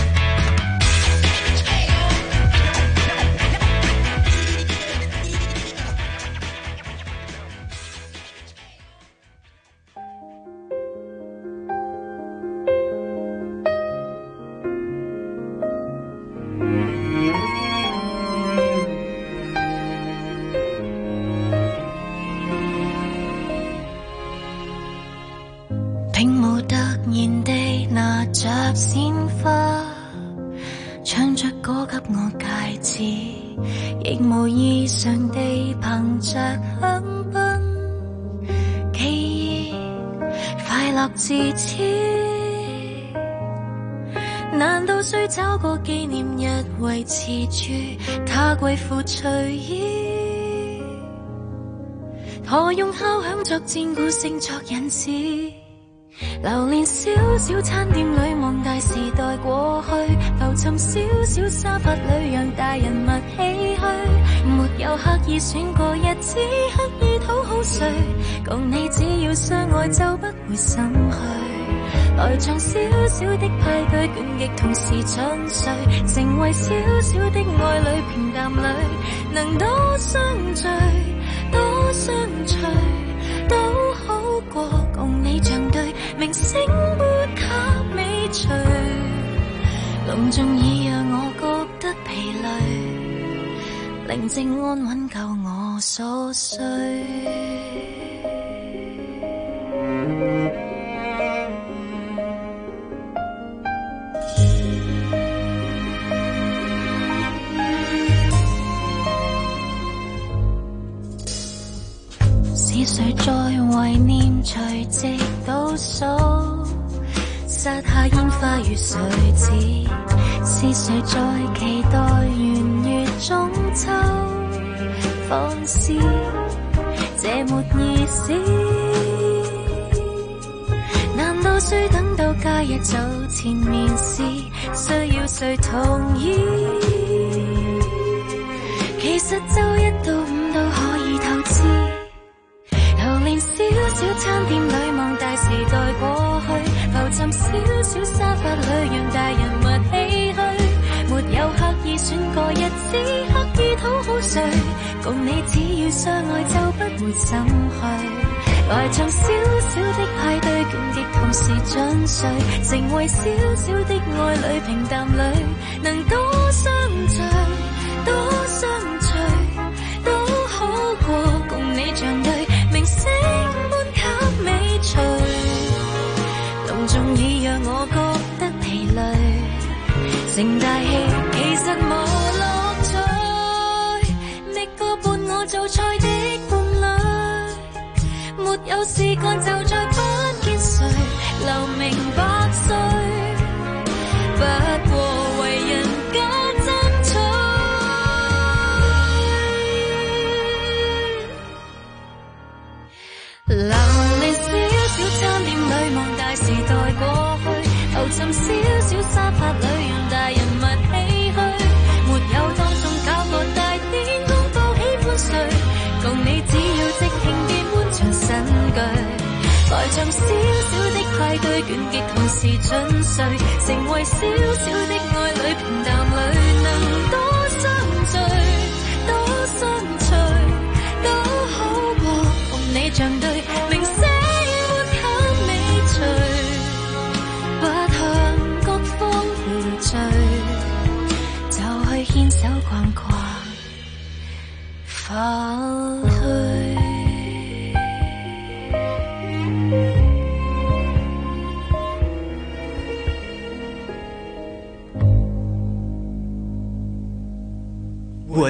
Speaker 8: 並無突然地拿着鮮花，唱着歌給我戒指，亦無異常地憑着香檳記憶，快樂至此。難道需找個紀念日維持住它貴婦隨意？何用敲響作戰鼓聲作引子？流連小小餐店裏望大時代過去，浮沉小小沙發裏讓大人物唏噓。沒有刻意選過日子，刻意討好誰？共你只要相愛就不會心虛。來場小小的派對，倦極同時暢睡，成為小小的愛侶，平淡裏能多相聚，多相隨。都好過共你像對，明星般給尾隨，隆重已讓我覺得疲累，寧靜安穩夠我所需。是誰在懷念隨即倒數？撒下煙花與水紙，是誰在期待圓月中秋放肆？這沒意思。難道需等到假日早前面試，需要誰同意？其實周一到五都可以透支。流連小小餐店裏望大時代過去，浮沉小小沙發裏讓大人物唏噓。沒有刻意選過日子，刻意討好誰？共你只要相愛就不會心虛。來場小小的派對，倦極同時進睡，成為小小的愛侶，平淡裏能多相聚，多相隨。都好過共你像對，明星般給美隨。隆重已讓我覺得疲累，成大戲其實無樂趣。覓個伴我做菜的伴侶，沒有事幹就再不見誰，留名百歲。不過為人間爭取。流連小小餐店裏望像小小的派對，倦極同時進睡，成為小小的愛侶，平淡裏能多相聚，多相隨，都好過共你像對，明寫活很美趣，不向谷風而醉，就去牽手逛逛，浮去。
Speaker 10: 我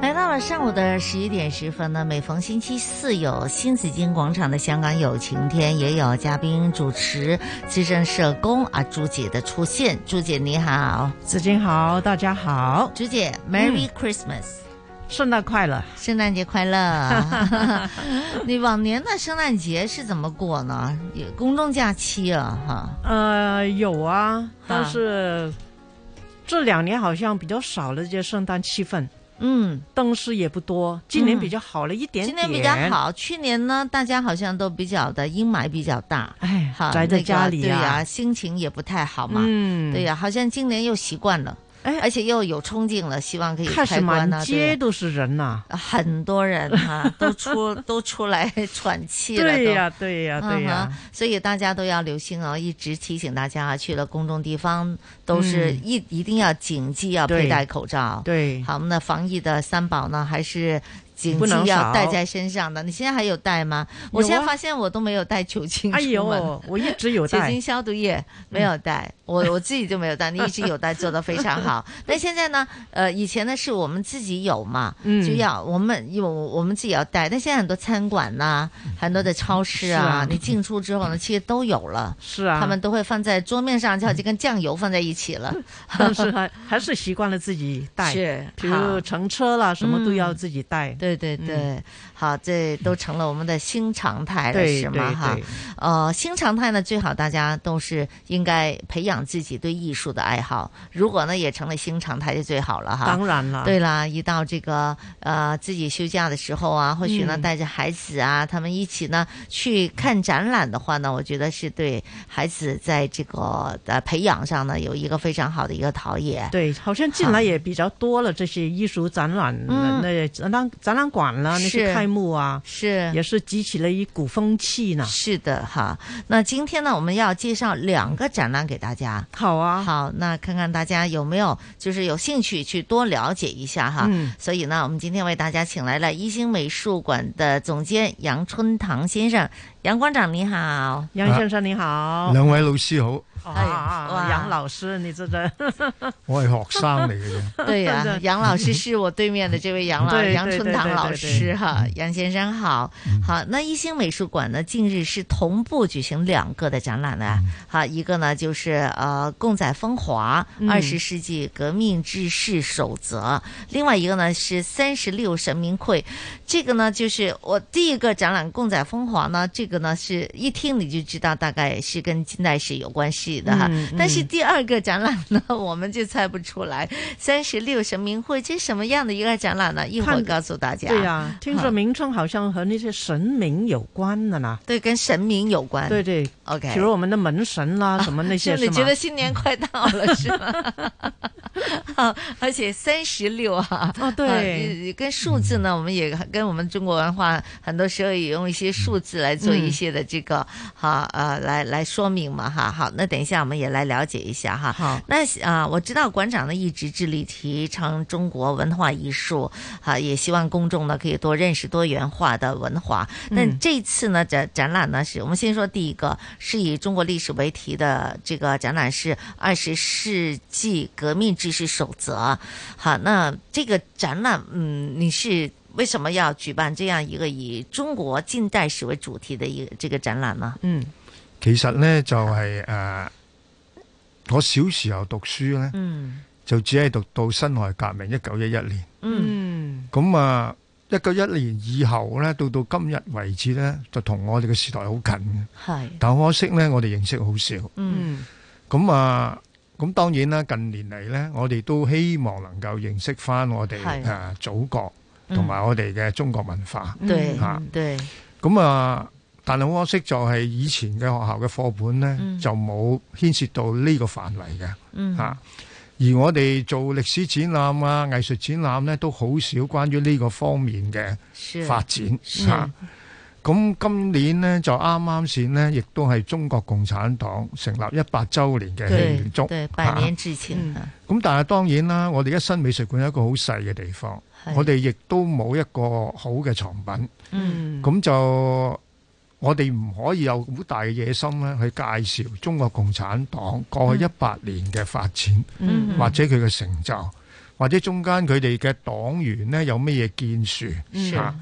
Speaker 11: 来到了上午的十一点十分呢，每逢星期四有新紫金广场的香港有晴天，也有嘉宾主持资深社工啊朱姐的出现。朱姐你好，
Speaker 28: 紫金好，大家好，嗯
Speaker 11: 朱姐，Merry Christmas，、
Speaker 28: 圣诞快乐！
Speaker 11: 圣诞节快 乐！你往年的圣诞节是怎么过呢？有公众假期啊，哈，
Speaker 28: 呃，有啊，但
Speaker 11: 哈
Speaker 28: 是这两年好像比较少了这圣诞气氛，
Speaker 11: 嗯，
Speaker 28: 灯饰也不多，今年比较好了一点
Speaker 11: 今
Speaker 28: 点，
Speaker 11: 年比较好。去年呢，大家好像都比较的阴霾比较大，
Speaker 28: 哎，
Speaker 11: 好
Speaker 28: 宅在家里
Speaker 11: 那个对
Speaker 28: 啊
Speaker 11: 呀、心情也不太好嘛，
Speaker 28: 嗯
Speaker 11: 对呀、好像今年又习惯了，
Speaker 28: 哎，
Speaker 11: 而且又有冲劲了，希望可以
Speaker 28: 开始
Speaker 11: 开关
Speaker 28: 满
Speaker 11: 呢、对呀
Speaker 28: 街都是人呐、
Speaker 11: 很多人哈、 都出都出来喘气了都，
Speaker 28: 对呀对呀对呀
Speaker 11: 嗯哼所以大家都要留心哦，一直提醒大家啊，去了公众地方都是
Speaker 28: 嗯
Speaker 11: 一、一定要谨记要
Speaker 28: 对
Speaker 11: 佩戴口罩。
Speaker 28: 对
Speaker 11: 好，那防疫的三宝呢，还是谨
Speaker 28: 不
Speaker 11: 记
Speaker 28: 能
Speaker 11: 要
Speaker 28: 少
Speaker 11: 带在身上的。你现在还有带吗？我
Speaker 28: 有
Speaker 11: 现在
Speaker 28: 啊
Speaker 11: 发现我都没有带酒精
Speaker 28: 哎
Speaker 11: 出门
Speaker 28: 呦，我一直有
Speaker 11: 酒
Speaker 28: 带嗯
Speaker 11: 精消毒液没有带，我我自己就没有带，你一直有带，做的非常 好。但现在呢，呃，以前呢是我们自己有嘛，
Speaker 28: 嗯
Speaker 11: 就要我们有我们自己要带，但现在很多餐馆呐、很多的超市
Speaker 28: 是
Speaker 11: 啊
Speaker 28: 啊，
Speaker 11: 你进出之后呢，其实都有了，
Speaker 28: 是啊，
Speaker 11: 他们都会放在桌面上，就好像跟酱油放在一起了
Speaker 28: 但 是还还是习惯了自己带，
Speaker 11: 是
Speaker 28: 比
Speaker 11: 好嗯
Speaker 28: 如乘车啦，什么都要自己带。嗯
Speaker 11: 对对对，好，这都成了我们的新常态了，
Speaker 28: 对
Speaker 11: 是吗？
Speaker 28: 对
Speaker 11: 哈
Speaker 28: 对，
Speaker 11: 呃，新常态呢，最好大家都是应该培养自己对艺术的爱好。如果呢，也成了新常态就最好了哈。
Speaker 28: 当然了
Speaker 11: 对啦，一到这个呃自己休假的时候啊，或许呢
Speaker 28: 嗯
Speaker 11: 带着孩子啊，他们一起呢去看展览的话呢，我觉得是对孩子在这个呃培养上呢有一个非常好的一个陶冶。
Speaker 28: 对，好像近来也比较多了这些艺术展览，
Speaker 11: 嗯
Speaker 28: 那那展览展览馆啦，那
Speaker 11: 是
Speaker 28: 些开幕啊，
Speaker 11: 是
Speaker 28: 也是激起了一股风气呢。
Speaker 11: 是的，哈。那今天呢，我们要介绍两个展览给大家。
Speaker 28: 好啊，
Speaker 11: 好，那看看大家有没有就是有兴趣去多了解一下哈。
Speaker 28: 嗯
Speaker 11: 所以呢，我们今天为大家请来了一星美术馆的总监杨春堂先生，杨馆长你好，
Speaker 28: 杨先生你好，
Speaker 17: 兩位老師好，
Speaker 11: 哇
Speaker 28: 啊，杨老师，你真的
Speaker 17: 我係學生嚟嘅啫。
Speaker 11: 对呀、
Speaker 28: 真的
Speaker 11: 杨老师是我对面的这位杨老
Speaker 28: 对
Speaker 11: 杨
Speaker 28: 对
Speaker 11: 春
Speaker 28: 对
Speaker 11: 堂
Speaker 28: 对嗯
Speaker 11: 老
Speaker 28: 对
Speaker 11: 师哈，杨先生好，好。那一星美术馆呢，近日是同步举行两个的展览
Speaker 28: 嗯
Speaker 11: 呢，好，一个呢就是呃《共载风华：
Speaker 27: 嗯
Speaker 11: 二十世纪革命志士守则》，另外一个呢是《三十六神明会》，这个呢就是我第一个展览《共载风华》呢，这个呢是一听你就知道大概是跟近代史有关系的哈，
Speaker 27: 嗯
Speaker 11: 但是
Speaker 27: 嗯
Speaker 11: 第二个展览呢， 我们就猜不出来。三十六神明会这什么样的一个展览呢？一会儿
Speaker 28: 看
Speaker 11: 告诉大家。嗯
Speaker 28: 对呀，听说
Speaker 11: 没？
Speaker 28: 名称好像和那些神明有关的呢。
Speaker 11: 对，跟神明有关。
Speaker 28: 对对
Speaker 11: OK
Speaker 28: 比如我们的门神啦，什么那些
Speaker 11: 是 你
Speaker 28: 吗
Speaker 11: 觉得新年快到了是吗？ 好而且三十六啊，
Speaker 28: 哦对
Speaker 11: 啊也跟数字呢，我们也跟我们中国文化很多时候也用一些数字来做一些的这个哈、呃来来说明嘛哈。好，那等一下我们也来了解一下哈。
Speaker 28: 好，
Speaker 11: 那啊、我知道馆长呢一直致力提倡中国文化艺术，哈、啊也希望公众呢可以多认识多元化的文化。那、
Speaker 27: 嗯
Speaker 11: 这次呢展展览呢是我们先说第一个，是以中国历史为题的这个展览是《二十世纪革命知识守则》。好，那这个展览，嗯，你是为什么要举办这样一个以中国近代史为主题的一个这个展览呢？
Speaker 28: 嗯
Speaker 17: 其實呢，就係、呃我小時候讀書呢，
Speaker 11: 嗯
Speaker 17: 就只係讀到辛亥革命一九一一年。
Speaker 11: 嗯
Speaker 17: 咁啊，一九一年以後咧，到到今日為止咧，就同我哋嘅時代好近嘅。
Speaker 11: 係
Speaker 17: 但好可惜咧，我哋認識好少。
Speaker 11: 嗯，
Speaker 17: 咁啊，咁當然啦，近年嚟咧，我哋都希望能夠認識翻我哋
Speaker 11: 係
Speaker 17: 啊祖國
Speaker 11: 嗯
Speaker 17: 同埋我哋嘅中國文化。
Speaker 11: 对
Speaker 17: 嚇
Speaker 11: 对，
Speaker 17: 咁啊，但係好可惜就係以前嘅學校嘅課本咧，
Speaker 11: 嗯
Speaker 17: 就冇牽涉到呢個範圍嘅。
Speaker 11: 嗯
Speaker 17: 嚇而我哋做歷史展覽啊、藝術展覽咧，都好少關於呢個方面
Speaker 11: 是
Speaker 17: 嘅發展
Speaker 11: 是
Speaker 17: 嚇。咁、今年呢，就啱啱先呢，亦都係中國共產黨成立一百週年嘅
Speaker 11: 对
Speaker 17: 慶祝，
Speaker 11: 对，百年
Speaker 17: 嚇
Speaker 11: 之情啊，
Speaker 17: 咁但係當然啦，我哋一新美術館係一個好細嘅地方
Speaker 11: 係，
Speaker 17: 我哋亦都冇一個好嘅藏品，
Speaker 11: 嗯
Speaker 17: 咁就我哋唔可以有好大嘅野心咧，去介紹中國共產黨過去一百年嘅發展，
Speaker 16: 嗯
Speaker 17: 或者佢嘅成就，或者中間佢哋嘅黨員呢有乜嘢建樹
Speaker 16: 嗯
Speaker 17: 嚇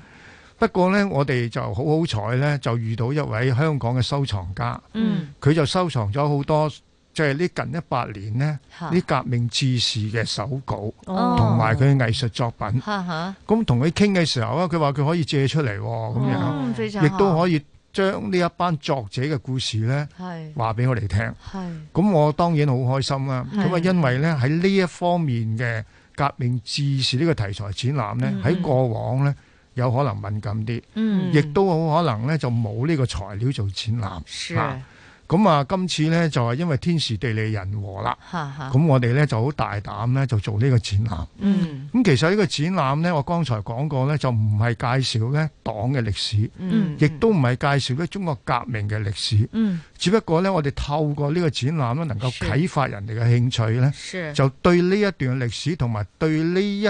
Speaker 17: 不過呢，我哋就好好彩呢，就遇到一位香港嘅收藏家，
Speaker 16: 嗯
Speaker 17: 佢就收藏咗好多，即係呢近一百年呢，
Speaker 16: 嚇
Speaker 17: 呢革命志士嘅手稿，
Speaker 16: 哦
Speaker 17: 同埋佢嘅藝術作品。
Speaker 11: 哈哈，
Speaker 17: 咁同佢傾嘅時候啊，佢話佢可以借出嚟喎，咁
Speaker 11: 嗯非常
Speaker 17: 樣
Speaker 11: 好
Speaker 17: 亦都可以將呢一班作者嘅故事呢
Speaker 11: 係
Speaker 17: 話俾我哋聽。
Speaker 11: 係
Speaker 17: 咁我當然好開心啦。
Speaker 11: 係
Speaker 17: 咁啊，因為呢喺呢一方面嘅革命志士呢個題材展覽呢
Speaker 11: 嗯，
Speaker 17: 喺過往呢有可能敏感啲，
Speaker 11: 嗯
Speaker 17: 亦都好可能呢就冇呢個材料做展覽。
Speaker 11: 是
Speaker 17: 啊咁啊，今次呢就係因為天時地利人和啦，
Speaker 11: 哈哈，
Speaker 17: 咁我哋呢就好大膽呢就做呢個展覽。
Speaker 11: 嗯
Speaker 17: 咁其實呢個展覽呢，我剛才講過呢，就唔係介紹呢黨嘅歷史，
Speaker 16: 嗯
Speaker 17: 亦都唔係介紹呢中國革命嘅歷史，
Speaker 16: 嗯
Speaker 17: 只不過呢，我哋透過呢個展覽呢，能夠
Speaker 16: 是
Speaker 17: 啟發人哋嘅興趣
Speaker 11: 是
Speaker 17: 呢，就對呢一段歷史同埋對呢一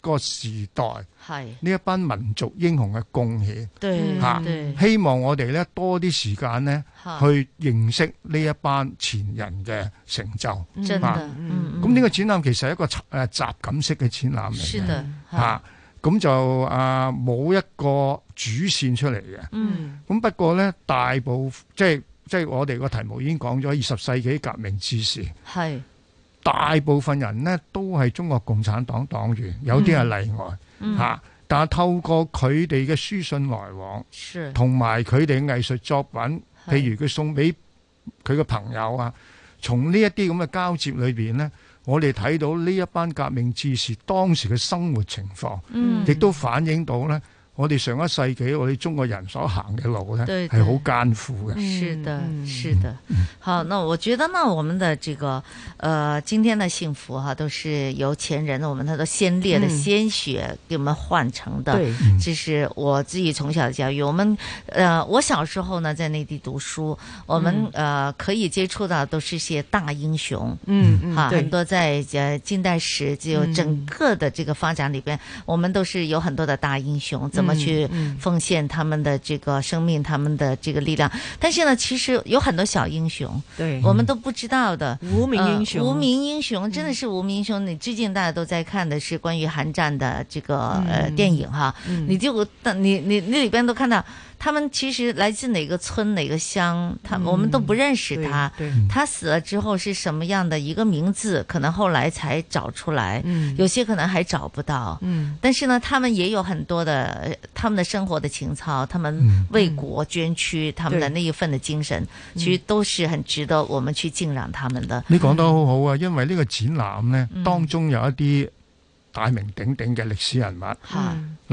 Speaker 17: 個時代
Speaker 11: 係
Speaker 17: 呢一班民族英雄嘅貢獻，
Speaker 11: 對
Speaker 17: 嚇
Speaker 11: 對
Speaker 17: 希望我哋呢多啲時間呢，
Speaker 11: 嚇
Speaker 17: 去認識呢一班前人嘅成就，
Speaker 11: 真
Speaker 17: 嚇
Speaker 11: 的，嗯
Speaker 17: 咁呢個展覽其實係一個誒集錦式嘅展覽嚟
Speaker 11: 是的
Speaker 17: 嘅，嚇咁就啊冇一個主線出嚟嘅。
Speaker 11: 嗯
Speaker 17: 咁不過呢，大部即係即係我哋個題目已經講咗二十世紀革命志士，
Speaker 11: 係
Speaker 17: 大部分人呢都係中國共產黨黨員，有啲係例外嚇、
Speaker 11: 嗯
Speaker 17: 但係透過佢哋嘅書信來往，
Speaker 11: 是
Speaker 17: 同埋佢哋嘅藝術作品，
Speaker 11: 係
Speaker 17: 譬如佢送俾佢嘅朋友啊，從呢一啲咁嘅交接裏邊呢，我哋睇到呢一班革命志士當時嘅生活情況，
Speaker 16: 嗯
Speaker 17: 亦都反映到呢，我哋上一世紀我哋中國人所行嘅路呢
Speaker 11: 對
Speaker 17: 係好艱苦嘅。
Speaker 11: 是的，是的。好，那我觉得呢，我们的这个呃，今天的幸福哈、都是由前人我们他的先烈的
Speaker 3: 嗯
Speaker 11: 鲜血给我们换成的。
Speaker 3: 对嗯
Speaker 11: 这是我自己从小的教育。我们呃，我小时候呢在内地读书，我们、呃可以接触到都是一些大英雄。
Speaker 3: 嗯嗯
Speaker 11: 哈，
Speaker 3: 对
Speaker 11: 很多在呃近代史就
Speaker 3: 嗯
Speaker 11: 整个的这个发展里边，我们都是有很多的大英雄，怎么
Speaker 3: 嗯
Speaker 11: 去
Speaker 3: 嗯
Speaker 11: 奉献他们的这个生命，他们的这个力量。但是呢，其实有很多小英雄，
Speaker 3: 对
Speaker 11: 我们都不知道的
Speaker 3: 无名英雄
Speaker 11: 呃无名英雄真的是无名英雄。你最近大家都在看的是关于韩战的这个、呃
Speaker 3: 嗯
Speaker 11: 电影哈，
Speaker 3: 嗯
Speaker 11: 你就你你那里边都看到。他们其实来自哪个村哪个乡，他、我们都不认识他
Speaker 3: 对。
Speaker 11: 他死了之后是什么样的一个名字，可能后来才找出来，
Speaker 3: 嗯
Speaker 11: 有些可能还找不到。
Speaker 3: 嗯
Speaker 11: 但是呢，他们也有很多的呃他们的生活的情操，他们为国捐躯，他们的那一份的精神，
Speaker 3: 嗯
Speaker 11: 其实都是很值得我们去敬仰他们的。
Speaker 17: 你講得好好啊，因為呢個展覽呢，
Speaker 16: 嗯
Speaker 17: 當中有一啲大名鼎鼎嘅歷史人物，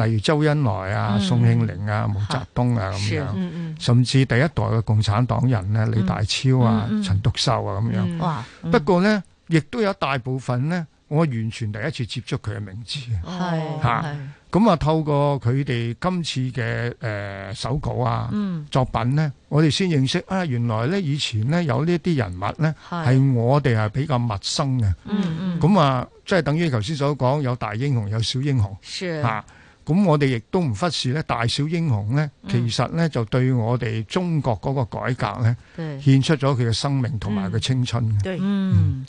Speaker 17: 例如周恩來啊、
Speaker 16: 嗯
Speaker 17: 宋慶齡啊、毛澤東啊咁
Speaker 16: 是嗯嗯
Speaker 17: 樣，甚至第一代嘅共產黨人呢，李大超啊
Speaker 16: 嗯嗯、
Speaker 17: 陳獨秀啊咁
Speaker 16: 嗯哇
Speaker 17: 樣。不過呢，亦都有大部分呢，我完全第一次接觸佢嘅名字啊
Speaker 16: 哦
Speaker 17: 嘅。
Speaker 28: 哦
Speaker 16: 係
Speaker 17: 嚇咁啊，透過佢哋今次嘅誒手稿啊、
Speaker 16: 嗯
Speaker 17: 作品呢，我哋先認識啊，原來呢，以前呢，有呢啲人物呢，
Speaker 16: 係
Speaker 17: 係我哋係比較陌生嘅。
Speaker 16: 嗯
Speaker 17: 咁啊，即係等於頭先所講，有大英雄，有小英雄。
Speaker 16: 是
Speaker 17: 啊咁我哋亦都唔忽視咧，大小英雄咧，其實咧就對我哋中國嗰個改革
Speaker 11: 對
Speaker 17: 咧，獻出咗佢嘅生命同埋佢青春嘅。
Speaker 11: 对，嗯，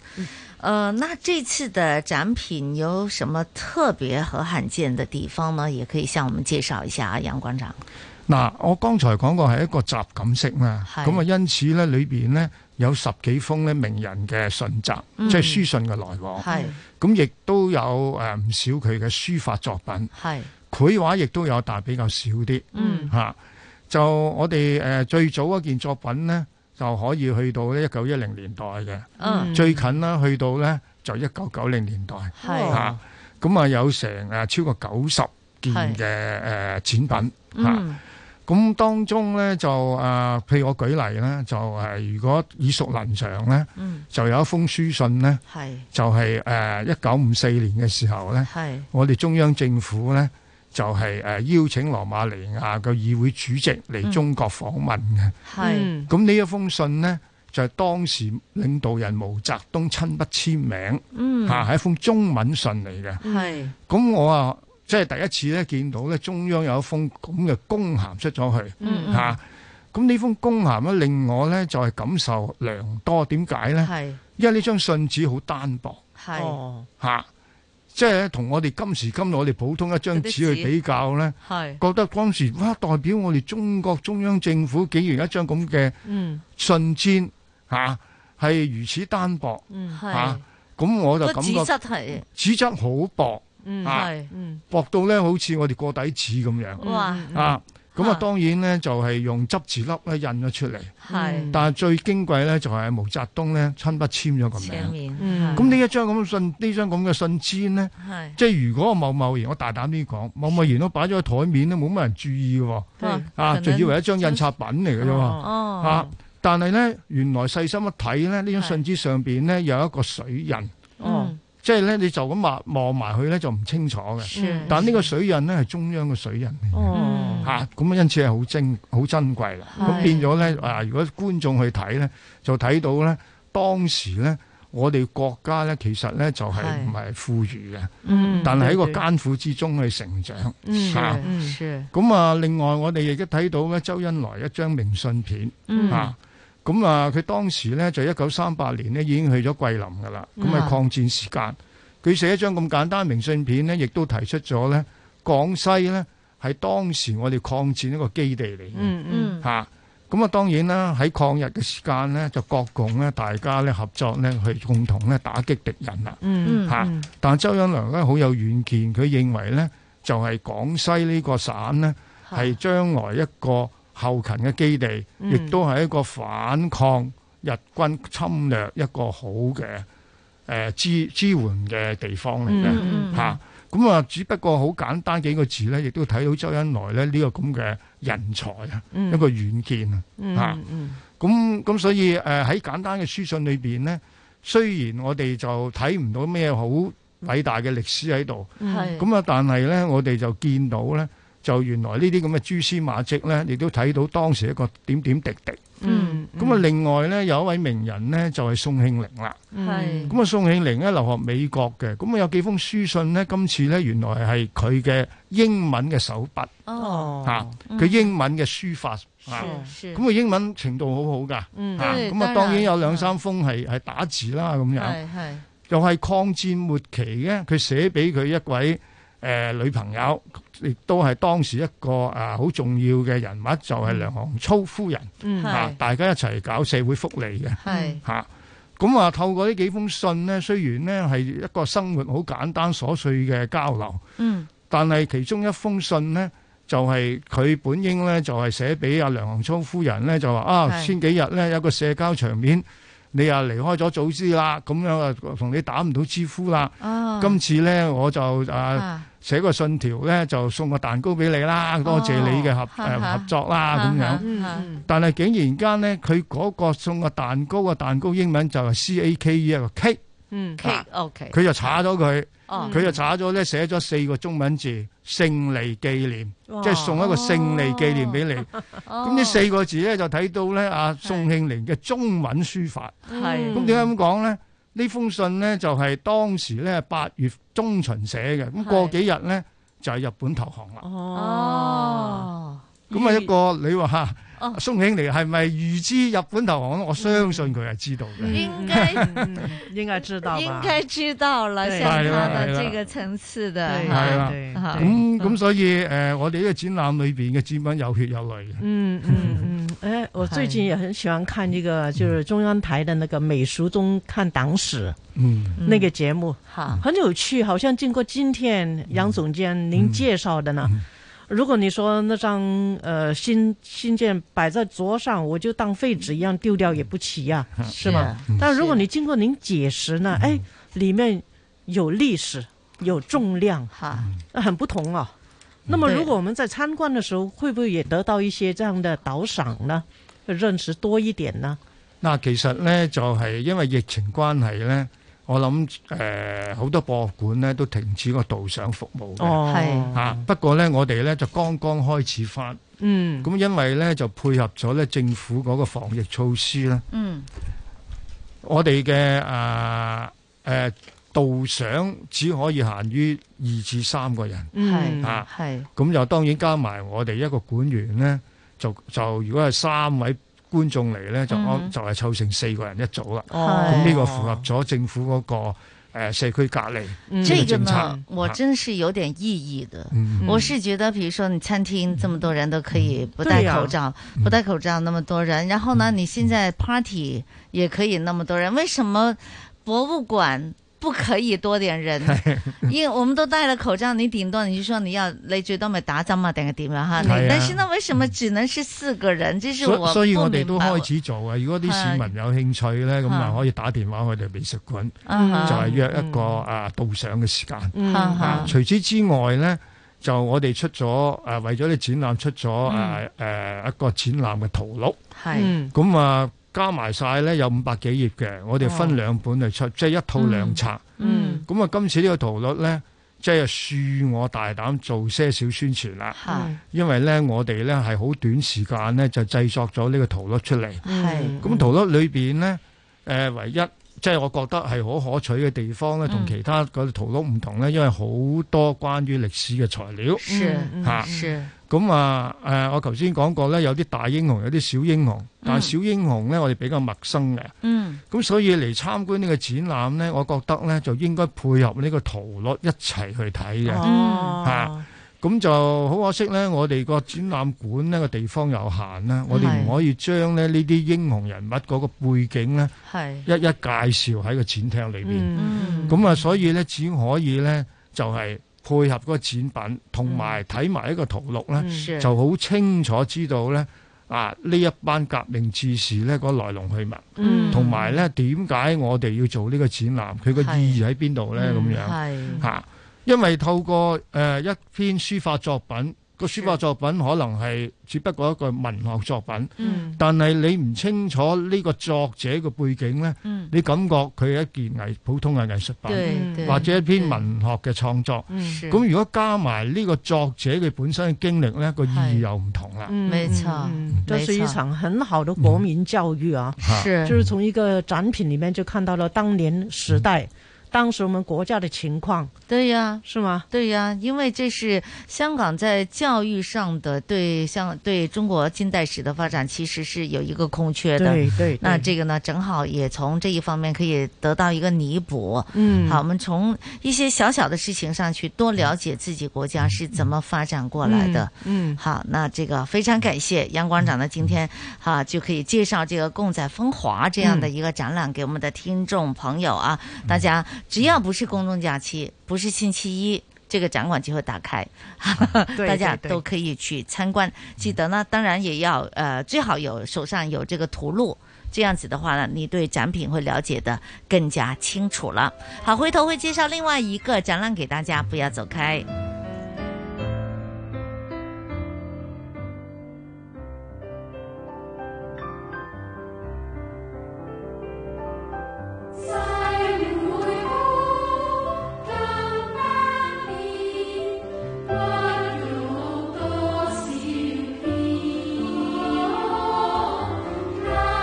Speaker 11: 呃，那这次的展品有什么特别和罕见的地方呢？也可以向我们介绍一下啊，杨馆长。
Speaker 17: 嗱，我剛才講過係一個集錦式嘛，
Speaker 11: 係
Speaker 17: 咁啊，因此咧裏邊咧有十幾封咧名人嘅信集，
Speaker 16: 嗯
Speaker 17: 即係書信嘅來往。
Speaker 16: 係
Speaker 17: 咁亦都有誒唔少佢嘅書法作品。
Speaker 11: 係
Speaker 17: 繪畫亦都有，但係比較少啲。
Speaker 16: 嗯
Speaker 17: 嚇、就我哋誒、呃最早一件作品咧，就可以去到咧一九一零年代嘅。
Speaker 16: 嗯
Speaker 17: 最近啦，去到咧就一九九零年代。
Speaker 16: 係
Speaker 17: 嚇咁啊，有成誒超過九十件嘅誒、呃展品嚇。
Speaker 16: 嗯
Speaker 17: 咁當中咧就誒、呃譬如我舉例啦，就誒、呃如果耳熟能詳咧，
Speaker 16: 嗯
Speaker 17: 就有一封書信咧，
Speaker 11: 係
Speaker 17: 就係誒一九五四年嘅時候咧
Speaker 11: 係，
Speaker 17: 我哋中央政府咧就係、誒、邀請羅馬尼亞嘅議會主席嚟中國訪問嘅。
Speaker 11: 係嗯
Speaker 17: 咁呢一封信呢，就係、當時領導人毛澤東親筆簽名，
Speaker 11: 嗯
Speaker 17: 嚇係一封中文信嚟嘅。
Speaker 11: 係
Speaker 17: 咁我啊，即係第一次咧見到咧中央有一封咁嘅公函出咗去，嚇、
Speaker 11: 嗯嗯
Speaker 17: 咁呢封公函咧令我咧就係、感受良多。點解咧？
Speaker 11: 係
Speaker 17: 因為呢張信紙好單薄，
Speaker 11: 係哦
Speaker 17: 嚇、即係同我哋今時今日我哋普通一張紙去比較咧，
Speaker 11: 係
Speaker 17: 覺得當時哇代表我哋中國中央政府竟然一張咁嘅
Speaker 11: 嗯
Speaker 17: 信笺嚇係如此單薄，
Speaker 11: 嗯
Speaker 17: 嚇咁、
Speaker 11: 係
Speaker 17: 我就
Speaker 11: 個
Speaker 17: 感
Speaker 11: 紙
Speaker 17: 覺
Speaker 11: 質係
Speaker 17: 紙質好薄，
Speaker 11: 嗯
Speaker 17: 啊
Speaker 11: 係嗯
Speaker 17: 薄到咧好似我哋過底紙咁樣，
Speaker 11: 哇
Speaker 17: 啊！咁啊
Speaker 11: 嚇，
Speaker 17: 當然咧就係用執字粒咧印咗出嚟，
Speaker 11: 係
Speaker 17: 但係最矜貴咧就係毛澤東咧親筆簽咗個
Speaker 11: 前
Speaker 17: 名。
Speaker 11: 面係
Speaker 17: 咁呢一張咁嘅信，呢張咁嘅信笺咧，
Speaker 11: 係
Speaker 17: 即係如果我貿貿然，我大膽啲講，貿貿然都擺咗喺台面咧，冇乜人注意嘅
Speaker 11: 對
Speaker 17: 喎，啊，
Speaker 11: 可能
Speaker 17: 就以為一張印刷品嚟嘅啫喎，
Speaker 11: 哦
Speaker 17: 啊，但係咧原來細心一睇咧，呢張信紙上邊咧有一個水印。
Speaker 11: 嗯
Speaker 17: 即係咧，你就咁望望埋去咧，就唔清楚嘅
Speaker 11: 是。
Speaker 17: 但呢個水印咧係中央嘅水印嚟
Speaker 11: 哦
Speaker 17: 嘅，嚇咁啊因此係好珍好珍貴啦。
Speaker 11: 係
Speaker 17: 咁變咗咧，啊，如果觀眾去睇咧，就睇到咧當時咧，我哋國家咧其實咧就係
Speaker 11: 係
Speaker 17: 唔係富裕嘅，
Speaker 11: 嗯
Speaker 17: 但係喺個
Speaker 11: 對對
Speaker 17: 艱苦之中去成長
Speaker 11: 嗯
Speaker 17: 嚇。
Speaker 11: 是是
Speaker 17: 咁啊，另外我哋亦都睇到咧，周恩來一張明信片
Speaker 11: 嗯
Speaker 17: 啊。咁啊，佢當時咧就一九三八年呢已經去咗桂林噶啦，咁
Speaker 11: 嗯
Speaker 16: 啊
Speaker 17: 係抗戰時間。佢寫一張咁簡單明信片呢，亦都提出咗咧廣西咧係當時我哋抗戰一個基地嚟嘅。
Speaker 16: 嗯嗯
Speaker 17: 嚇咁啊，當然啦，喺抗日嘅時間咧，就國共咧大家咧合作咧去共同咧打擊敵人啦。
Speaker 16: 嗯
Speaker 17: 嚇
Speaker 16: 嗯
Speaker 17: 但周恩來咧好有遠見，佢認為咧就係廣西呢個省咧係將來一個後勤嘅基地，
Speaker 16: 嗯
Speaker 17: 亦都係一個反抗日軍侵略一個好嘅誒、呃支支援嘅地方嚟
Speaker 16: 嗯嗯
Speaker 17: 嘅嚇。咁啊，只不過好簡單幾個字咧，亦都睇到周恩來咧呢、個咁嘅人才啊，
Speaker 16: 嗯
Speaker 17: 一個遠見啊嚇。
Speaker 16: 嗯嗯
Speaker 17: 咁咁所以誒喺、簡單嘅書信裏邊呢，雖然我哋就睇唔到咩好偉大嘅歷史喺度，
Speaker 16: 係
Speaker 17: 咁啊，但係呢，我哋就見到呢，就原來呢啲咁嘅蛛絲馬跡呢，亦都睇到當時一個點點滴滴。
Speaker 16: 嗯
Speaker 17: 咁啊，另外呢，有一位名人呢，就係、宋慶齡啦。
Speaker 11: 嗯
Speaker 16: 係
Speaker 17: 咁啊，宋慶齡咧留學美國嘅，咁啊有幾封書信呢，今次呢，原來係佢嘅英文嘅手筆。
Speaker 11: 哦
Speaker 17: 嚇，
Speaker 11: 嗯
Speaker 17: 佢英文嘅書法啊，
Speaker 11: 是
Speaker 17: 咁佢英文程度好好㗎，
Speaker 11: 嗯
Speaker 17: 啊
Speaker 11: 對
Speaker 17: 咁
Speaker 11: 當然嗯
Speaker 17: 啊當然有兩三封係係打字啦咁樣，
Speaker 11: 係
Speaker 17: 又係抗戰末期嘅，佢寫俾佢一位誒女朋友，亦都係當時一個啊好重要嘅人物，就係梁行操夫人
Speaker 16: 嗯，
Speaker 17: 啊
Speaker 16: 係，
Speaker 17: 大家一齊搞社會福利嘅，
Speaker 16: 係
Speaker 11: 嗯
Speaker 17: 嚇。咁啊，透過呢幾封信呢，雖然呢係一個生活好簡單瑣碎嘅交流，
Speaker 16: 嗯
Speaker 17: 但係其中一封信呢，就係、佢本應呢，就係、寫俾阿梁行聰夫人呢，就話啊，
Speaker 16: 係
Speaker 17: 先幾日呢，有個社交場面，你啊離開咗組織啦，咁樣啊同你打唔到招呼啦。
Speaker 16: 哦
Speaker 17: 今次呢，我就啊
Speaker 16: 啊
Speaker 17: 寫個信條呢，就送個蛋糕俾你啦，多謝你嘅合誒、
Speaker 16: 哦
Speaker 17: 呃
Speaker 16: 哈哈
Speaker 17: 合作啦咁樣。
Speaker 16: 嗯
Speaker 17: 但係竟然間呢，佢嗰個送個蛋糕嘅蛋糕英文就係 C A K E 一個 K。
Speaker 11: 嗯
Speaker 17: 啊
Speaker 11: OK
Speaker 17: 佢就查咗佢，
Speaker 11: 哦
Speaker 17: 佢就查咗咧，寫咗四個中文字勝利紀念
Speaker 11: 哇，哦
Speaker 17: 即係送一個勝利紀念俾你。咁呢四個字咧就睇到咧啊宋慶齡嘅中文書法。
Speaker 11: 係
Speaker 17: 咁點解咁講咧？呢封信咧就係當時咧八月中旬寫嘅，咁過幾日咧就係日本投降啦。
Speaker 11: 哦
Speaker 17: 咁啊一個你話
Speaker 11: 哦
Speaker 17: 嚇 宋慶齡係咪預知日本投降咧？我相信佢係知道嘅。
Speaker 11: 應該
Speaker 28: 应该知道吧？
Speaker 11: 应该知道了，
Speaker 17: 对
Speaker 11: 像他
Speaker 17: 对
Speaker 11: 的
Speaker 17: 了
Speaker 11: 这个层次的
Speaker 28: 啊
Speaker 17: 系
Speaker 11: 哈
Speaker 17: 啦，
Speaker 11: 哈
Speaker 17: 嗯
Speaker 28: 嗯
Speaker 17: 呃咁咁所以誒，我哋呢個展覽裏邊嘅展品有血有淚嘅，
Speaker 28: 嗯嗯嗯，哎，我最近也很喜欢看这个，就是中央台的那个《美术中看党史》
Speaker 17: 嗯
Speaker 28: 那个节目，
Speaker 11: 好，
Speaker 28: 很有趣。好像经过今天杨总监您介绍的呢，如果你说那张呃新新件摆在桌上，我就当废纸一样丢掉也不奇呀、是吗？
Speaker 11: 是
Speaker 28: 但如果你经过您解释呢，哎，里面有历史，有重量，
Speaker 11: 哈，
Speaker 28: 很不同啊。那么，
Speaker 11: 对
Speaker 28: 如果我们在参观的时候，会不会也得到一些这样的导赏呢？认识多一点呢？
Speaker 17: 嗱，其實咧就係、因為疫情關係咧，我諗誒好多博物館咧都停止個導賞服務嘅，
Speaker 28: 哦係
Speaker 17: 啊不過咧我哋咧就剛剛開始翻，
Speaker 28: 嗯
Speaker 17: 咁因為咧就配合咗咧政府嗰個防疫措施咧，
Speaker 11: 嗯
Speaker 17: 我哋嘅誒誒導賞只可以限於二至三個人，
Speaker 11: 嗯
Speaker 17: 啊
Speaker 11: 係
Speaker 17: 咁又當然加埋我哋一個館員咧，就就如果係三位觀眾嚟咧，就安、
Speaker 11: 嗯
Speaker 17: 就係湊成四個人一組啦。
Speaker 11: 哦
Speaker 17: 咁呢個符合咗政府嗰、個、呃、社區隔離呢
Speaker 11: 这
Speaker 17: 個
Speaker 11: 个
Speaker 17: 政策。
Speaker 11: 呢，啊我真是有点意义的。
Speaker 17: 啊嗯
Speaker 11: 我是觉得，比如说你餐厅这么多人都可以不戴
Speaker 28: 对呀
Speaker 11: 口罩，
Speaker 17: 嗯
Speaker 11: 不戴口罩那么多人，然后呢，你现在 party 也可以那么多人，为什么博物馆？不可以多点人， 因为我们都戴了口罩，你顶多你就说你要你最多咪打针啊定系点样哈，你
Speaker 17: 哎呀
Speaker 11: 但是呢，为什么只能是四个人？这是
Speaker 17: 所
Speaker 11: 我
Speaker 17: 所以
Speaker 11: 不
Speaker 17: 我哋
Speaker 11: 明
Speaker 17: 都
Speaker 11: 白。
Speaker 17: 開始做啊！如果啲市民有興趣咧，咁啊可以打電話去哋美術館，
Speaker 11: 嗯
Speaker 17: 就係約一個啊導賞嘅時間。
Speaker 11: 嗯
Speaker 17: 啊
Speaker 11: 嗯
Speaker 17: 除此之外咧，就我哋出咗誒為咗啲展覽出
Speaker 11: 嗯
Speaker 17: 咗誒誒一個展覽嘅圖錄，
Speaker 11: 係嗯
Speaker 17: 咁啊加埋晒咧有五百幾頁嘅，我哋分兩本嚟出，即係一套兩冊。
Speaker 11: 哦嗯
Speaker 17: 咁啊，今次呢個圖錄咧，即係恕我大膽做些少宣傳啦。
Speaker 11: 係
Speaker 17: 因為咧，我哋咧係好短時間咧就製作咗呢個圖錄出嚟。
Speaker 11: 係
Speaker 17: 咁圖錄裏邊咧，誒、唯呃一即係我覺得係好可取嘅地方咧，同
Speaker 11: 嗯
Speaker 17: 其他嗰啲圖錄唔同咧，因為好多關於歷史嘅材料。
Speaker 11: 是嗯
Speaker 17: 嚇
Speaker 11: 是
Speaker 17: 咁啊誒、我頭先講過咧，有啲大英雄，有啲小英雄，但係小英雄咧，我哋比較陌生嘅。
Speaker 11: 嗯
Speaker 17: 咁所以嚟參觀呢個展覽呢，我覺得呢就應該配合呢個圖錄一齊去睇嘅，嚇、
Speaker 28: 哦
Speaker 17: 咁就好可惜呢，我哋個展覽館呢個地方有限啦，我哋唔可以將咧呢啲英雄人物嗰個背景呢
Speaker 11: 係
Speaker 17: 一一介紹喺個展廳裏邊。
Speaker 11: 嗯
Speaker 17: 咁啊、所以呢，只可以呢就係、配合嗰個展品，同埋睇埋一個圖錄呢，
Speaker 11: 嗯
Speaker 17: 就好清楚知道呢啊呢一班革命志士呢嗰個來龍去脈。
Speaker 11: 嗯
Speaker 17: 同埋咧，點解我哋要做呢個展覽？佢個意義喺邊度咧？咁
Speaker 11: 嗯
Speaker 17: 樣
Speaker 11: 係
Speaker 17: 嚇，因為透過誒、呃一篇書法作品，個書法作品可能係只不過一個文學作品，
Speaker 11: 嗯
Speaker 17: 但係你唔清楚呢個作者嘅背景咧，
Speaker 11: 嗯
Speaker 17: 你感覺佢係一件藝普通嘅藝術
Speaker 11: 對對
Speaker 17: 品，或者一篇文學嘅創作。
Speaker 11: 嗯是
Speaker 17: 咁如果加埋呢個作者佢本身嘅經歷咧，個意義又唔同啦。
Speaker 28: 嗯
Speaker 11: 没错
Speaker 28: 嗯这
Speaker 11: 没
Speaker 28: 是一
Speaker 11: 错
Speaker 28: 场很好的国民教育啊！
Speaker 11: 嗯是
Speaker 28: 就是从一个展品里面就看到了当年时代，当时我们国家的情况。
Speaker 11: 对呀，
Speaker 28: 是吗？
Speaker 11: 对呀，因为这是香港在教育上的对像对中国近代史的发展，其实是有一个空缺的。
Speaker 28: 对对对
Speaker 11: 那这个呢，正好也从这一方面可以得到一个弥补。
Speaker 28: 嗯
Speaker 11: 好，我们从一些小小的事情上去多了解自己国家是怎么发展过来的。
Speaker 28: 嗯，
Speaker 11: 好，那这个非常感谢杨馆长呢，今天哈、就可以介绍这个“共载风华”这样的一个展览给我们的听众朋友啊，
Speaker 28: 嗯
Speaker 11: 大家只要不是公众假期，不是星期一。这个展馆就会打开，
Speaker 28: 对
Speaker 11: 大家
Speaker 28: 对对
Speaker 11: 都可以去参观。记得呢，当然也要呃，最好有手上有这个图录，这样子的话呢，你对展品会了解的更加清楚了。好，回头会介绍另外一个展览给大家，不要走开。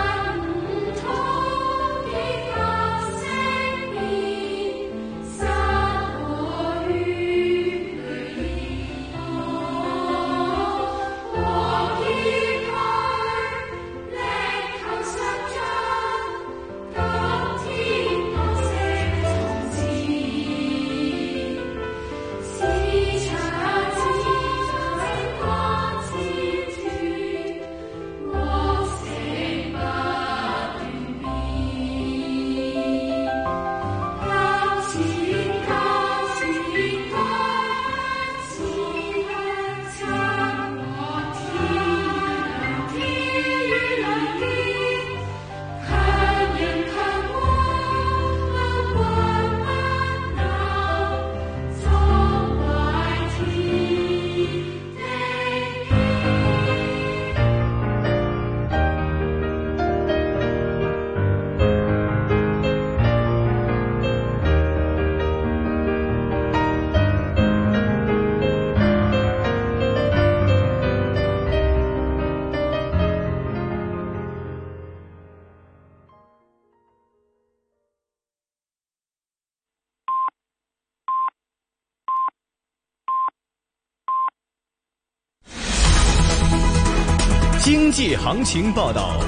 Speaker 16: 生活於
Speaker 2: 经济行情报道。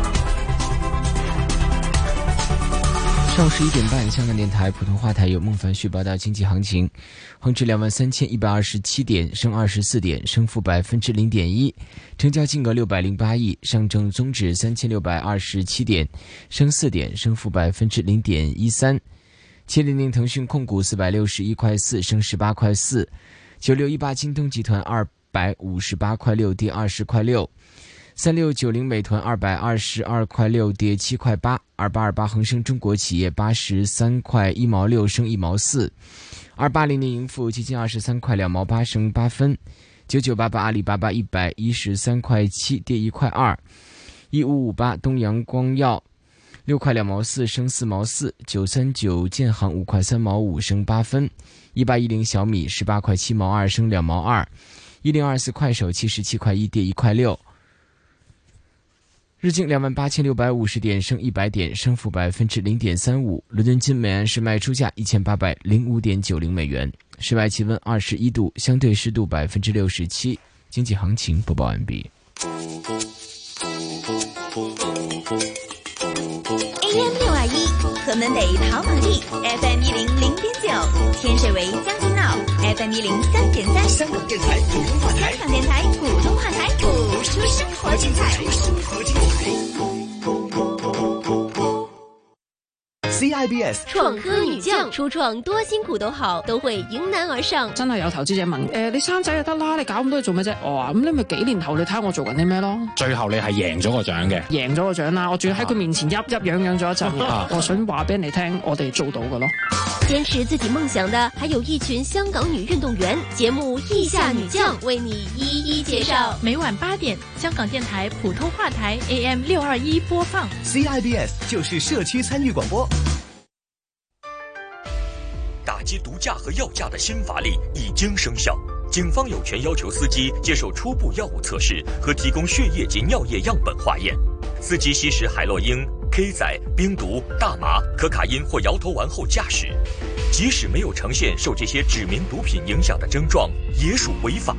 Speaker 14: 上午十一点半，香港电台普通话台由孟凡旭报道经济行情。恒指两万三千一百二十七点，升二十四点，升幅百分之零点一，成交金额六百零八亿。上证综指三千六百二十七点，升四点，升幅百分之零点一三。七零零腾讯控股四百六十一块四，升十八块四。九六一八京东集团二百五十八块六，跌二十块六。三六九零美团二百二十二块六跌七块八，二八二八恒生中国企业八十三块一毛六升一毛四，二八零零盈富基金二十三块两毛八升八分，九九八八阿里巴巴一百一十三块七跌一块二，一五五八东阳光药六块两毛四升四毛四，九三九建行五块三毛五升八分，一八一零小米十八块七毛二升两毛二，一零二四快手七十七块一跌一块六。日经两万八千六百五十点升一百点，升幅百分之零点三五。伦敦金美安市卖出价一千八百零五点九零美元，室外气温二十一度，相对湿度百分之六十七。经济行情播报完毕。
Speaker 1: AM 六二一，河门北跑马地；FM 一零零点九，天水围将军澳；FM 一零三点三，香港电台普通话台。香港电台普通话台，播出生活精彩。生活精
Speaker 10: ，CIBS
Speaker 6: 创科女将，初创多辛苦都好，都会迎難而上。
Speaker 16: 真係有投資者問：誒、呃你生仔就得啦，你搞咁多嘢做咩啫？我話咁你咪幾年後你睇下我做緊啲咩咯。
Speaker 3: 最後你係贏咗個獎嘅。
Speaker 16: 贏咗個獎啦，我仲要喺佢面前噏噏樣樣咗一陣。
Speaker 3: 啊
Speaker 16: 我想話俾你聽，我哋做到嘅咯。
Speaker 6: 坚持自己梦想的还有一群香港女运动员。节目《意下女将》为你一一介绍。
Speaker 27: 每晚八点，香港电台普通话台 AM 六二一播放。
Speaker 10: CIBS 就是社区参与广播。
Speaker 18: 打击毒驾和药驾的新法令已经生效，警方有权要求司机接受初步药物测试和提供血液及尿液样本化验。司机吸食海洛因、K 仔、冰毒、大麻、可卡因或摇头丸后驾驶，即使没有呈现受这些指明毒品影响的症状，也属违法。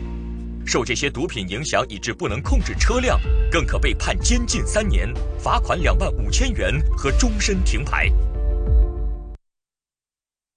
Speaker 18: 受这些毒品影响以致不能控制车辆，更可被判监禁三年、罚款两万五千元和终身停牌。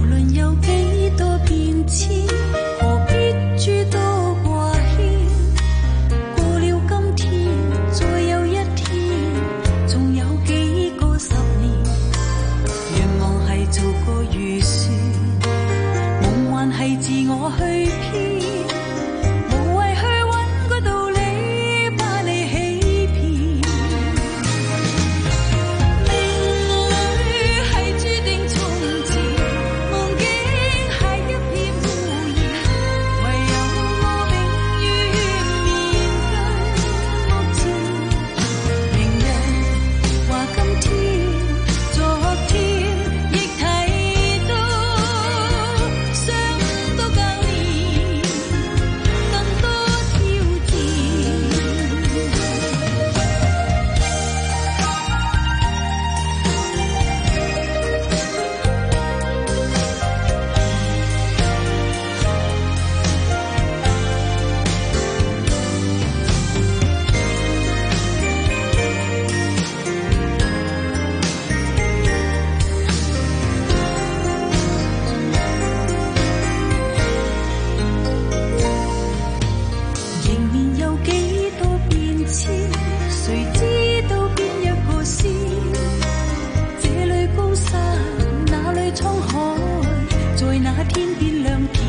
Speaker 13: 無論有幾多變遷，何必諸多掛牽？過了今天，再有一天，仲有幾個十年？願望係做個預算，夢幻係自我去編，無謂去揾個道理把你欺騙。命裏係注定從前，夢境係一片污染，唯有我永遠面對目前。明日話今天，昨天亦睇到相多教練，更多挑戰。仍然有幾多變遷，誰知道邊一個先？這裏高山，那裏滄海，在那天變兩天，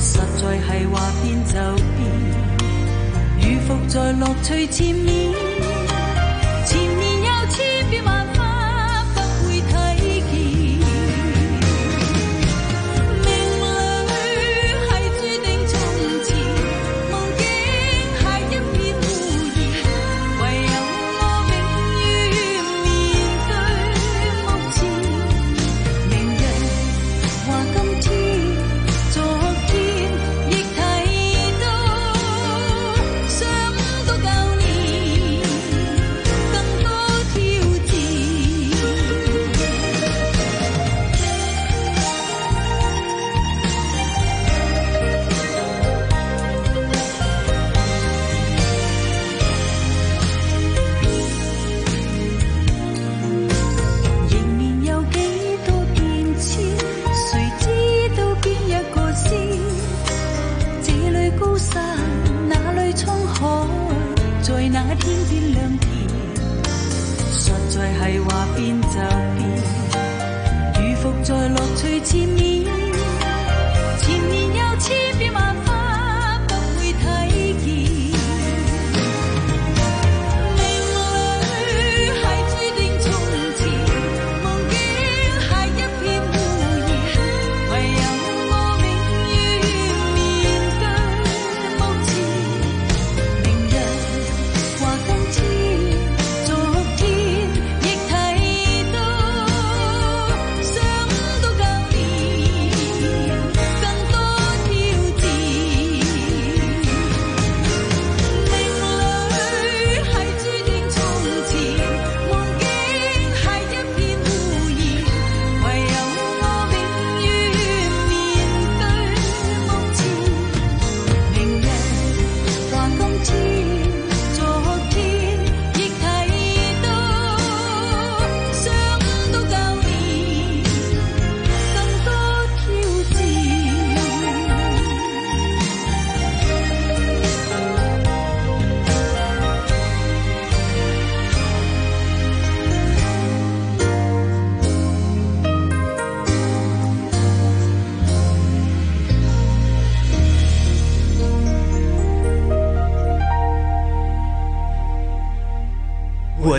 Speaker 13: 實在係話變就變，與伏在樂趣前面。前面有千變萬化，不會睇見。命裏係話變就變，如服在樂趣前面，前面有千變萬化，不會睇見。命裏係注定從前，夢境係一片污染，唯有我永遠面對目前，明日話今天。昨天亦睇到，想到舊年更多挑戰。命裏係注定從前，夢境係一片污染，唯有我永遠面對目前。明日話今天。昨天亦睇到，想到舊年更多挑戰。
Speaker 10: 我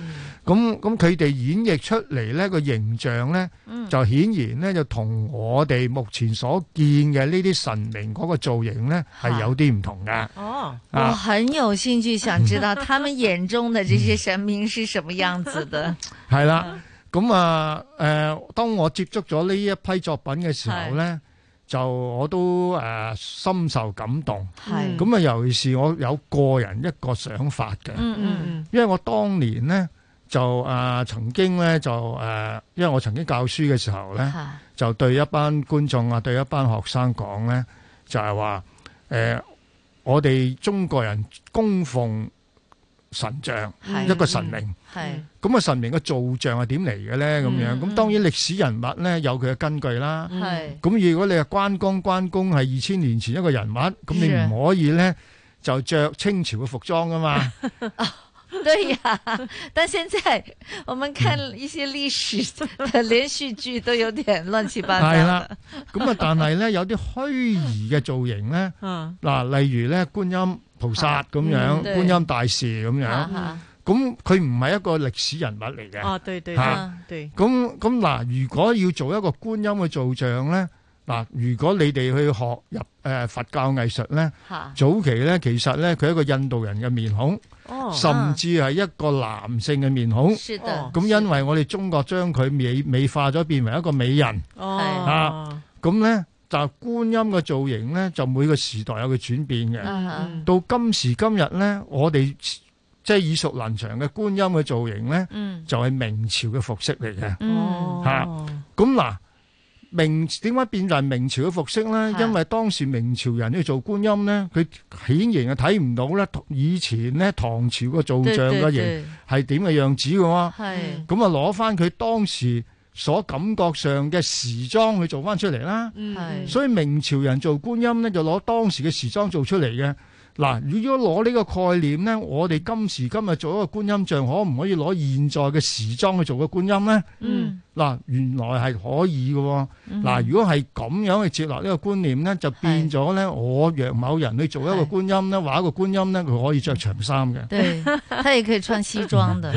Speaker 17: 咁咁佢哋演繹出嚟呢個形象呢，
Speaker 20: 嗯
Speaker 17: 就顯然呢，就同我哋目前所見嘅呢啲神明嗰個造型呢，係有啲唔同㗎。
Speaker 28: 哦，
Speaker 11: 我
Speaker 17: 啊
Speaker 11: 很有兴趣想知道他们眼中的这些神明是什么样子的。
Speaker 17: 係啦，咁啊誒，當我接觸咗呢一批作品嘅時候咧，就我都誒、呃深受感動。
Speaker 26: 係
Speaker 17: 咁啊，尤其是我有個人一個想法嘅，
Speaker 26: 嗯嗯嗯
Speaker 17: 因為我當年咧就誒、呃曾經咧就誒、呃因為我曾經教書嘅時候咧
Speaker 26: 係，
Speaker 17: 就對一班觀眾啊，對一班學生講咧，就係話誒，我哋中國人供奉神像
Speaker 26: 係
Speaker 17: 一個神明。
Speaker 11: 系
Speaker 17: 咁啊，神明嘅造像係點嚟嘅咧？咁樣咁當然歷史人物咧有佢嘅根據啦。
Speaker 20: 嗯
Speaker 11: 係
Speaker 17: 咁如果你係關公，關公係二千年前一個人物，咁你
Speaker 11: 是
Speaker 17: 唔可以咧就着清朝嘅服裝噶嘛。
Speaker 11: 对呀，但现在我们看一些历史的连续剧都有点乱七八糟
Speaker 17: 係
Speaker 11: 的。
Speaker 17: 啦，咁啊，但係咧有啲虛擬嘅造型咧，
Speaker 11: 嗯
Speaker 17: 嗱，例如咧觀音菩薩咁
Speaker 28: 嗯
Speaker 17: 樣，
Speaker 28: 對
Speaker 17: 觀音大士咁樣
Speaker 28: 啊哈，
Speaker 17: 咁佢唔係一個歷史人物嚟嘅。
Speaker 28: 哦，對對
Speaker 17: 嚇
Speaker 28: 對
Speaker 17: 咁咁嗱，如果要做一個觀音嘅造像咧，嗱，如果你哋去學入誒、呃佛教藝術咧，
Speaker 11: 嚇
Speaker 17: 早期咧其實咧佢係一個印度人嘅面孔，
Speaker 11: 哦
Speaker 17: 甚至係一個男性嘅面孔。
Speaker 11: 是的哦
Speaker 17: 咁因為我哋中國將佢美美化咗，變為一個美人。
Speaker 11: 哦
Speaker 17: 啊，咁咧就觀音嘅造型咧，就每個時代有佢轉變嘅。
Speaker 11: 嗯哼
Speaker 17: 到今時今日咧，我哋即係耳熟能詳嘅觀音嘅造型咧，
Speaker 11: 嗯
Speaker 17: 就係明朝嘅服飾嚟嘅。
Speaker 11: 嗯
Speaker 17: 嚇咁嗱。明點解變為明朝嘅服飾呢？因為當時明朝人去做觀音呢，佢顯然係睇唔到咧以前咧唐朝個造像
Speaker 26: 對
Speaker 17: 嘅
Speaker 26: 對對
Speaker 17: 形係點嘅樣子嘅喎。
Speaker 26: 係
Speaker 17: 咁啊，攞翻佢當時所感覺上嘅時裝去做翻出嚟啦。
Speaker 11: 嗯
Speaker 26: 係
Speaker 17: 所以明朝人做觀音呢，就攞當時嘅時裝做出嚟嘅。嗱，如果攞呢個概念呢，我哋今時今日做一個觀音像，可唔可以攞現在嘅時裝去做個觀音呢？
Speaker 26: 嗯，
Speaker 17: 嗱，原來係可以嘅喎。
Speaker 26: 嗯
Speaker 17: 嗱，如果係咁樣去接納呢個觀念呢，就變咗呢。我若某人去做一個觀音呢，畫一個觀音呢，佢可以着長衫嘅。
Speaker 11: 对，他也可以穿西裝 的。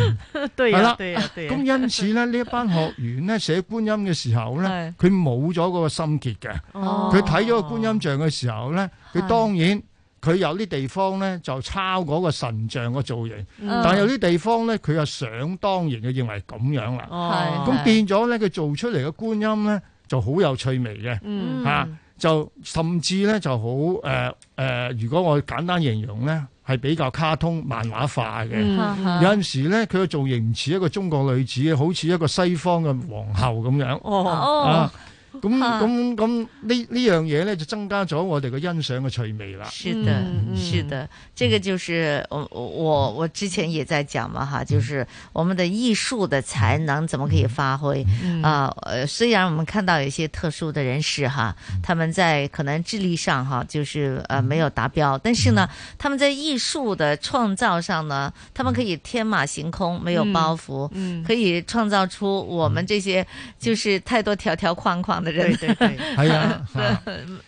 Speaker 28: 對
Speaker 17: 係
Speaker 28: 呀
Speaker 17: 啦啊
Speaker 28: 對呀對呀
Speaker 17: 咁。因此咧，呢一班學員咧寫觀音嘅時候咧，佢冇咗嗰個心結嘅。
Speaker 26: 哦
Speaker 17: 佢睇咗個觀音像嘅時候咧，佢
Speaker 26: 係
Speaker 17: 當然佢有啲地方咧就抄嗰個神像個造型，
Speaker 26: 嗯
Speaker 17: 但有啲地方咧佢又想當然嘅認為咁樣啦。
Speaker 26: 哦
Speaker 17: 咁
Speaker 26: 係
Speaker 17: 變咗咧，佢做出嚟嘅觀音咧就好有趣味嘅。
Speaker 26: 嗯
Speaker 17: 嚇就甚至咧就好誒誒，如果我簡單形容咧，係比較卡通漫畫化嘅。
Speaker 26: 嗯嗯
Speaker 17: 有陣時咧，佢嘅造型唔似一個中國女子，好似一個西方嘅皇后咁樣。
Speaker 28: 哦
Speaker 17: 啊咁
Speaker 11: 啊
Speaker 17: 咁咁呢呢樣嘢咧，就增加咗我哋嘅欣賞嘅趣味啦。
Speaker 11: 是的，是的，这个就是我我我我之前也在讲嘛哈，就是我们的艺术的才能怎么可以发挥
Speaker 21: 嗯嗯
Speaker 11: 啊、呃？虽然我们看到有一些特殊的人士哈，
Speaker 21: 嗯
Speaker 11: 他们在可能智力上哈，就是呃没有达
Speaker 21: 嗯
Speaker 11: 标，但是呢，他们在艺术的创造上呢，他们可以天马行空，没有
Speaker 21: 嗯
Speaker 11: 包袱，
Speaker 21: 嗯
Speaker 11: 可以创造出我们这些就是太多条条框框的人，，
Speaker 28: 对对对
Speaker 21: 哎
Speaker 17: 係啊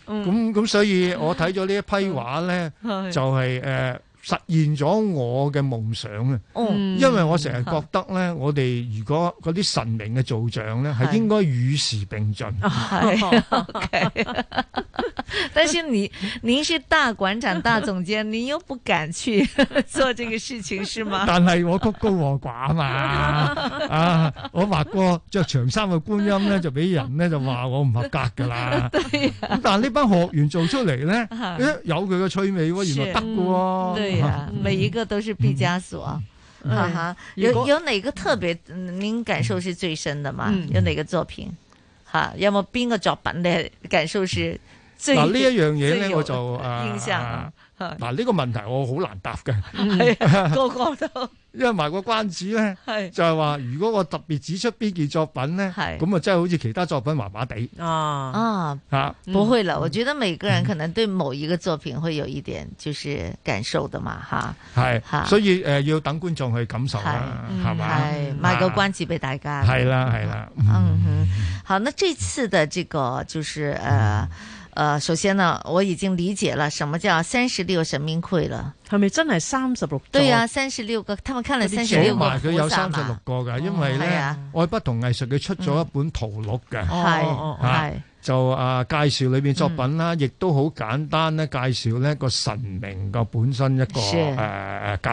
Speaker 17: 咁咁所以我睇咗呢一批畫咧，
Speaker 11: 係
Speaker 17: 就係誒實現咗我嘅夢想啊！
Speaker 26: 嗯
Speaker 17: 因為我成日覺得咧，我哋如果嗰啲神明嘅造像咧，係
Speaker 11: 係
Speaker 17: 應該與時並進。
Speaker 11: 係 OK，但是你您是大馆长、大总监，您又不敢去 做这个事情是 吗？
Speaker 17: 但係我曲高和寡 嘛，啊！我畫過着長衫嘅觀音咧，就俾人咧就話我唔合格 㗎啦。咁但係呢班學員做出嚟咧，
Speaker 11: 啊
Speaker 17: 誒有佢嘅趣味喎，原來得啊㗎喎。
Speaker 11: 嗯对呀、 每一个都是毕加索。
Speaker 17: 嗯
Speaker 11: 哈哈，
Speaker 28: 如
Speaker 11: 有
Speaker 28: 果
Speaker 11: 有哪个特别嗯您感受是最深的吗？
Speaker 17: 嗯
Speaker 11: 有哪个作品？哈，有冇边个作品你感受是最？
Speaker 17: 嗱呢一樣嘢
Speaker 11: 最
Speaker 17: 咧，
Speaker 11: 有
Speaker 17: 我就啊
Speaker 11: 印象啊係
Speaker 17: 嗱呢個問題我好難答嘅，
Speaker 11: 係啊個個都。
Speaker 17: 因為賣個關子咧，
Speaker 11: 係
Speaker 17: 就係話，如果我特別指出邊件作品咧，
Speaker 11: 係
Speaker 17: 咁啊真係好似其他作品麻麻地
Speaker 28: 啊
Speaker 11: 啊，
Speaker 17: 嚇。
Speaker 11: 不会了，我觉得每个人可能对某一个作品会有一点就是感受的嘛，哈。嚇
Speaker 17: 係，所以誒要等觀眾去感受啦，
Speaker 11: 嗯
Speaker 17: 係嘛？
Speaker 11: 係賣個關子俾大家。
Speaker 17: 係啦，係啦。
Speaker 11: 嗯哼，好，那这次的这个就是呃。呃，首先呢，我已經理解了什麼叫三十六神明會了。
Speaker 28: 係咪真係三十六？
Speaker 11: 對啊，三十六個，他們看了三十六個
Speaker 17: 埋佢有三十六個㗎，因為
Speaker 11: 係
Speaker 17: 咧
Speaker 11: 啊
Speaker 17: 愛不同藝術佢出咗一本圖錄嘅，
Speaker 11: 係哦
Speaker 17: 啊
Speaker 11: 係
Speaker 17: 就啊介紹裏邊作品啦，亦都好簡單咧介紹呢個神明個本身一個
Speaker 11: 是
Speaker 17: 誒誒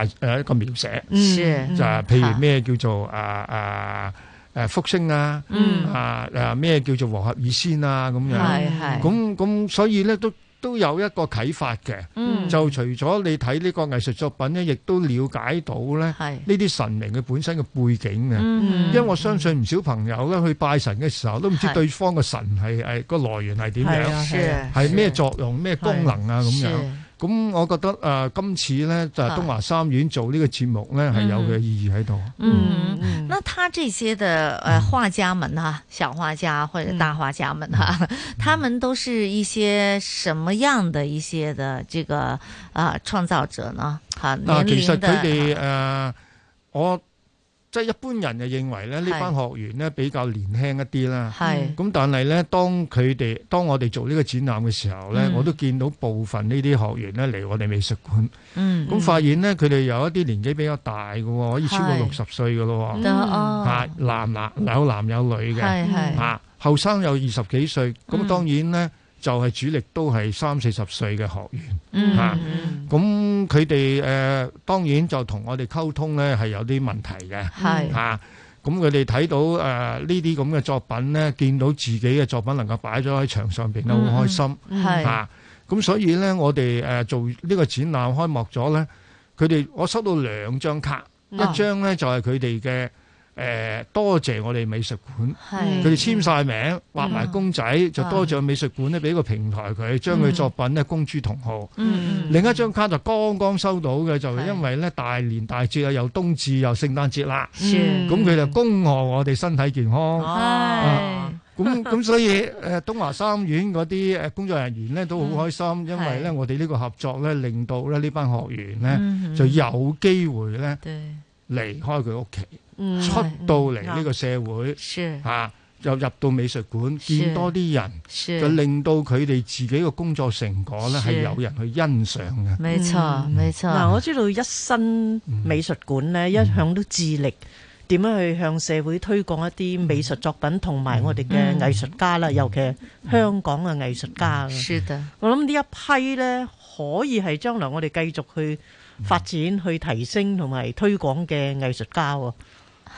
Speaker 17: 介誒一個描寫，
Speaker 11: 是
Speaker 17: 就係譬如咩叫做啊啊。誒福星啊，
Speaker 11: 嗯
Speaker 17: 啊啊咩叫做和合二仙啊咁樣，
Speaker 11: 係係
Speaker 17: 咁咁所以咧都都有一個啟發嘅，
Speaker 11: 嗯
Speaker 17: 就除咗你睇呢個藝術作品咧，亦都了解到咧呢啲神明嘅本身嘅背景嘅，
Speaker 11: 嗯
Speaker 17: 因為我相信唔少朋友咧去拜神嘅時候都唔知
Speaker 11: 係
Speaker 17: 對方個神係係個來源係點
Speaker 11: 係啊是啊
Speaker 17: 樣，係咩作用咩功能啊咁
Speaker 11: 是。
Speaker 17: 樣咁我覺得誒、呃今次咧就係
Speaker 11: 係
Speaker 17: 東華三院做呢個節目咧係有佢嘅意義喺度。
Speaker 11: 嗯，那他這些的呃
Speaker 17: 嗯
Speaker 11: 畫家們哈、啊，小畫家或者大畫家們哈、
Speaker 17: 嗯
Speaker 11: 啊，他們都是一些什麼樣的一些的這個啊、創造者呢？哈、
Speaker 17: 嗱，
Speaker 11: 年
Speaker 17: 啊其實
Speaker 11: 齡
Speaker 17: 佢
Speaker 11: 的
Speaker 17: 哋誒，我即係一般人就認為咧，呢
Speaker 11: 係
Speaker 17: 班學員咧比較年輕一啲啦。
Speaker 11: 係
Speaker 17: 咁但係咧，當佢哋當我哋做呢個展覽嘅時候咧，
Speaker 11: 嗯
Speaker 17: 我都見到部分呢啲學員咧嚟我哋美術館，
Speaker 11: 嗯
Speaker 17: 咁發現咧佢哋有一啲年紀比較大嘅喎，可以超過
Speaker 11: 係
Speaker 17: 六十歲嘅咯喎。
Speaker 11: 得哦
Speaker 17: 嗯嚇男男有男有女嘅，
Speaker 11: 係係
Speaker 17: 嚇後生有二十幾歲，咁
Speaker 11: 嗯
Speaker 17: 當然咧就係主力都係三四十歲嘅學員。
Speaker 11: 嗯
Speaker 17: 嚇咁佢哋誒當然就同我哋溝通咧係有啲問題嘅，
Speaker 11: 係
Speaker 17: 嚇。咁佢哋睇到誒呢啲咁嘅作品咧，見到自己嘅作品能夠擺咗喺牆上邊咧，好開心
Speaker 11: 嗯嗯係
Speaker 17: 嚇。咁所以咧，我哋誒做呢個展覽開幕咗咧，佢哋我收到兩張卡，
Speaker 11: 嗯
Speaker 17: 一張咧就係佢哋嘅誒多謝我哋美術館，
Speaker 11: 係
Speaker 17: 佢哋簽晒名，畫埋公仔，就多謝美術館咧俾個平台佢，將佢作品咧公諸同好。
Speaker 11: 嗯
Speaker 17: 另一張卡就剛剛收到嘅，就係因為咧大年大節啊，又冬至又聖誕節啦，
Speaker 11: 是哦
Speaker 17: 咁佢就恭賀我哋身體健康。
Speaker 11: 哎
Speaker 17: 啊咁咁所以誒東華三院嗰啲誒工作人員咧都好開心，因為咧我哋呢個合作咧令到咧呢班學員咧
Speaker 11: 嗯
Speaker 17: 就有機會咧
Speaker 11: 對
Speaker 17: 離開佢屋企，
Speaker 11: 嗯
Speaker 17: 出到嚟呢個社會
Speaker 11: 是
Speaker 17: 嚇，又入到美術館
Speaker 11: 是
Speaker 17: 見多啲人，
Speaker 11: 是
Speaker 17: 就令到佢哋自己嘅工作成果咧
Speaker 11: 是
Speaker 17: 係有人去欣賞嘅。
Speaker 11: 沒錯，沒錯。
Speaker 28: 嗱，我知道一新美術館咧，一向都致力點樣去向社會推廣一啲美術作品，同埋我哋嘅藝術家啦，尤其係香港嘅藝術家。
Speaker 11: 是的，
Speaker 28: 我諗呢一批咧，可以係將來我哋繼續去發展、去提升同埋推廣嘅藝術家喎。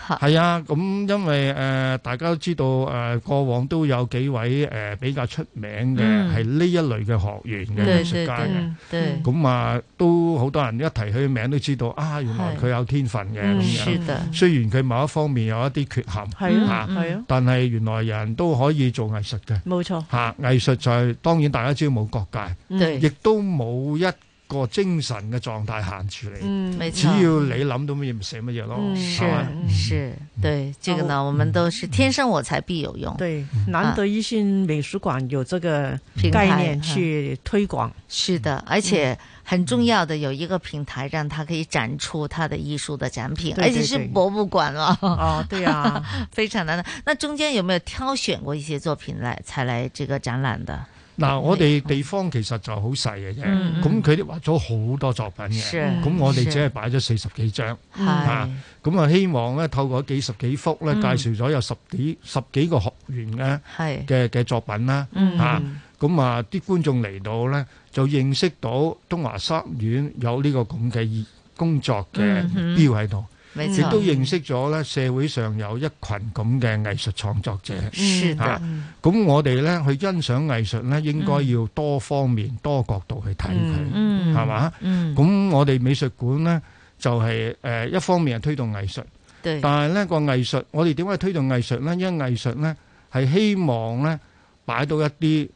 Speaker 17: 係啊，咁因為誒、呃大家都知道誒、呃、過往都有幾位誒、呃比較出名嘅
Speaker 11: 嗯
Speaker 17: 係呢一類嘅學員嘅
Speaker 11: 對
Speaker 17: 藝術家嘅。
Speaker 11: 對嗯對對
Speaker 17: 咁啊，都好多人一提佢名都知道啊，原來
Speaker 11: 係
Speaker 17: 佢有天分嘅
Speaker 11: 嗯
Speaker 17: 咁
Speaker 11: 是的嗯
Speaker 17: 樣。雖然佢某一方面有一啲缺陷，
Speaker 28: 係啊
Speaker 17: 嚇
Speaker 28: 係啊
Speaker 17: 但係原來人都可以做藝術嘅。
Speaker 28: 冇錯，
Speaker 17: 嚇啊藝術就係當然大家知道冇國界
Speaker 11: 嗯對，
Speaker 17: 亦都冇一個精神嘅狀態限住
Speaker 11: 嗯
Speaker 17: 你，
Speaker 11: 沒錯嗯
Speaker 17: 只要你諗到乜嘢咪寫乜嘢
Speaker 28: 哦
Speaker 17: 咯，
Speaker 11: 是
Speaker 17: 係
Speaker 28: 啊
Speaker 17: 嘛？
Speaker 11: 是，
Speaker 28: 嗯
Speaker 11: 對這個呢，我們都是天生我材必有用。啊
Speaker 28: 對，難嗯得一新美術館有這個
Speaker 11: 平台
Speaker 28: 概念去推廣。
Speaker 11: 是的，而
Speaker 28: 嗯
Speaker 11: 且很重要的有一个平台，让他可以展出他的艺术的展品，
Speaker 28: 对
Speaker 11: 而且
Speaker 28: 对
Speaker 11: 是
Speaker 28: 对
Speaker 11: 博物馆了。
Speaker 28: 哦，对呀，
Speaker 11: 非常难的。那中间有没有挑选过一些作品来才来这个展览的？
Speaker 17: 嗱，我哋地方其實就好細嘅啫，
Speaker 11: 嗯嗯
Speaker 17: 咁佢哋畫咗好多作品
Speaker 11: 是
Speaker 17: 嘅，咁我哋
Speaker 11: 是
Speaker 17: 只係擺咗四十幾張，
Speaker 11: 係
Speaker 17: 啊，咁啊希望咧透過幾十幾幅咧
Speaker 11: 嗯
Speaker 17: 介紹咗有十幾十幾個學員咧
Speaker 11: 係
Speaker 17: 嘅嘅作品啦，
Speaker 11: 嗯
Speaker 17: 啊，咁啊啲觀眾嚟到咧就認識到東華三院有呢個咁嘅意工作嘅
Speaker 11: 嗯嗯
Speaker 17: 標喺度。
Speaker 11: 沒
Speaker 17: 亦
Speaker 11: 錯
Speaker 17: 都認識咗咧，社會上有一群咁嘅藝術創作者。
Speaker 11: 是的
Speaker 17: 啊咁我哋咧去欣賞藝術咧，應該要多方面、多角度去睇佢，
Speaker 11: 嗯
Speaker 17: 係嘛？
Speaker 11: 嗯
Speaker 17: 咁我哋美術館咧就係、呃一方面係推動藝術，
Speaker 11: 對
Speaker 17: 但係咧個藝術，我哋點解推動藝術咧？因為藝術咧係希望咧擺到一啲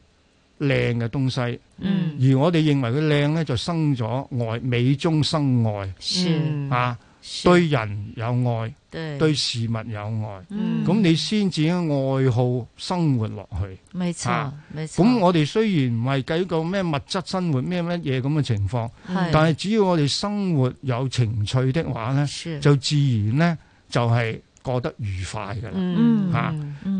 Speaker 17: 靚嘅東西，
Speaker 11: 嗯
Speaker 17: 而我哋認為佢靚咧就生咗愛，美中生愛，
Speaker 11: 是嗯
Speaker 17: 啊，對人有愛，
Speaker 11: 對
Speaker 17: 對事物有愛，
Speaker 11: 嗯
Speaker 17: 咁你先至愛好生活落去。
Speaker 11: 沒錯
Speaker 17: 啊
Speaker 11: 沒錯
Speaker 17: 咁我哋雖然唔係計個咩物質生活咩乜嘢咁嘅情況
Speaker 11: 係，
Speaker 17: 但係只要我哋生活有情趣的話呢，就自然呢就係、過得愉快㗎啦。啊
Speaker 11: 嗯
Speaker 17: 嚇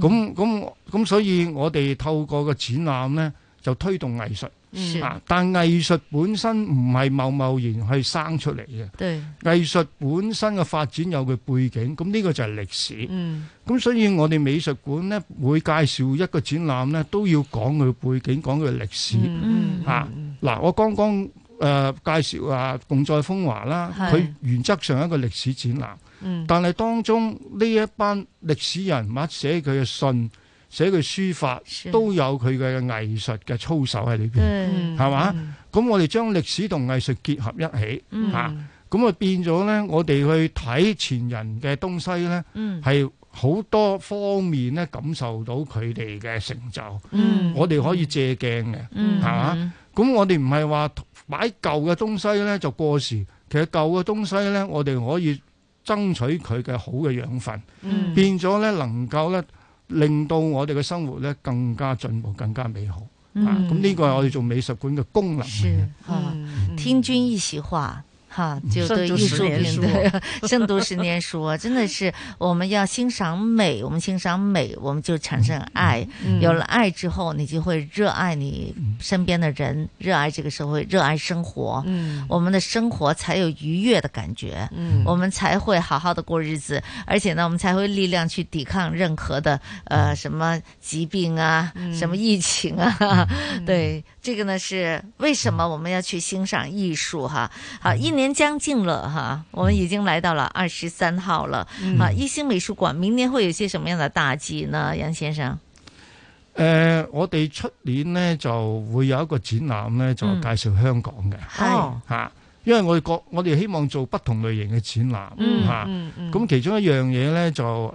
Speaker 17: 咁咁咁，所以我哋透過個展覽呢，就推動藝術。
Speaker 11: 是
Speaker 17: 啊，但藝術本身唔係貿貿然係生出嚟嘅。
Speaker 11: 對，
Speaker 17: 藝術本身嘅發展有佢背景，咁呢個就係歷史。
Speaker 11: 嗯，
Speaker 17: 咁所以我哋美術館呢，每介紹一個展覽呢，都要講佢背景，講佢歷史。
Speaker 11: 嗯
Speaker 17: 啊，嗱，我剛剛誒介紹啊《共在風華》啦，
Speaker 11: 係
Speaker 17: 佢原則上係一個歷史展覽。
Speaker 11: 嗯
Speaker 17: 但係當中呢一班歷史人物寫佢嘅信、寫佢書法，都有佢嘅藝術嘅操守喺裏
Speaker 11: 嗯
Speaker 17: 邊，係嘛？咁我哋將歷史同藝術結合一起
Speaker 11: 嗯
Speaker 17: 嚇，咁啊變咗呢，我哋去睇前人嘅東西呢，
Speaker 11: 嗯
Speaker 17: 係好多方面咧感受到佢哋嘅成就。
Speaker 11: 嗯
Speaker 17: 我哋可以借鏡嘅，
Speaker 11: 嗯
Speaker 17: 係嘛？咁我哋唔係話擺舊嘅東西呢就過時，其實舊嘅東西呢，我哋可以爭取佢嘅好嘅養分，
Speaker 11: 嗯
Speaker 17: 變咗呢能夠呢令到我哋嘅生活呢更加進步、更加美好。啊
Speaker 11: 嗯
Speaker 17: 咁呢個係我哋做美術館嘅功能。
Speaker 11: 啊，听君一席话。哈，就
Speaker 17: 嗯胜
Speaker 11: 对
Speaker 17: 读
Speaker 11: 艺
Speaker 17: 十
Speaker 11: 术
Speaker 17: 年
Speaker 11: 品
Speaker 17: 书
Speaker 11: 的 胜读十年书啊， 真的是我们要欣赏美，我们欣赏美，我们就产生爱。
Speaker 20: 嗯
Speaker 11: 有了爱之后，你就会热爱你身边的人，热爱这个社会，热爱生活。
Speaker 20: 嗯
Speaker 11: 我们的生活才有愉悦的感觉。
Speaker 20: 嗯
Speaker 11: 我们才会好好的过日子，而且呢，我们才会力量去抵抗任何的呃什么疾病啊，什么疫情啊， 对，这个呢是为什么我们要去欣赏艺术哈？好，一年将近了哈，我们已经来到了二十三号了
Speaker 20: 嗯
Speaker 11: 啊！一星美术馆明年会有一些什么样的大计呢？杨先生，
Speaker 17: 誒、呃我哋出年呢就會有一個展覽呢，就
Speaker 11: 嗯哦
Speaker 17: 介紹香港嘅，
Speaker 11: 係
Speaker 17: 嚇、因為我哋覺我哋希望做不同類型嘅展啊
Speaker 11: 嗯
Speaker 17: 覽嚇，
Speaker 11: 嗯嗯
Speaker 17: 咁其中一樣嘢呢，就誒誒、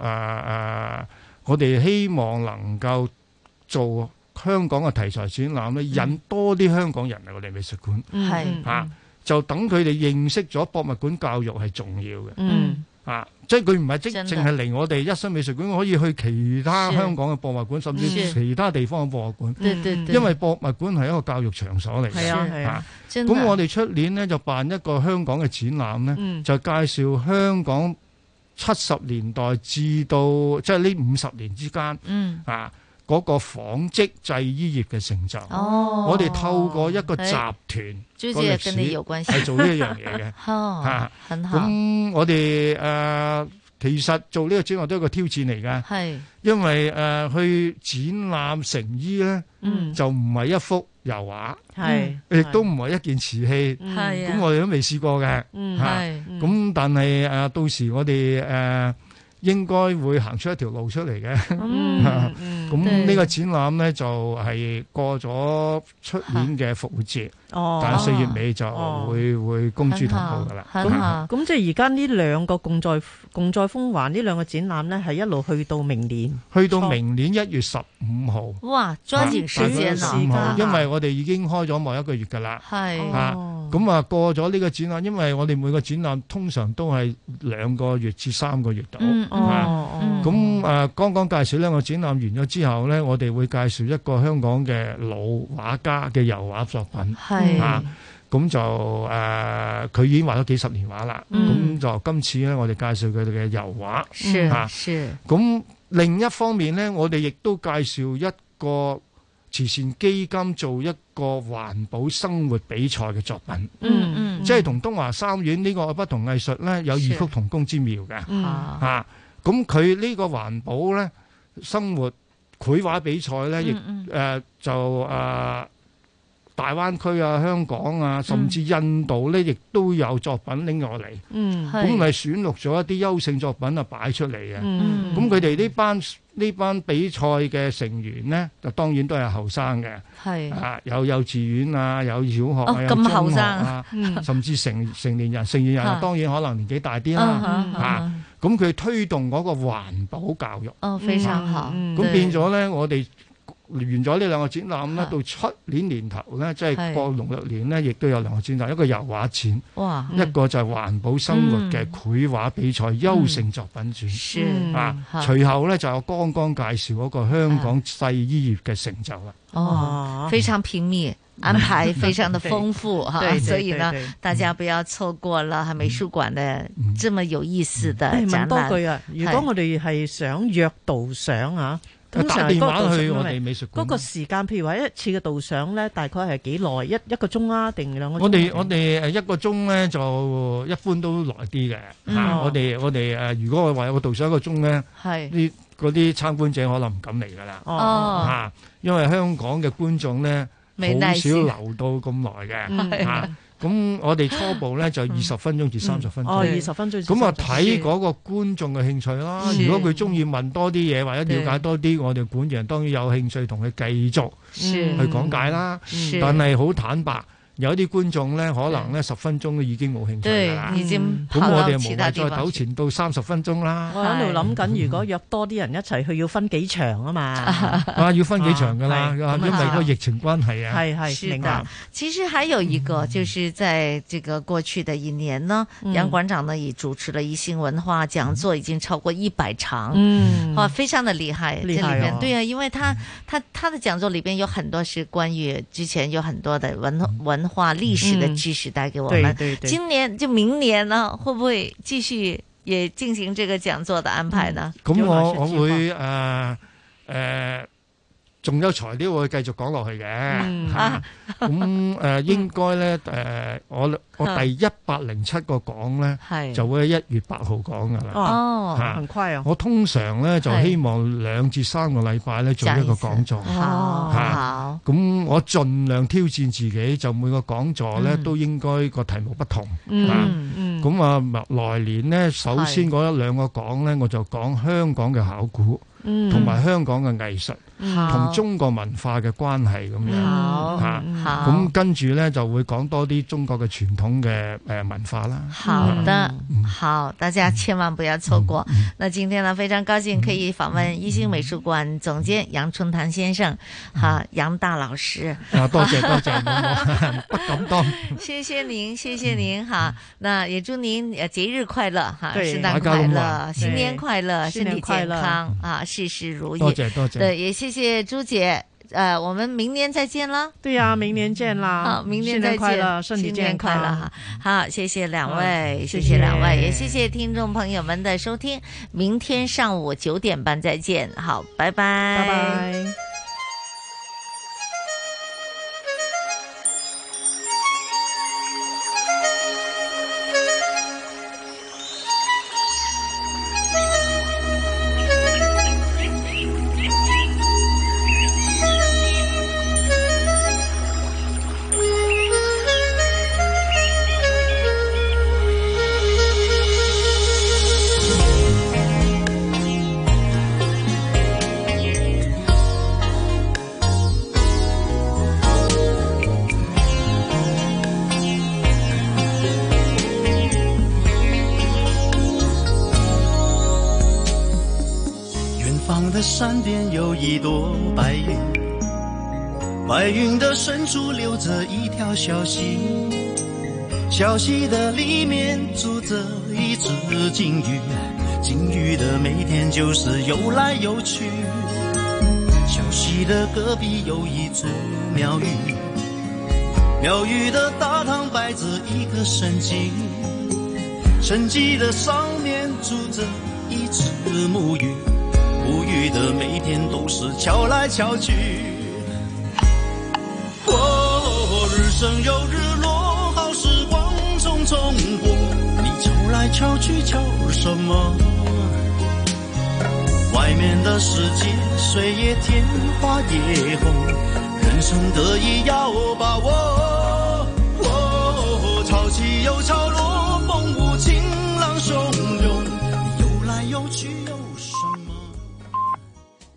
Speaker 17: 我哋希望能夠做香港嘅題材展覽呢，引多啲香港人啊嚟我哋美術館，
Speaker 11: 嗯係
Speaker 17: 嚇、就等佢哋認識咗博物館教育係重要嘅，
Speaker 11: 嗯
Speaker 17: 啊，即係佢唔係即
Speaker 11: 真嘅
Speaker 17: 淨係嚟我哋一新美術館，可以去其他
Speaker 11: 是
Speaker 17: 香港嘅博物館，甚至
Speaker 11: 是
Speaker 17: 其他地方嘅博物館。
Speaker 11: 對對對
Speaker 17: 因為博物館係一個教育場所嚟嘅。
Speaker 11: 係啊係啊真
Speaker 17: 咁
Speaker 11: 的
Speaker 17: 我哋出年呢，就辦一個香港嘅展覽呢，
Speaker 11: 嗯
Speaker 17: 就介紹香港七十年代至到即係呢五十年之間。
Speaker 11: 嗯
Speaker 17: 啊。嗰個紡織製衣業嘅成就，
Speaker 11: 哦
Speaker 17: 我哋透過一個集
Speaker 11: 哎
Speaker 17: 團
Speaker 11: 朱
Speaker 17: 個
Speaker 11: 姐
Speaker 17: 歷
Speaker 11: 跟你
Speaker 17: 史
Speaker 11: 有關係，
Speaker 17: 係做呢一樣嘢嘅
Speaker 11: 哦
Speaker 17: 嚇
Speaker 11: 很好
Speaker 17: 咁我哋誒、呃其實做呢個展覽都係一個挑戰嚟㗎，
Speaker 11: 係
Speaker 17: 因為誒、呃去展覽成衣咧，
Speaker 11: 嗯
Speaker 17: 就唔係一幅油畫，
Speaker 11: 係
Speaker 17: 亦都唔係一件瓷器，
Speaker 11: 嗯係啊
Speaker 17: 咁我哋都未試過嘅，
Speaker 11: 嗯
Speaker 17: 嚇
Speaker 11: 係嗯
Speaker 17: 咁但係誒、呃到時我哋誒、呃應該會行出一條路出嚟嘅，
Speaker 11: 嗯
Speaker 17: 咁呢個展覽咧就係過咗出年嘅復活節，
Speaker 28: 哦
Speaker 17: 但係四月尾就會會公諸同步㗎啦。
Speaker 28: 咁咁即系而家呢兩個共在共在風環呢兩個展覽呢，係一路去到明年，
Speaker 17: 去到明年一月十五號。
Speaker 11: 哇，抓緊時間
Speaker 17: 十
Speaker 11: 啊！
Speaker 17: 五號，因為我哋已經開咗某一個月㗎啦。
Speaker 11: 係
Speaker 17: 啊，咁啊過咗呢個展覽，因為我哋每個展覽通常都係兩個月至三個月度。
Speaker 11: 嗯哦
Speaker 17: 啊
Speaker 11: 嗯
Speaker 17: 咁啊，剛剛介紹呢個展覽完咗之後呢，我哋會介紹一個香港嘅老畫家嘅油畫作品。
Speaker 11: 係
Speaker 17: 啊。咁就誒，呃佢、已經畫咗幾十年畫啦。咁、
Speaker 11: 嗯
Speaker 17: 就今次咧，我哋介紹佢哋嘅油畫。
Speaker 11: 是
Speaker 17: 啊
Speaker 11: 是
Speaker 17: 咁另一方面咧，我哋亦都介紹一個慈善基金做一個環保生活比賽嘅作品。
Speaker 11: 嗯嗯
Speaker 17: 即係同東華三院呢個愛不同藝術咧有異曲同工之妙嘅。
Speaker 11: 嗯
Speaker 17: 啊，咁佢呢個環保咧生活繪畫比賽咧，亦誒、
Speaker 11: 嗯
Speaker 17: 呃就誒、呃大灣區啊、香港啊，甚至印度咧，亦都有作品拎落嚟。
Speaker 28: 嗯
Speaker 17: 咁咪選錄咗一啲優勝作品啊擺出嚟嘅。
Speaker 28: 嗯
Speaker 17: 咁佢哋呢班呢班比賽嘅成員咧，就當然都係後生嘅。
Speaker 11: 係
Speaker 17: 啊，有幼稚園啊，有小學
Speaker 11: 哦
Speaker 17: 啊，有
Speaker 11: 咁
Speaker 17: 中
Speaker 11: 後
Speaker 17: 學
Speaker 11: 生
Speaker 17: 啊
Speaker 11: 嗯，
Speaker 17: 甚至成成年人，成年
Speaker 11: 啊
Speaker 17: 人當然可能年紀大啲
Speaker 11: 啊
Speaker 17: 啦
Speaker 11: 哈啊
Speaker 17: 啊。咁佢推動嗰個環保教育。啊
Speaker 11: 哦非常好嗯
Speaker 17: 咁
Speaker 11: 對
Speaker 17: 變咗咧，我哋。完咗呢兩個展覽咧
Speaker 11: 啊，
Speaker 17: 到出年年頭咧，即
Speaker 11: 係
Speaker 17: 係過農曆年咧，亦都有兩個展覽，一個油畫展，
Speaker 11: 哇
Speaker 17: 一個就係環保生活嘅繪畫比賽優勝作品
Speaker 11: 是
Speaker 17: 展。啊
Speaker 11: 好，
Speaker 17: 隨後咧就我剛剛介紹嗰個香港製衣業嘅成就啦。
Speaker 11: 哦，非常頻密。安 排非常的丰富哈
Speaker 28: 对，对
Speaker 11: 所以呢
Speaker 28: 对对，
Speaker 11: 大家不要错过了哈美术馆的这么有意思的
Speaker 28: 誒
Speaker 11: 展
Speaker 28: 嗯問多
Speaker 11: 览。
Speaker 28: 句啊，如果我哋係想約導賞啊，通常
Speaker 17: 打電話
Speaker 28: 嗰個
Speaker 17: 去
Speaker 28: 導賞
Speaker 17: 我哋
Speaker 28: 咪
Speaker 17: 美術館
Speaker 28: 嗰個時間，譬如話一次嘅導賞咧，大概係幾耐？一一個鐘啊，定兩個鐘啊？
Speaker 17: 我哋我哋呃誒一個鐘咧就一般都耐啲嘅
Speaker 28: 嗯
Speaker 17: 嚇。我哋我哋誒如果我話有個導賞一個鐘咧，
Speaker 11: 係
Speaker 17: 啲嗰啲參觀者可能唔敢嚟噶啦。
Speaker 11: 哦
Speaker 17: 嚇，因為香港嘅觀眾咧
Speaker 11: 未
Speaker 17: 好
Speaker 11: 耐
Speaker 17: 少
Speaker 11: 先嗯
Speaker 17: 留到咁耐嘅
Speaker 28: 嗯
Speaker 11: 係
Speaker 17: 嚇。咁我哋初步咧就
Speaker 11: 嗯
Speaker 17: 二十分鐘至三十分鐘。
Speaker 28: 哦20分鐘至
Speaker 17: 咁啊，
Speaker 28: 30
Speaker 17: 睇嗰個觀眾嘅興趣啦。
Speaker 28: 是
Speaker 11: 嗯
Speaker 17: 如果佢中意問多啲嘢或者
Speaker 28: 對
Speaker 17: 了解多啲，我哋管人當然有興趣同佢繼續
Speaker 28: 是
Speaker 17: 去講解啦
Speaker 11: 嗯是。嗯
Speaker 17: 但係好坦白。有啲觀眾咧，可能咧十分鐘都已經冇興趣㗎啦。嗯
Speaker 11: 對已經
Speaker 17: 咁
Speaker 11: 跑
Speaker 17: 我
Speaker 11: 到
Speaker 17: 哋
Speaker 11: 其
Speaker 17: 無
Speaker 11: 他
Speaker 17: 謂
Speaker 11: 地方
Speaker 17: 再糾
Speaker 11: 去
Speaker 17: 纏到三十分鐘啦。
Speaker 28: 我喺度諗緊，如果約多啲人一齊去，要分幾場 啊嘛？
Speaker 17: 啊，要分幾場㗎啦，
Speaker 11: 啊係
Speaker 17: 啊
Speaker 11: 咁啊
Speaker 17: 因為
Speaker 11: 知道
Speaker 17: 個疫情關係啊。
Speaker 28: 係係
Speaker 11: 是
Speaker 28: 明
Speaker 11: 的
Speaker 28: 白。
Speaker 11: 其实还有一个，就是在这个过去的一年呢，
Speaker 28: 嗯
Speaker 11: 杨馆长呢也主持了一性文化讲座，已经超过一百场，
Speaker 28: 嗯
Speaker 11: 哇，非常的厉害。
Speaker 28: 厉
Speaker 11: 这
Speaker 28: 害
Speaker 11: 里面
Speaker 28: 哦
Speaker 11: 对啊，因为他他他的讲座里边有很多是关于之前有很多的文文化历史的
Speaker 28: 嗯
Speaker 11: 知识带给我
Speaker 28: 对
Speaker 11: 们。
Speaker 28: 对对
Speaker 11: 今年就明年呢，会不会继续也进行这个讲座的安排呢？
Speaker 17: 嗯咁我
Speaker 11: 有哪
Speaker 17: 我
Speaker 11: 些計劃
Speaker 17: 會誒誒，仲有材料我會繼續講落
Speaker 28: 嗯
Speaker 17: 去
Speaker 28: 啊
Speaker 17: 嘅。嚇咁誒應該咧誒，我
Speaker 28: 啊
Speaker 17: 我第一百零七個講
Speaker 11: 係
Speaker 17: 咧，就會喺一月八號講㗎啦。
Speaker 28: 哦
Speaker 17: 嚇
Speaker 28: 很快哦
Speaker 17: 我通常咧就
Speaker 28: 係
Speaker 17: 希望兩至三個禮拜咧做一個講座。
Speaker 28: 好
Speaker 17: 嚇
Speaker 28: 好
Speaker 17: 咁我盡量挑戰自己，就每個講座咧
Speaker 28: 嗯
Speaker 17: 都應該個題目不同。
Speaker 28: 嗯
Speaker 17: 啊
Speaker 28: 嗯
Speaker 17: 咁啊，來年呢，首先
Speaker 28: 係
Speaker 17: 嗰一兩個講呢，我就講香港嘅考古，
Speaker 28: 嗯
Speaker 17: 同埋香港嘅藝術，
Speaker 11: 嗯
Speaker 17: 同
Speaker 11: 好
Speaker 17: 中國文化嘅關係咁樣。
Speaker 11: 好
Speaker 17: 啊
Speaker 11: 好
Speaker 17: 咁跟住呢，就會講多啲中國嘅傳統嘅誒文化啦。
Speaker 11: 好的，
Speaker 17: 嗯
Speaker 11: 好，大家千万不要错过。那今天呢，非常高兴可以访问一星美术馆总监杨春堂先生，哈，杨大老师。
Speaker 17: 嗯啊，多謝多謝，冇冇不敢嗯當。
Speaker 11: 谢谢您，谢谢您哈。那也祝您呃节日快乐哈，
Speaker 17: 对
Speaker 11: 圣诞
Speaker 17: 大家
Speaker 11: 快
Speaker 17: 都
Speaker 11: 乐，
Speaker 17: 忙
Speaker 11: 新年快乐，
Speaker 28: 对
Speaker 11: 身
Speaker 28: 新
Speaker 11: 体
Speaker 28: 年
Speaker 11: 健
Speaker 28: 快乐
Speaker 11: 康啊，事事如意。
Speaker 28: 多谢多谢
Speaker 11: 对，也谢谢朱姐，呃，我们明年再见啦。
Speaker 28: 对呀，明年见啦！
Speaker 11: 好，明年
Speaker 28: 新
Speaker 11: 再见，
Speaker 28: 年快乐，身体
Speaker 11: 新年
Speaker 28: 健
Speaker 11: 快
Speaker 28: 康
Speaker 11: 乐哈！好，谢谢两位，
Speaker 28: 嗯
Speaker 11: 谢
Speaker 28: 谢
Speaker 11: 嗯谢
Speaker 28: 谢
Speaker 11: 两位，也谢谢听众朋友们的收听。明天上午九点半再见，好，拜拜，
Speaker 28: 拜拜。
Speaker 20: 远方的山巅有一朵白云，白云的深处流着一条小溪，小溪的里面住着一只金鱼，金鱼的每天就是游来游去。小溪的隔壁有一座庙宇，庙宇的大堂摆着一个神玑，神玑的上面住着一只木鱼。无语的每天都是敲来敲去。哦，日升又日落，好时光匆匆过，你敲来敲去敲什么？外面的世界，水也甜，花也红，人生得意要把握。哦，潮起又潮落，风舞情郎汹涌，游来游去。